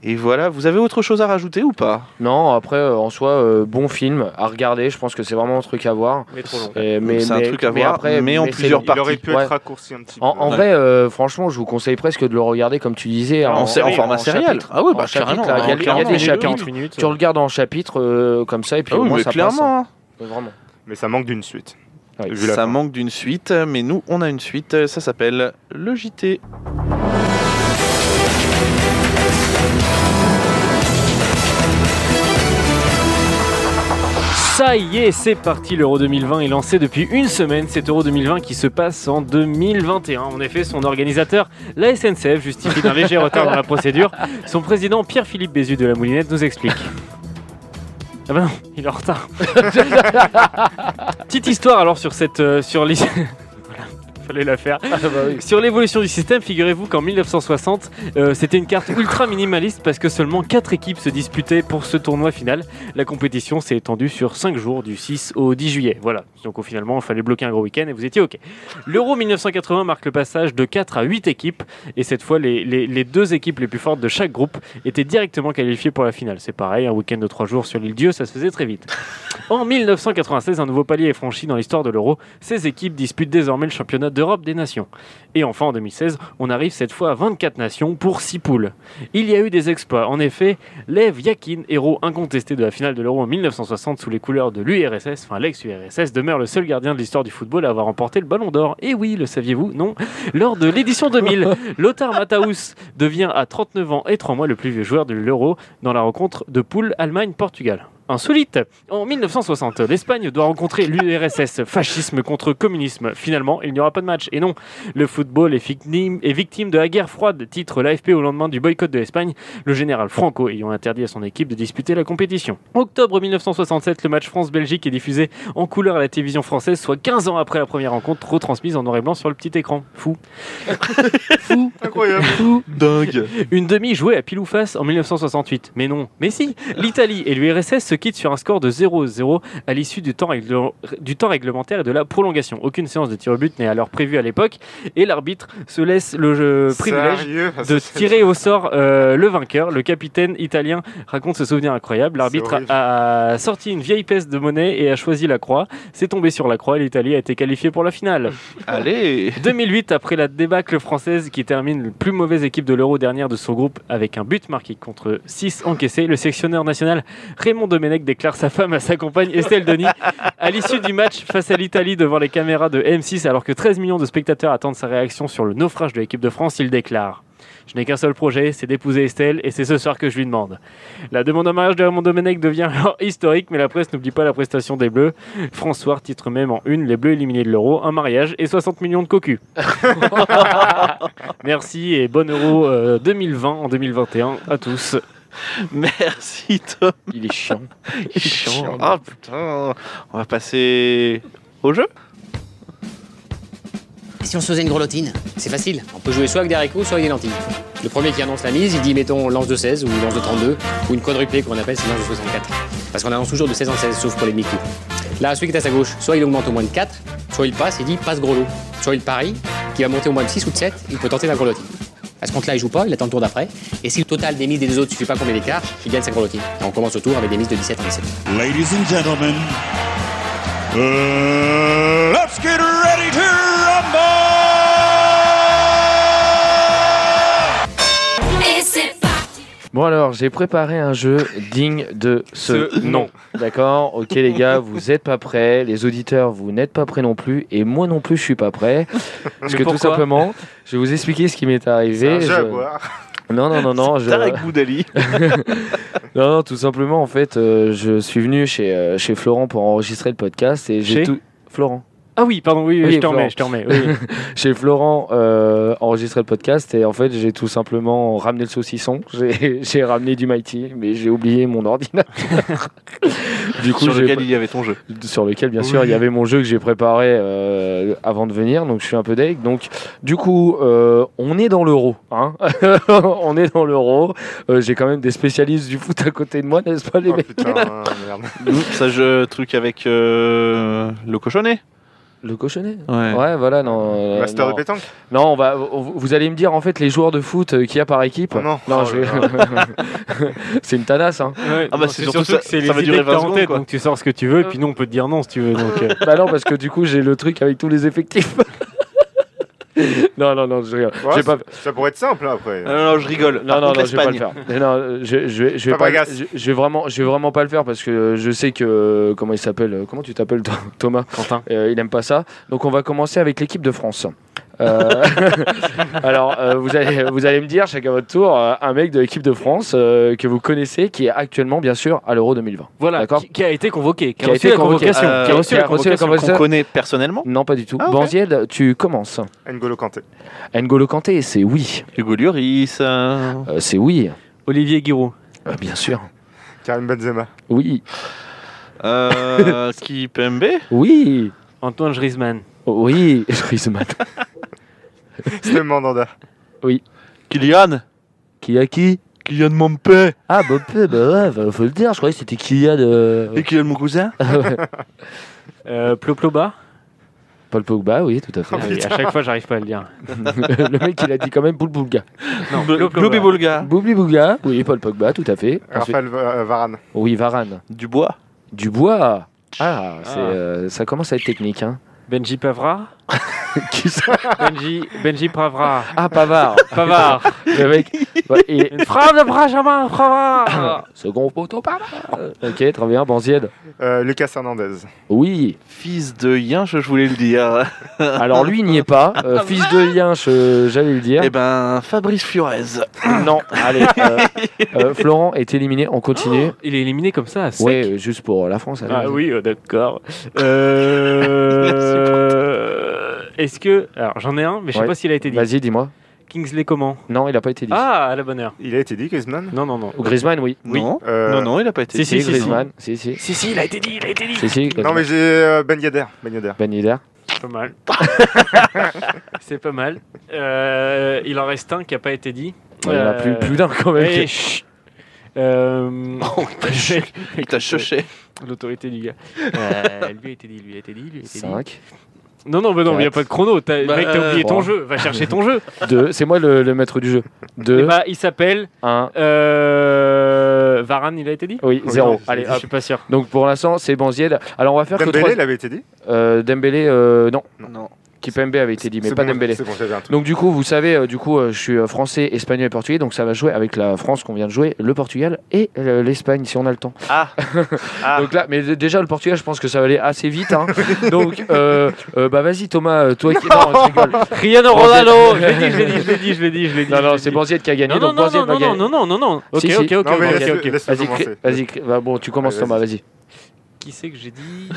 [SPEAKER 2] Et voilà, vous avez autre chose à rajouter ou pas
[SPEAKER 6] Non, après, euh, en soi, euh, bon film à regarder. Je pense que c'est vraiment un truc à voir.
[SPEAKER 1] Mais trop long.
[SPEAKER 6] Et- mais-
[SPEAKER 2] c'est un
[SPEAKER 6] mais-
[SPEAKER 2] truc à voir, mais en
[SPEAKER 6] c'est
[SPEAKER 2] plusieurs
[SPEAKER 6] long.
[SPEAKER 4] Il aurait pu
[SPEAKER 6] Ouais.
[SPEAKER 4] être raccourci un petit peu.
[SPEAKER 6] En, en vrai, euh, franchement, je vous conseille presque de le regarder comme tu disais.
[SPEAKER 2] En, sé- en
[SPEAKER 1] série,
[SPEAKER 2] format
[SPEAKER 6] en
[SPEAKER 2] sériel.
[SPEAKER 6] chapitre.
[SPEAKER 2] Ah oui,
[SPEAKER 6] En
[SPEAKER 2] bah
[SPEAKER 6] chapitre,
[SPEAKER 2] carrément.
[SPEAKER 6] là, il y a-
[SPEAKER 2] hein,
[SPEAKER 6] il y a
[SPEAKER 2] clairement.
[SPEAKER 6] des chapitres.
[SPEAKER 1] minutes.
[SPEAKER 6] Tu le regardes en chapitre euh, comme ça et puis
[SPEAKER 2] Ah
[SPEAKER 6] au
[SPEAKER 2] oui,
[SPEAKER 6] moins
[SPEAKER 2] mais
[SPEAKER 6] ça passe.
[SPEAKER 2] clairement. hein.
[SPEAKER 6] hein. Vraiment.
[SPEAKER 4] Mais ça manque d'une suite.
[SPEAKER 6] Ouais.
[SPEAKER 4] Vu la
[SPEAKER 2] Ça
[SPEAKER 4] fin.
[SPEAKER 2] manque d'une suite, mais nous, on a une suite. Ça s'appelle le JT.
[SPEAKER 1] Ça y est, c'est parti. L'Euro 2020 est lancé depuis une semaine. Cet Euro 2020 qui se passe en 2021. En effet, son organisateur, la SNCF, justifie d'un léger retard dans la procédure. Son président, Pierre-Philippe Bézu de la Moulinette, nous explique. Ah bah non, il est en retard. Petite histoire alors sur cette. euh, sur les... Voilà, Fallait la faire.
[SPEAKER 6] Ah bah oui.
[SPEAKER 1] Euh, Sur l'évolution du système, figurez-vous qu'en 1960, euh, c'était une carte ultra minimaliste parce que seulement 4 équipes se disputaient pour ce tournoi final. La compétition s'est étendue sur 5 jours du 6 au 10 juillet. Voilà, donc au- finalement, il fallait bloquer un gros week-end et vous étiez OK. L'Euro 1980 marque le passage de 4 à 8 équipes et cette fois, les, les- les deux équipes les plus fortes de chaque groupe étaient directement qualifiées pour la finale. C'est pareil, un week-end de 3 jours sur l'île Dieu, ça se faisait très vite. En 1996, un nouveau palier est franchi dans l'histoire de l'Euro. Ces équipes disputent désormais le championnat d'Europe des nations. Et enfin, en 2016, on arrive cette fois à 24 nations pour 6 poules. Il y a eu des exploits. En effet, Lev Yakin, héros incontesté de la finale de l'Euro en 1960 sous les couleurs de l'URSS, enfin l'ex-URSS, demeure le seul gardien de l'histoire du football à avoir remporté le Ballon d'Or. Et oui, le saviez-vous Non. Lors de l'édition 2000, Lothar Matthaus devient à 39 ans et 3 mois le plus vieux joueur de l'Euro dans la rencontre de poule Allemagne-Portugal. Insolite En 1960, l'Espagne doit rencontrer l'URSS, fascisme contre communisme. Finalement, il n'y aura pas de match. Et non, le football est victime, est victime de la guerre froide, titre l'AFP au lendemain du boycott de l'Espagne, le général Franco ayant interdit à son équipe de disputer la compétition. Octobre 1967, le match France-Belgique est diffusé en couleur à la télévision française, soit 15 ans après la première rencontre, retransmise en noir et blanc sur le petit écran. Fou. Fou.
[SPEAKER 4] Incroyable.
[SPEAKER 2] Dingue.
[SPEAKER 1] Une demi jouée à pile ou face en 1968. Mais non, mais si L'Italie et l'URSS se quittent sur un score de 0-0 à l'issue du, temps règle- du temps réglementaire et de la prolongation. Aucune séance de tir au but n'est alors prévue à l'époque et l'arbitre se laisse le euh, privilège
[SPEAKER 4] Sérieux
[SPEAKER 1] de tirer au sort euh, le vainqueur. Le capitaine italien raconte ce souvenir incroyable. L'arbitre
[SPEAKER 4] C'est horrible.
[SPEAKER 1] a sorti une vieille pièce de monnaie et a choisi la croix. C'est tombé sur la croix et l'Italie a été qualifiée pour la finale.
[SPEAKER 2] Allez.
[SPEAKER 1] 2008, après la débâcle française qui termine le plus mauvaise équipe de l'Euro dernière de son groupe avec un but marqué contre 6 encaissés, le sectionneur national Raymond Domenech déclare sa femme à sa compagne Estelle Denis à l'issue du match face à l'Italie devant les caméras de M6 alors que 13 millions de spectateurs attendent sa réaction sur le naufrage de l'équipe de France, il déclare je n'ai qu'un seul projet, c'est d'épouser Estelle, et c'est ce soir que je lui demande. La demande en mariage de Raymond Domenech devient alors historique, mais la presse n'oublie pas la prestation des Bleus. François titre même en une les Bleus éliminés de l'Euro, un mariage et 60 millions de cocus. Merci et bon Euro euh, 2020 en 2021 à tous.
[SPEAKER 2] Merci Tom.
[SPEAKER 6] Il est chiant.
[SPEAKER 2] Il est chiant. Ah putain. On va passer au jeu.
[SPEAKER 7] Et Si on se faisait une grelottine, c'est facile. On peut jouer soit avec des haricots, soit avec des lentilles. Le premier qui annonce la mise, il dit mettons lance de 16 ou lance de 32, ou une quadruplée qu'on appelle c'est lance de 64. Parce qu'on annonce toujours de 16 en 16, sauf pour les demi-coups. Là, celui qui est à sa gauche, soit il augmente au moins de 4, soit il passe, il dit passe gros lot. Soit il parie, qui va monter au moins de 6 ou de 7, il peut tenter la grelottine. À ce compte-là, il joue pas, il attend le tour d'après. Et si le total des mises des deux autres ne suffit pas combien d'écart, il gagne sa grelottine. Et on commence le tour avec des mises de 17 en 17.
[SPEAKER 8] Ladies and gentlemen, uh, let's get ready to rumble!
[SPEAKER 9] Et c'est parti
[SPEAKER 6] Bon alors, j'ai préparé un jeu digne de ce nom. D'accord Ok les gars, vous n'êtes pas prêts. Les auditeurs, vous n'êtes pas prêts non plus. Et moi non plus, je suis pas prêt. Parce que tout
[SPEAKER 1] pourquoi
[SPEAKER 6] simplement, je vais vous expliquer ce qui m'est
[SPEAKER 4] C'est
[SPEAKER 6] arrivé.
[SPEAKER 4] un jeu
[SPEAKER 6] Je-
[SPEAKER 4] à boire.
[SPEAKER 6] Non, non, non, non. je-
[SPEAKER 2] Tarek Boudali.
[SPEAKER 6] Non, non, tout simplement, en fait, euh, je suis venu chez, euh, chez Florent pour enregistrer le podcast. et j'ai
[SPEAKER 1] Chez
[SPEAKER 6] tout... Florent.
[SPEAKER 1] Ah oui, pardon, oui, oui,
[SPEAKER 6] Oui,
[SPEAKER 1] je te
[SPEAKER 6] Florent.
[SPEAKER 1] remets, je te remets. oui, oui.
[SPEAKER 6] chez Florent euh, enregistrer le podcast et en fait j'ai tout simplement ramené le saucisson, j'ai j'ai ramené du Mighty mais j'ai oublié mon ordinateur. du coup
[SPEAKER 2] Sur
[SPEAKER 6] j'ai-
[SPEAKER 2] lequel il y avait ton jeu.
[SPEAKER 6] sur lequel bien sûr il y avait mon jeu que j'ai préparé euh, avant de venir donc je suis un peu deg donc du coup euh, on est dans l'euro hein on est dans l'euro Euh, j'ai quand même des spécialistes du foot à côté de moi n'est-ce pas les
[SPEAKER 4] Oh
[SPEAKER 6] mecs
[SPEAKER 4] putain, merde.
[SPEAKER 2] Ça jeu truc avec euh, le cochonnet.
[SPEAKER 6] le cochonnet
[SPEAKER 2] Ouais.
[SPEAKER 6] ouais voilà non euh,
[SPEAKER 4] Master
[SPEAKER 6] non.
[SPEAKER 4] de pétanque
[SPEAKER 6] Non, on va, on- vous allez me dire en fait les joueurs de foot euh, qu'il y a par équipe.
[SPEAKER 4] Oh non. Oh
[SPEAKER 6] je-
[SPEAKER 4] là
[SPEAKER 6] c'est une tanasse. Hein.
[SPEAKER 2] Ah bah,
[SPEAKER 1] Non,
[SPEAKER 2] c'est surtout ça-
[SPEAKER 1] que c'est
[SPEAKER 2] ça
[SPEAKER 1] les
[SPEAKER 2] va
[SPEAKER 1] idées
[SPEAKER 2] durer
[SPEAKER 1] que t'as
[SPEAKER 2] 20
[SPEAKER 1] en
[SPEAKER 2] secondes,
[SPEAKER 1] tête,
[SPEAKER 2] quoi.
[SPEAKER 1] donc tu sors ce que tu veux, et puis nous on peut te dire non si tu veux. Donc, euh,
[SPEAKER 6] bah non, parce que du coup j'ai le truc avec tous les effectifs. non, non, non, je rigole.
[SPEAKER 4] Ouais,
[SPEAKER 6] J'ai pas-
[SPEAKER 4] ça- Ça pourrait être simple là, après.
[SPEAKER 2] Non, non, non, je rigole.
[SPEAKER 6] Non,
[SPEAKER 2] Par
[SPEAKER 6] non,
[SPEAKER 2] contre,
[SPEAKER 6] non, je vais pas le
[SPEAKER 2] l'Espagne.
[SPEAKER 6] faire. Mais Non, euh, je, je, vais- je vais pas,
[SPEAKER 4] Fabregas.
[SPEAKER 6] je, je vais vraiment, je vais vraiment pas le faire parce que je sais que euh, comment il s'appelle, euh, comment tu t'appelles toi, Thomas,
[SPEAKER 1] Quentin.
[SPEAKER 6] Euh, il aime pas ça. Donc on va commencer avec l'équipe de France. Euh, alors euh, vous allez vous allez me dire chacun votre tour euh, un mec de l'équipe de France euh, que vous connaissez qui est actuellement bien sûr à l'Euro 2020.
[SPEAKER 1] Voilà,
[SPEAKER 6] D'accord.
[SPEAKER 1] qui, qui a été convoqué, qui,
[SPEAKER 6] Qui
[SPEAKER 1] a
[SPEAKER 6] a
[SPEAKER 1] reçu
[SPEAKER 6] été
[SPEAKER 1] la
[SPEAKER 6] convoqué.
[SPEAKER 1] convocation.
[SPEAKER 2] Euh,
[SPEAKER 1] qui a reçu
[SPEAKER 6] qui a
[SPEAKER 1] la
[SPEAKER 6] reçu la
[SPEAKER 1] convocation.
[SPEAKER 6] convocation.
[SPEAKER 2] Qu'on connaît personnellement.
[SPEAKER 6] Non pas du tout.
[SPEAKER 2] Ah, ok.
[SPEAKER 6] Banziel, tu commences.
[SPEAKER 4] N'Golo Kanté.
[SPEAKER 6] N'Golo Kanté, c'est oui,
[SPEAKER 2] Hugo Lloris. euh,
[SPEAKER 6] Euh, c'est oui,
[SPEAKER 1] Olivier Giroud.
[SPEAKER 6] Euh, bien sûr.
[SPEAKER 4] Karim Benzema.
[SPEAKER 6] Oui,
[SPEAKER 2] Euh, qui PMB
[SPEAKER 6] oui,
[SPEAKER 1] Antoine Griezmann.
[SPEAKER 6] oui. Griezmann.
[SPEAKER 4] Stéphane Mandanda.
[SPEAKER 2] Kylian
[SPEAKER 6] Qui a qui
[SPEAKER 2] Kylian Mbappé
[SPEAKER 6] Ah bah, peu, bah ouais, bah, faut le dire, je croyais que c'était Kylian de...
[SPEAKER 2] Et Kylian mon cousin
[SPEAKER 1] Euh, Ploploba.
[SPEAKER 6] Paul Pogba, oui, tout à fait.
[SPEAKER 1] Ah oui, à chaque fois j'arrive pas à le dire.
[SPEAKER 6] le mec, il a dit quand même Paul Pogba.
[SPEAKER 1] Non,
[SPEAKER 2] Globé Bolga
[SPEAKER 6] Boubli Bouga, oui, Paul Pogba, tout à fait. Ensuite-
[SPEAKER 4] Raphaël Va- euh, Varane.
[SPEAKER 6] oui, Varane.
[SPEAKER 2] Dubois
[SPEAKER 6] Dubois Ah, c'est,
[SPEAKER 1] Ah.
[SPEAKER 6] euh, ça commence à être technique. Hein.
[SPEAKER 1] Benji Pavra.
[SPEAKER 6] Qui ça
[SPEAKER 1] Benji, Benji Pavra.
[SPEAKER 6] ah, Pavard
[SPEAKER 1] Pavard.
[SPEAKER 6] Le mec. ouais, et...
[SPEAKER 1] Une frappe de Ah. Benjamin Pavard.
[SPEAKER 6] Second poteau, Pavard Ok, très bien, Banzied.
[SPEAKER 4] Euh, Lucas Hernandez.
[SPEAKER 6] Oui,
[SPEAKER 2] Fils de Yin, je voulais le dire.
[SPEAKER 6] alors lui, il n'y est pas. Euh, fils de lien, je- j'allais le dire.
[SPEAKER 2] Eh ben, Fabrice Fiorez.
[SPEAKER 6] Non, allez. euh, euh, Florent est éliminé, on continue.
[SPEAKER 1] Il est éliminé comme ça à Oh, sec.
[SPEAKER 6] Ouais, euh, juste pour la France. allez,
[SPEAKER 1] Ah
[SPEAKER 6] vas-y.
[SPEAKER 1] oui, euh, d'accord. Euh... Est-ce que. Alors j'en ai un, mais je sais
[SPEAKER 6] Ouais.
[SPEAKER 1] pas s'il a été dit.
[SPEAKER 6] Vas-y, dis-moi.
[SPEAKER 1] Kingsley comment
[SPEAKER 6] Non, il n'a pas été dit.
[SPEAKER 1] Ah, à la bonne heure.
[SPEAKER 4] Il a été dit, Griezmann
[SPEAKER 1] Non, non, non.
[SPEAKER 6] Ou Griezmann, oui.
[SPEAKER 2] Non,
[SPEAKER 4] Euh,
[SPEAKER 2] non, non, il a pas été.
[SPEAKER 1] Si, si, si, si.
[SPEAKER 6] Griezmann. Si, si.
[SPEAKER 1] Si, si, il a été dit, il a été dit.
[SPEAKER 6] Si, si.
[SPEAKER 4] Non,
[SPEAKER 6] Griezmann.
[SPEAKER 4] mais j'ai euh, Ben Yedder. Ben Yedder.
[SPEAKER 6] Ben Yedder.
[SPEAKER 1] C'est pas mal. C'est pas mal. Euh, il en reste un qui a pas été dit.
[SPEAKER 6] Ouais, Il y en a plus,
[SPEAKER 1] Euh,
[SPEAKER 6] plus d'un quand même. Oh,
[SPEAKER 1] eh, chut. Euh,
[SPEAKER 2] Il t'a choché.
[SPEAKER 1] L'autorité du gars. Euh, lui a été dit, lui a été dit, lui a été dit.
[SPEAKER 6] 5,
[SPEAKER 1] Non, non, bah non, il n'y a pas de chrono. T'as,
[SPEAKER 2] Bah,
[SPEAKER 1] mec, t'as oublié ton
[SPEAKER 6] euh, trois.
[SPEAKER 1] jeu. Va chercher ton jeu.
[SPEAKER 6] 2, c'est moi le, le maître du jeu.
[SPEAKER 1] Eh
[SPEAKER 6] 2,
[SPEAKER 1] bah, il s'appelle
[SPEAKER 6] 1,
[SPEAKER 1] euh, Varane, il a été dit
[SPEAKER 6] oui,
[SPEAKER 4] Oui, non,
[SPEAKER 6] 0.
[SPEAKER 4] c'est-
[SPEAKER 6] Allez,
[SPEAKER 1] Je
[SPEAKER 6] hop.
[SPEAKER 1] suis pas sûr.
[SPEAKER 6] Donc pour l'instant, c'est Banziel. Alors on va faire que
[SPEAKER 4] Dembélé,
[SPEAKER 6] 3.
[SPEAKER 4] il avait été dit
[SPEAKER 6] Dembélé, euh, non.
[SPEAKER 2] Non.
[SPEAKER 6] Kipembe avait été dit, mais
[SPEAKER 4] C'est
[SPEAKER 6] pas
[SPEAKER 4] bon,
[SPEAKER 6] Dembélé.
[SPEAKER 4] C'est bon, j'avais un truc.
[SPEAKER 6] Donc du coup, vous savez, euh, du coup, euh, je suis euh, français, espagnol et portugais, donc ça va jouer avec la France qu'on vient de jouer, le Portugal et euh, l'Espagne si on a le temps.
[SPEAKER 2] Ah. Ah.
[SPEAKER 6] Donc là, mais d- déjà le Portugal, je pense que ça va aller assez vite. hein. donc euh, euh, bah vas-y Thomas, euh, toi qui non, je rigole.
[SPEAKER 1] Criano
[SPEAKER 6] Ronaldo.
[SPEAKER 1] Ronaldo. Je l'ai dit, je l'ai dit, je l'ai dit, je l'ai dit, je l'ai dit.
[SPEAKER 6] Non
[SPEAKER 1] je
[SPEAKER 6] non,
[SPEAKER 1] l'ai
[SPEAKER 6] c'est
[SPEAKER 1] dit.
[SPEAKER 6] Banziette qui a gagné,
[SPEAKER 1] Non, non,
[SPEAKER 6] donc
[SPEAKER 1] non,
[SPEAKER 6] Banziette
[SPEAKER 1] non,
[SPEAKER 6] va
[SPEAKER 1] non,
[SPEAKER 6] gagner.
[SPEAKER 1] non, non, non, non. Ok,
[SPEAKER 6] Si, si.
[SPEAKER 1] ok, ok,
[SPEAKER 4] Non, mais
[SPEAKER 1] ok,
[SPEAKER 4] laisse-le-
[SPEAKER 1] ok, ok.
[SPEAKER 4] laisse-le
[SPEAKER 6] Vas-y,
[SPEAKER 4] commencer.
[SPEAKER 6] cré- vas-y, cré- bah, bon, tu commences
[SPEAKER 4] Allez,
[SPEAKER 6] Thomas, vas-y.
[SPEAKER 1] Qui c'est que j'ai dit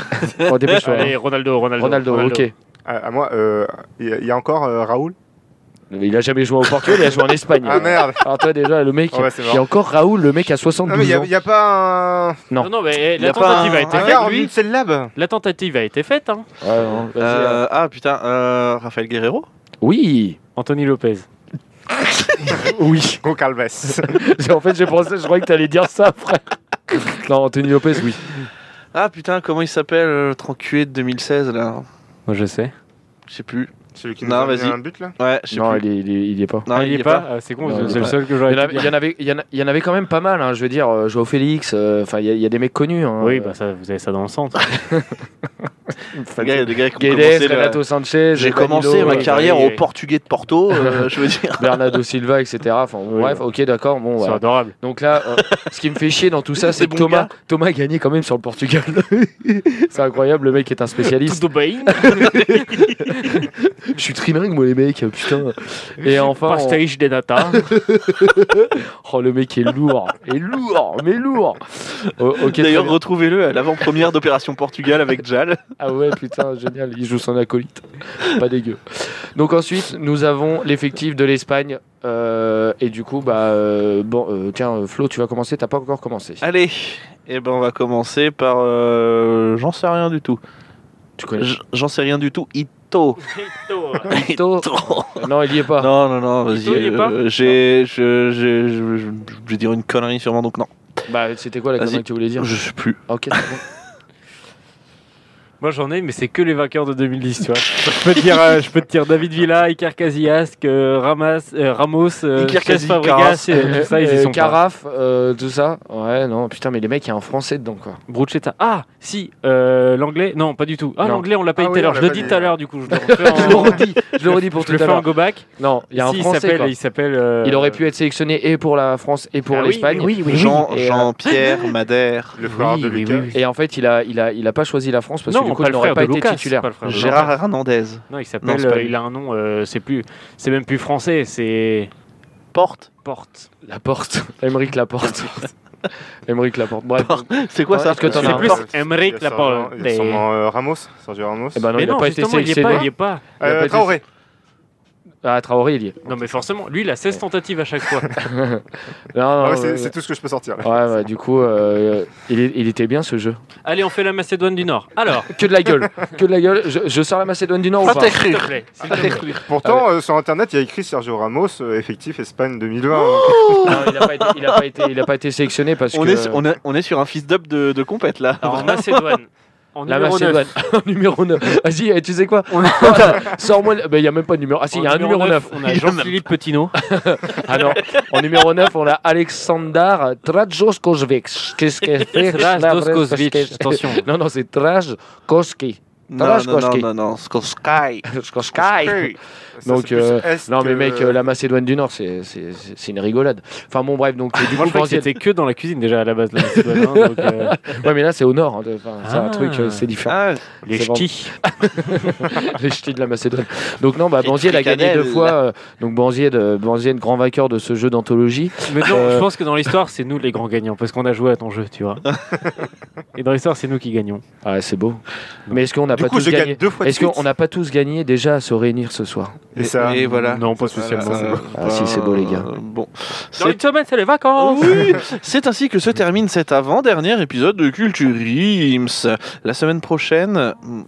[SPEAKER 6] Oh, dépêche-toi. hein.
[SPEAKER 1] Allez, Ronaldo, Ronaldo.
[SPEAKER 6] Ronaldo, ok.
[SPEAKER 4] À, à moi, euh, il y, a encore euh, Raoul
[SPEAKER 6] Il a jamais joué au Portugal, il a joué en Espagne.
[SPEAKER 4] Ah merde
[SPEAKER 6] Alors toi déjà, le mec,
[SPEAKER 4] Oh, bah, c'est
[SPEAKER 6] il y a
[SPEAKER 4] mort.
[SPEAKER 6] encore Raoul, le mec à
[SPEAKER 4] Non, mais
[SPEAKER 6] 72 ans.
[SPEAKER 4] il n'y a, pas un.
[SPEAKER 1] Non, non, mais eh,
[SPEAKER 2] y a
[SPEAKER 1] la
[SPEAKER 2] pas
[SPEAKER 1] tentative
[SPEAKER 2] un-
[SPEAKER 1] a été
[SPEAKER 4] Un
[SPEAKER 1] faite.
[SPEAKER 4] gars en
[SPEAKER 1] lui.
[SPEAKER 4] but, c'est le lab
[SPEAKER 1] La tentative a été faite. Hein.
[SPEAKER 6] Ouais, non, vas-y, euh.
[SPEAKER 2] Euh, ah putain, euh, Raphaël Guerrero
[SPEAKER 6] Oui,
[SPEAKER 1] Anthony Lopez.
[SPEAKER 6] oui.
[SPEAKER 4] Goncalves.
[SPEAKER 6] J'ai- en fait, j'ai pensé, je croyais que t'allais dire ça après. Non, Anthony Lopez, oui.
[SPEAKER 2] Ah putain, comment il s'appelle euh, l'autre enculé de 2016 là
[SPEAKER 1] Moi, je sais.
[SPEAKER 2] Je sais plus.
[SPEAKER 4] Celui qui
[SPEAKER 2] Non,
[SPEAKER 4] nous a mis
[SPEAKER 2] vas-y.
[SPEAKER 4] un but là
[SPEAKER 2] Ouais, je sais
[SPEAKER 6] Non,
[SPEAKER 2] plus.
[SPEAKER 6] il est, il, est, il y est pas.
[SPEAKER 2] Non,
[SPEAKER 1] il y est pas. Ah, c'est con,
[SPEAKER 6] Non, il y
[SPEAKER 1] c'est
[SPEAKER 6] est
[SPEAKER 1] le
[SPEAKER 6] pas.
[SPEAKER 1] seul que
[SPEAKER 6] Il
[SPEAKER 1] j'aurais
[SPEAKER 6] y, en
[SPEAKER 1] pu
[SPEAKER 6] avait, il, y
[SPEAKER 1] dire.
[SPEAKER 6] en avait, il, y en a- il y en avait quand même pas mal, hein, je veux dire, euh, Joao Félix, euh, enfin, il y, a- il y a des mecs connus. hein.
[SPEAKER 1] Oui, bah ça, vous avez ça dans le centre.
[SPEAKER 2] Le gars- le gars qui ont
[SPEAKER 3] Guedes,
[SPEAKER 2] commencé le-
[SPEAKER 3] Renato Sanchez,
[SPEAKER 2] J'ai
[SPEAKER 3] Danilo,
[SPEAKER 2] commencé ma
[SPEAKER 3] euh,
[SPEAKER 2] carrière
[SPEAKER 1] oui,
[SPEAKER 2] au
[SPEAKER 1] oui.
[SPEAKER 2] Portugais de Porto, euh, je veux dire.
[SPEAKER 6] Bernardo Silva, etc. Enfin,
[SPEAKER 1] Oui,
[SPEAKER 6] bref, ok, d'accord. Bon,
[SPEAKER 1] C'est
[SPEAKER 6] voilà.
[SPEAKER 1] adorable.
[SPEAKER 6] Donc là, euh, ce qui me fait chier dans tout ça,
[SPEAKER 2] Des
[SPEAKER 6] c'est que
[SPEAKER 2] bons
[SPEAKER 6] Thomas,
[SPEAKER 2] gars.
[SPEAKER 6] Thomas a gagné quand même sur le Portugal. c'est incroyable, le mec est un spécialiste.
[SPEAKER 1] Tout bien.
[SPEAKER 6] Je suis trilingue, moi, les mecs, euh, putain. Et enfin, on-
[SPEAKER 1] Pastéis de nata.
[SPEAKER 6] oh, le mec est lourd, est lourd, mais lourd. Oh, ok, très
[SPEAKER 2] D'ailleurs,
[SPEAKER 6] bien.
[SPEAKER 2] retrouvez-le à l'avant-première d'Opération Portugal avec Jal.
[SPEAKER 6] ah ouais, putain, génial, il joue son acolyte. Pas dégueu. Donc ensuite, nous avons l'effectif de l'Espagne. euh, et du coup, bah, euh, bon, euh, tiens, euh, Flo, tu vas commencer, t'as pas encore commencé.
[SPEAKER 2] Allez, et ben on va commencer par. euh, J'en sais rien du tout.
[SPEAKER 6] tu connais
[SPEAKER 2] J- J'en sais rien du tout. Ito.
[SPEAKER 6] Ito. Non, il y est pas.
[SPEAKER 2] Non, non, non, vas-y.
[SPEAKER 1] Ito, il y est
[SPEAKER 2] euh,
[SPEAKER 1] pas
[SPEAKER 2] j'ai- je, je- je- je- je vais dire une connerie sûrement, donc non.
[SPEAKER 6] Bah, c'était quoi la
[SPEAKER 2] Vas-y.
[SPEAKER 6] connerie que tu voulais dire Ah,
[SPEAKER 2] Je sais plus.
[SPEAKER 6] Ok, c'est bon.
[SPEAKER 1] Moi j'en ai, mais c'est que les vainqueurs de 2010, tu vois. Je peux te dire, euh, je peux te dire David Villa, Iker Casillas, que Ramas, euh, Ramos, euh,
[SPEAKER 2] Iker
[SPEAKER 1] Cesc
[SPEAKER 2] Casillas,
[SPEAKER 1] Fabregas, et
[SPEAKER 6] Euh,
[SPEAKER 1] tout ça, ils y
[SPEAKER 6] euh,
[SPEAKER 1] sont pas.
[SPEAKER 6] Carafe, euh, tout ça. Ouais, non, putain, mais les mecs, il y a un français dedans, quoi.
[SPEAKER 1] Bruchetta. Ah, si, euh, l'anglais, non, pas du tout. Ah,
[SPEAKER 6] Non.
[SPEAKER 1] l'anglais, on l'a pas
[SPEAKER 4] Ah
[SPEAKER 1] dit tout à
[SPEAKER 4] oui, on
[SPEAKER 1] l'heure.
[SPEAKER 4] l'a
[SPEAKER 1] Je le
[SPEAKER 4] pas
[SPEAKER 1] dis
[SPEAKER 4] dit.
[SPEAKER 1] tout à l'heure, du coup. Je le refais
[SPEAKER 6] Je le
[SPEAKER 1] en-
[SPEAKER 6] redis, je le redis pour
[SPEAKER 1] je
[SPEAKER 6] tout
[SPEAKER 1] le
[SPEAKER 6] à
[SPEAKER 1] fais en
[SPEAKER 6] l'heure.
[SPEAKER 1] go back.
[SPEAKER 6] Non, il y a un
[SPEAKER 1] Si,
[SPEAKER 6] français.
[SPEAKER 1] s'appelle-
[SPEAKER 6] quoi.
[SPEAKER 1] Il s'appelle. euh,
[SPEAKER 6] Il aurait pu être sélectionné et pour la France et pour
[SPEAKER 1] Ah oui,
[SPEAKER 6] l'Espagne.
[SPEAKER 1] oui, oui,
[SPEAKER 2] Jean,
[SPEAKER 6] Et, euh,
[SPEAKER 2] Jean-Pierre Madère.
[SPEAKER 4] Le frère de Lucas.
[SPEAKER 6] Et en fait, il a, il a, il a pas choisi la France parce
[SPEAKER 1] Non,
[SPEAKER 6] que du coup,
[SPEAKER 1] pas
[SPEAKER 6] il
[SPEAKER 1] le
[SPEAKER 6] n'aurait
[SPEAKER 1] frère
[SPEAKER 6] pas
[SPEAKER 1] de
[SPEAKER 6] été
[SPEAKER 1] Lucas,
[SPEAKER 6] titulaire.
[SPEAKER 1] pas le frère de
[SPEAKER 2] Gérard Hernandez.
[SPEAKER 1] Non, il
[SPEAKER 2] Non,
[SPEAKER 1] s'appelle.
[SPEAKER 2] c'est pas
[SPEAKER 1] euh,
[SPEAKER 2] lui.
[SPEAKER 1] il a un nom. euh, c'est plus. C'est même plus français. C'est
[SPEAKER 2] Porte.
[SPEAKER 1] Porte.
[SPEAKER 6] La porte. Emeric la porte. Emeric la porte. Bref. Eh
[SPEAKER 2] Porte. C'est quoi
[SPEAKER 6] Ouais,
[SPEAKER 2] ça
[SPEAKER 6] est-ce que t'en
[SPEAKER 1] C'est
[SPEAKER 6] as
[SPEAKER 1] plus
[SPEAKER 6] un
[SPEAKER 1] Emmerich
[SPEAKER 4] Il y a
[SPEAKER 1] Laporte.
[SPEAKER 4] sûrement- il y a sûrement, euh, Ramos, Sergio Ramos.
[SPEAKER 6] Eh ben non,
[SPEAKER 1] mais
[SPEAKER 6] il n'a
[SPEAKER 1] non,
[SPEAKER 6] pas été
[SPEAKER 1] justement, il y est pas. Il y
[SPEAKER 6] sélectionné.
[SPEAKER 1] est pas.
[SPEAKER 6] il a pas
[SPEAKER 4] Euh,
[SPEAKER 6] été-
[SPEAKER 4] Traoré.
[SPEAKER 6] Ah, Traoré, il y est.
[SPEAKER 1] Non, mais forcément, lui, il a 16 tentatives à chaque fois.
[SPEAKER 6] Non,
[SPEAKER 4] Ah
[SPEAKER 6] non,
[SPEAKER 4] ouais, c'est
[SPEAKER 6] ouais,
[SPEAKER 4] c'est tout ce que je peux sortir. là.
[SPEAKER 6] ouais, ouais, du coup, euh, il, est- il était bien ce jeu.
[SPEAKER 1] Allez, on fait la Macédoine du Nord. Alors,
[SPEAKER 6] Que de la gueule. Que de la gueule. Je, je sors la Macédoine du Nord ou pas
[SPEAKER 1] s'il te plaît. s'il te plaît.
[SPEAKER 4] Pourtant, euh, sur internet, il y a écrit Sergio Ramos, euh, effectif Espagne 2020.
[SPEAKER 6] Non, il n'a pas, été- il a pas été- il a pas été sélectionné parce
[SPEAKER 2] on,
[SPEAKER 6] que.
[SPEAKER 2] est, on, est, on est sur un fils d'up de, de compète là.
[SPEAKER 1] Alors, en Macédoine. En
[SPEAKER 6] La
[SPEAKER 1] numéro neuf.
[SPEAKER 6] Macédoine, numéro 9. Vas-y, eh, tu sais quoi Sors-moi. le- Ben, Il n'y a même pas de numéro. Ah, si, il y a
[SPEAKER 1] En
[SPEAKER 6] un numéro 9.
[SPEAKER 1] neuf, On a Jean-Philippe Petitot.
[SPEAKER 6] Ah non, en numéro 9, on a Alexandar Trajkoskovic. Qu'est-ce qu'elle fait
[SPEAKER 1] Traj
[SPEAKER 6] la
[SPEAKER 1] Doskovic.
[SPEAKER 6] vraie-
[SPEAKER 1] Attention.
[SPEAKER 6] Non, non, c'est Trajkoski.
[SPEAKER 2] Non,
[SPEAKER 6] Tarash
[SPEAKER 2] non, non,
[SPEAKER 6] Koski.
[SPEAKER 2] non, non, Sky.
[SPEAKER 6] Skoski.
[SPEAKER 4] Ça,
[SPEAKER 6] Donc,
[SPEAKER 4] c'est plus
[SPEAKER 6] euh,
[SPEAKER 4] Est
[SPEAKER 6] Non, mais
[SPEAKER 4] que-
[SPEAKER 6] mec, euh, la Macédoine du Nord, c'est- c'est c'est- c'est une rigolade. Enfin, bon, bref, donc euh, du
[SPEAKER 1] Moi, je crois
[SPEAKER 6] coup, je
[SPEAKER 1] que
[SPEAKER 6] pense qu'il y a-
[SPEAKER 1] c'était que dans la cuisine déjà à la base. La Macédoine, hein, donc, euh,
[SPEAKER 6] Ouais, mais là, c'est au Nord. hein, de- enfin, c'est un
[SPEAKER 1] Ah.
[SPEAKER 6] truc, euh, c'est différent.
[SPEAKER 2] Ah,
[SPEAKER 1] les
[SPEAKER 6] C'est bon.
[SPEAKER 1] ch'tis.
[SPEAKER 6] les ch'tis de la Macédoine. Donc non, bah,
[SPEAKER 2] Les
[SPEAKER 6] Banzied a gagné deux
[SPEAKER 2] fricadelles.
[SPEAKER 6] fois. euh, donc Banzied, euh, Banzied, grand vainqueur de ce jeu d'anthologie.
[SPEAKER 1] Mais non,
[SPEAKER 6] Euh,
[SPEAKER 1] je pense que dans l'histoire, c'est nous les grands gagnants parce qu'on a joué à ton jeu, tu vois. Et dans l'histoire, c'est nous qui gagnons.
[SPEAKER 6] Ah, c'est beau. Mais est-ce qu'on n'a
[SPEAKER 4] Du
[SPEAKER 6] pas
[SPEAKER 4] coup,
[SPEAKER 6] tous
[SPEAKER 4] je gagne
[SPEAKER 6] gagné
[SPEAKER 4] deux fois de
[SPEAKER 6] Est-ce
[SPEAKER 4] suite.
[SPEAKER 6] qu'on n'a pas tous gagné déjà à se réunir ce soir
[SPEAKER 4] Et ça,
[SPEAKER 2] Et voilà.
[SPEAKER 1] Non, pas spécialement.
[SPEAKER 2] Voilà,
[SPEAKER 1] Dans
[SPEAKER 2] ça-
[SPEAKER 6] Ah, si, c'est beau, les gars.
[SPEAKER 2] Euh, Bon. C'est-
[SPEAKER 1] une semaine, c'est les vacances.
[SPEAKER 2] Oui, c'est ainsi que se termine cet avant-dernier épisode de Culture Ims. La semaine prochaine, mm,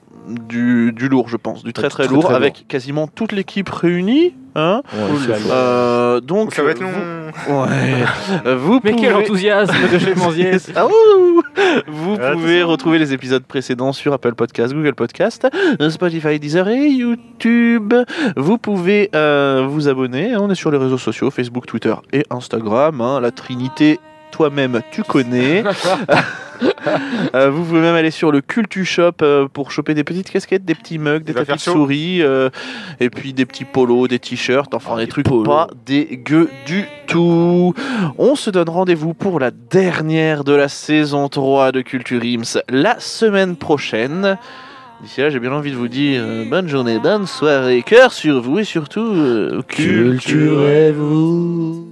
[SPEAKER 2] du, du lourd, je pense, du très très,
[SPEAKER 6] Très,
[SPEAKER 2] lourd,
[SPEAKER 6] très Oh.
[SPEAKER 2] avec quasiment toute l'équipe réunie. Hein Euh, donc,
[SPEAKER 4] ça va être long. hein.
[SPEAKER 2] vous- ouais. Euh, vous
[SPEAKER 1] Mais quel
[SPEAKER 2] pouvez-
[SPEAKER 1] enthousiasme de chez Manziès.
[SPEAKER 2] Ah, ouh Vous
[SPEAKER 4] Ah,
[SPEAKER 2] pouvez retrouver les épisodes précédents sur Apple Podcast, Google Podcast, Spotify, Deezer et YouTube. Vous pouvez euh, vous abonner. hein, On est sur les réseaux sociaux Facebook, Twitter et Instagram. hein, la Trinité. Toi-même, tu connais. Euh, vous pouvez même aller sur le Cultu Shop euh, pour choper des petites casquettes, des petits mugs, des
[SPEAKER 4] va
[SPEAKER 2] tapis de
[SPEAKER 4] faire chaud.
[SPEAKER 2] souris, euh, et puis des petits polos, des t-shirts, enfin
[SPEAKER 4] Ah,
[SPEAKER 2] des trucs pas dégueux du tout. On se donne rendez-vous pour la dernière de la saison 3 de Culture Ims la semaine prochaine. D'ici là, j'ai bien envie de vous dire euh, bonne journée, bonne soirée, cœur sur vous et surtout euh, culturez-vous.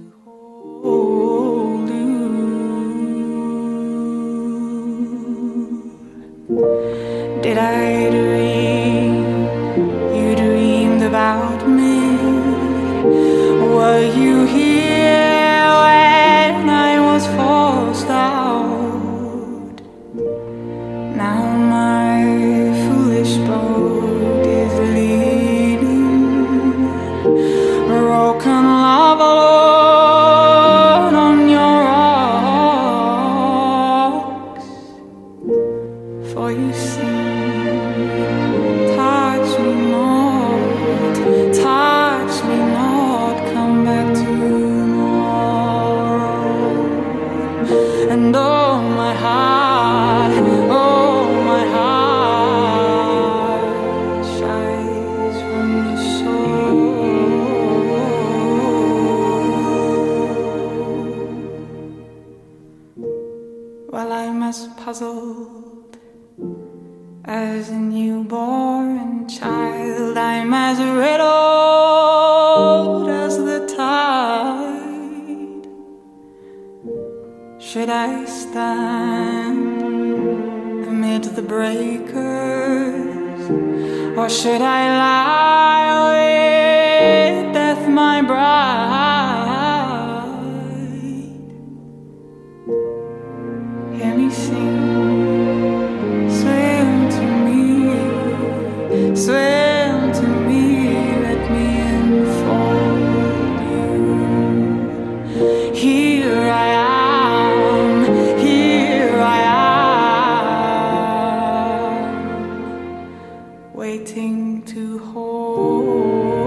[SPEAKER 9] Did I dream you dreamed about me? Were you here when I was forced out? Now my foolish boat is leading, broken love alone on your rocks. For you see oh, should I stand amid the breakers? Or should I lie with death, my bride? Hear me sing, swim to me, swim to me, let me enfold you. Here I am, here I am, waiting to hold.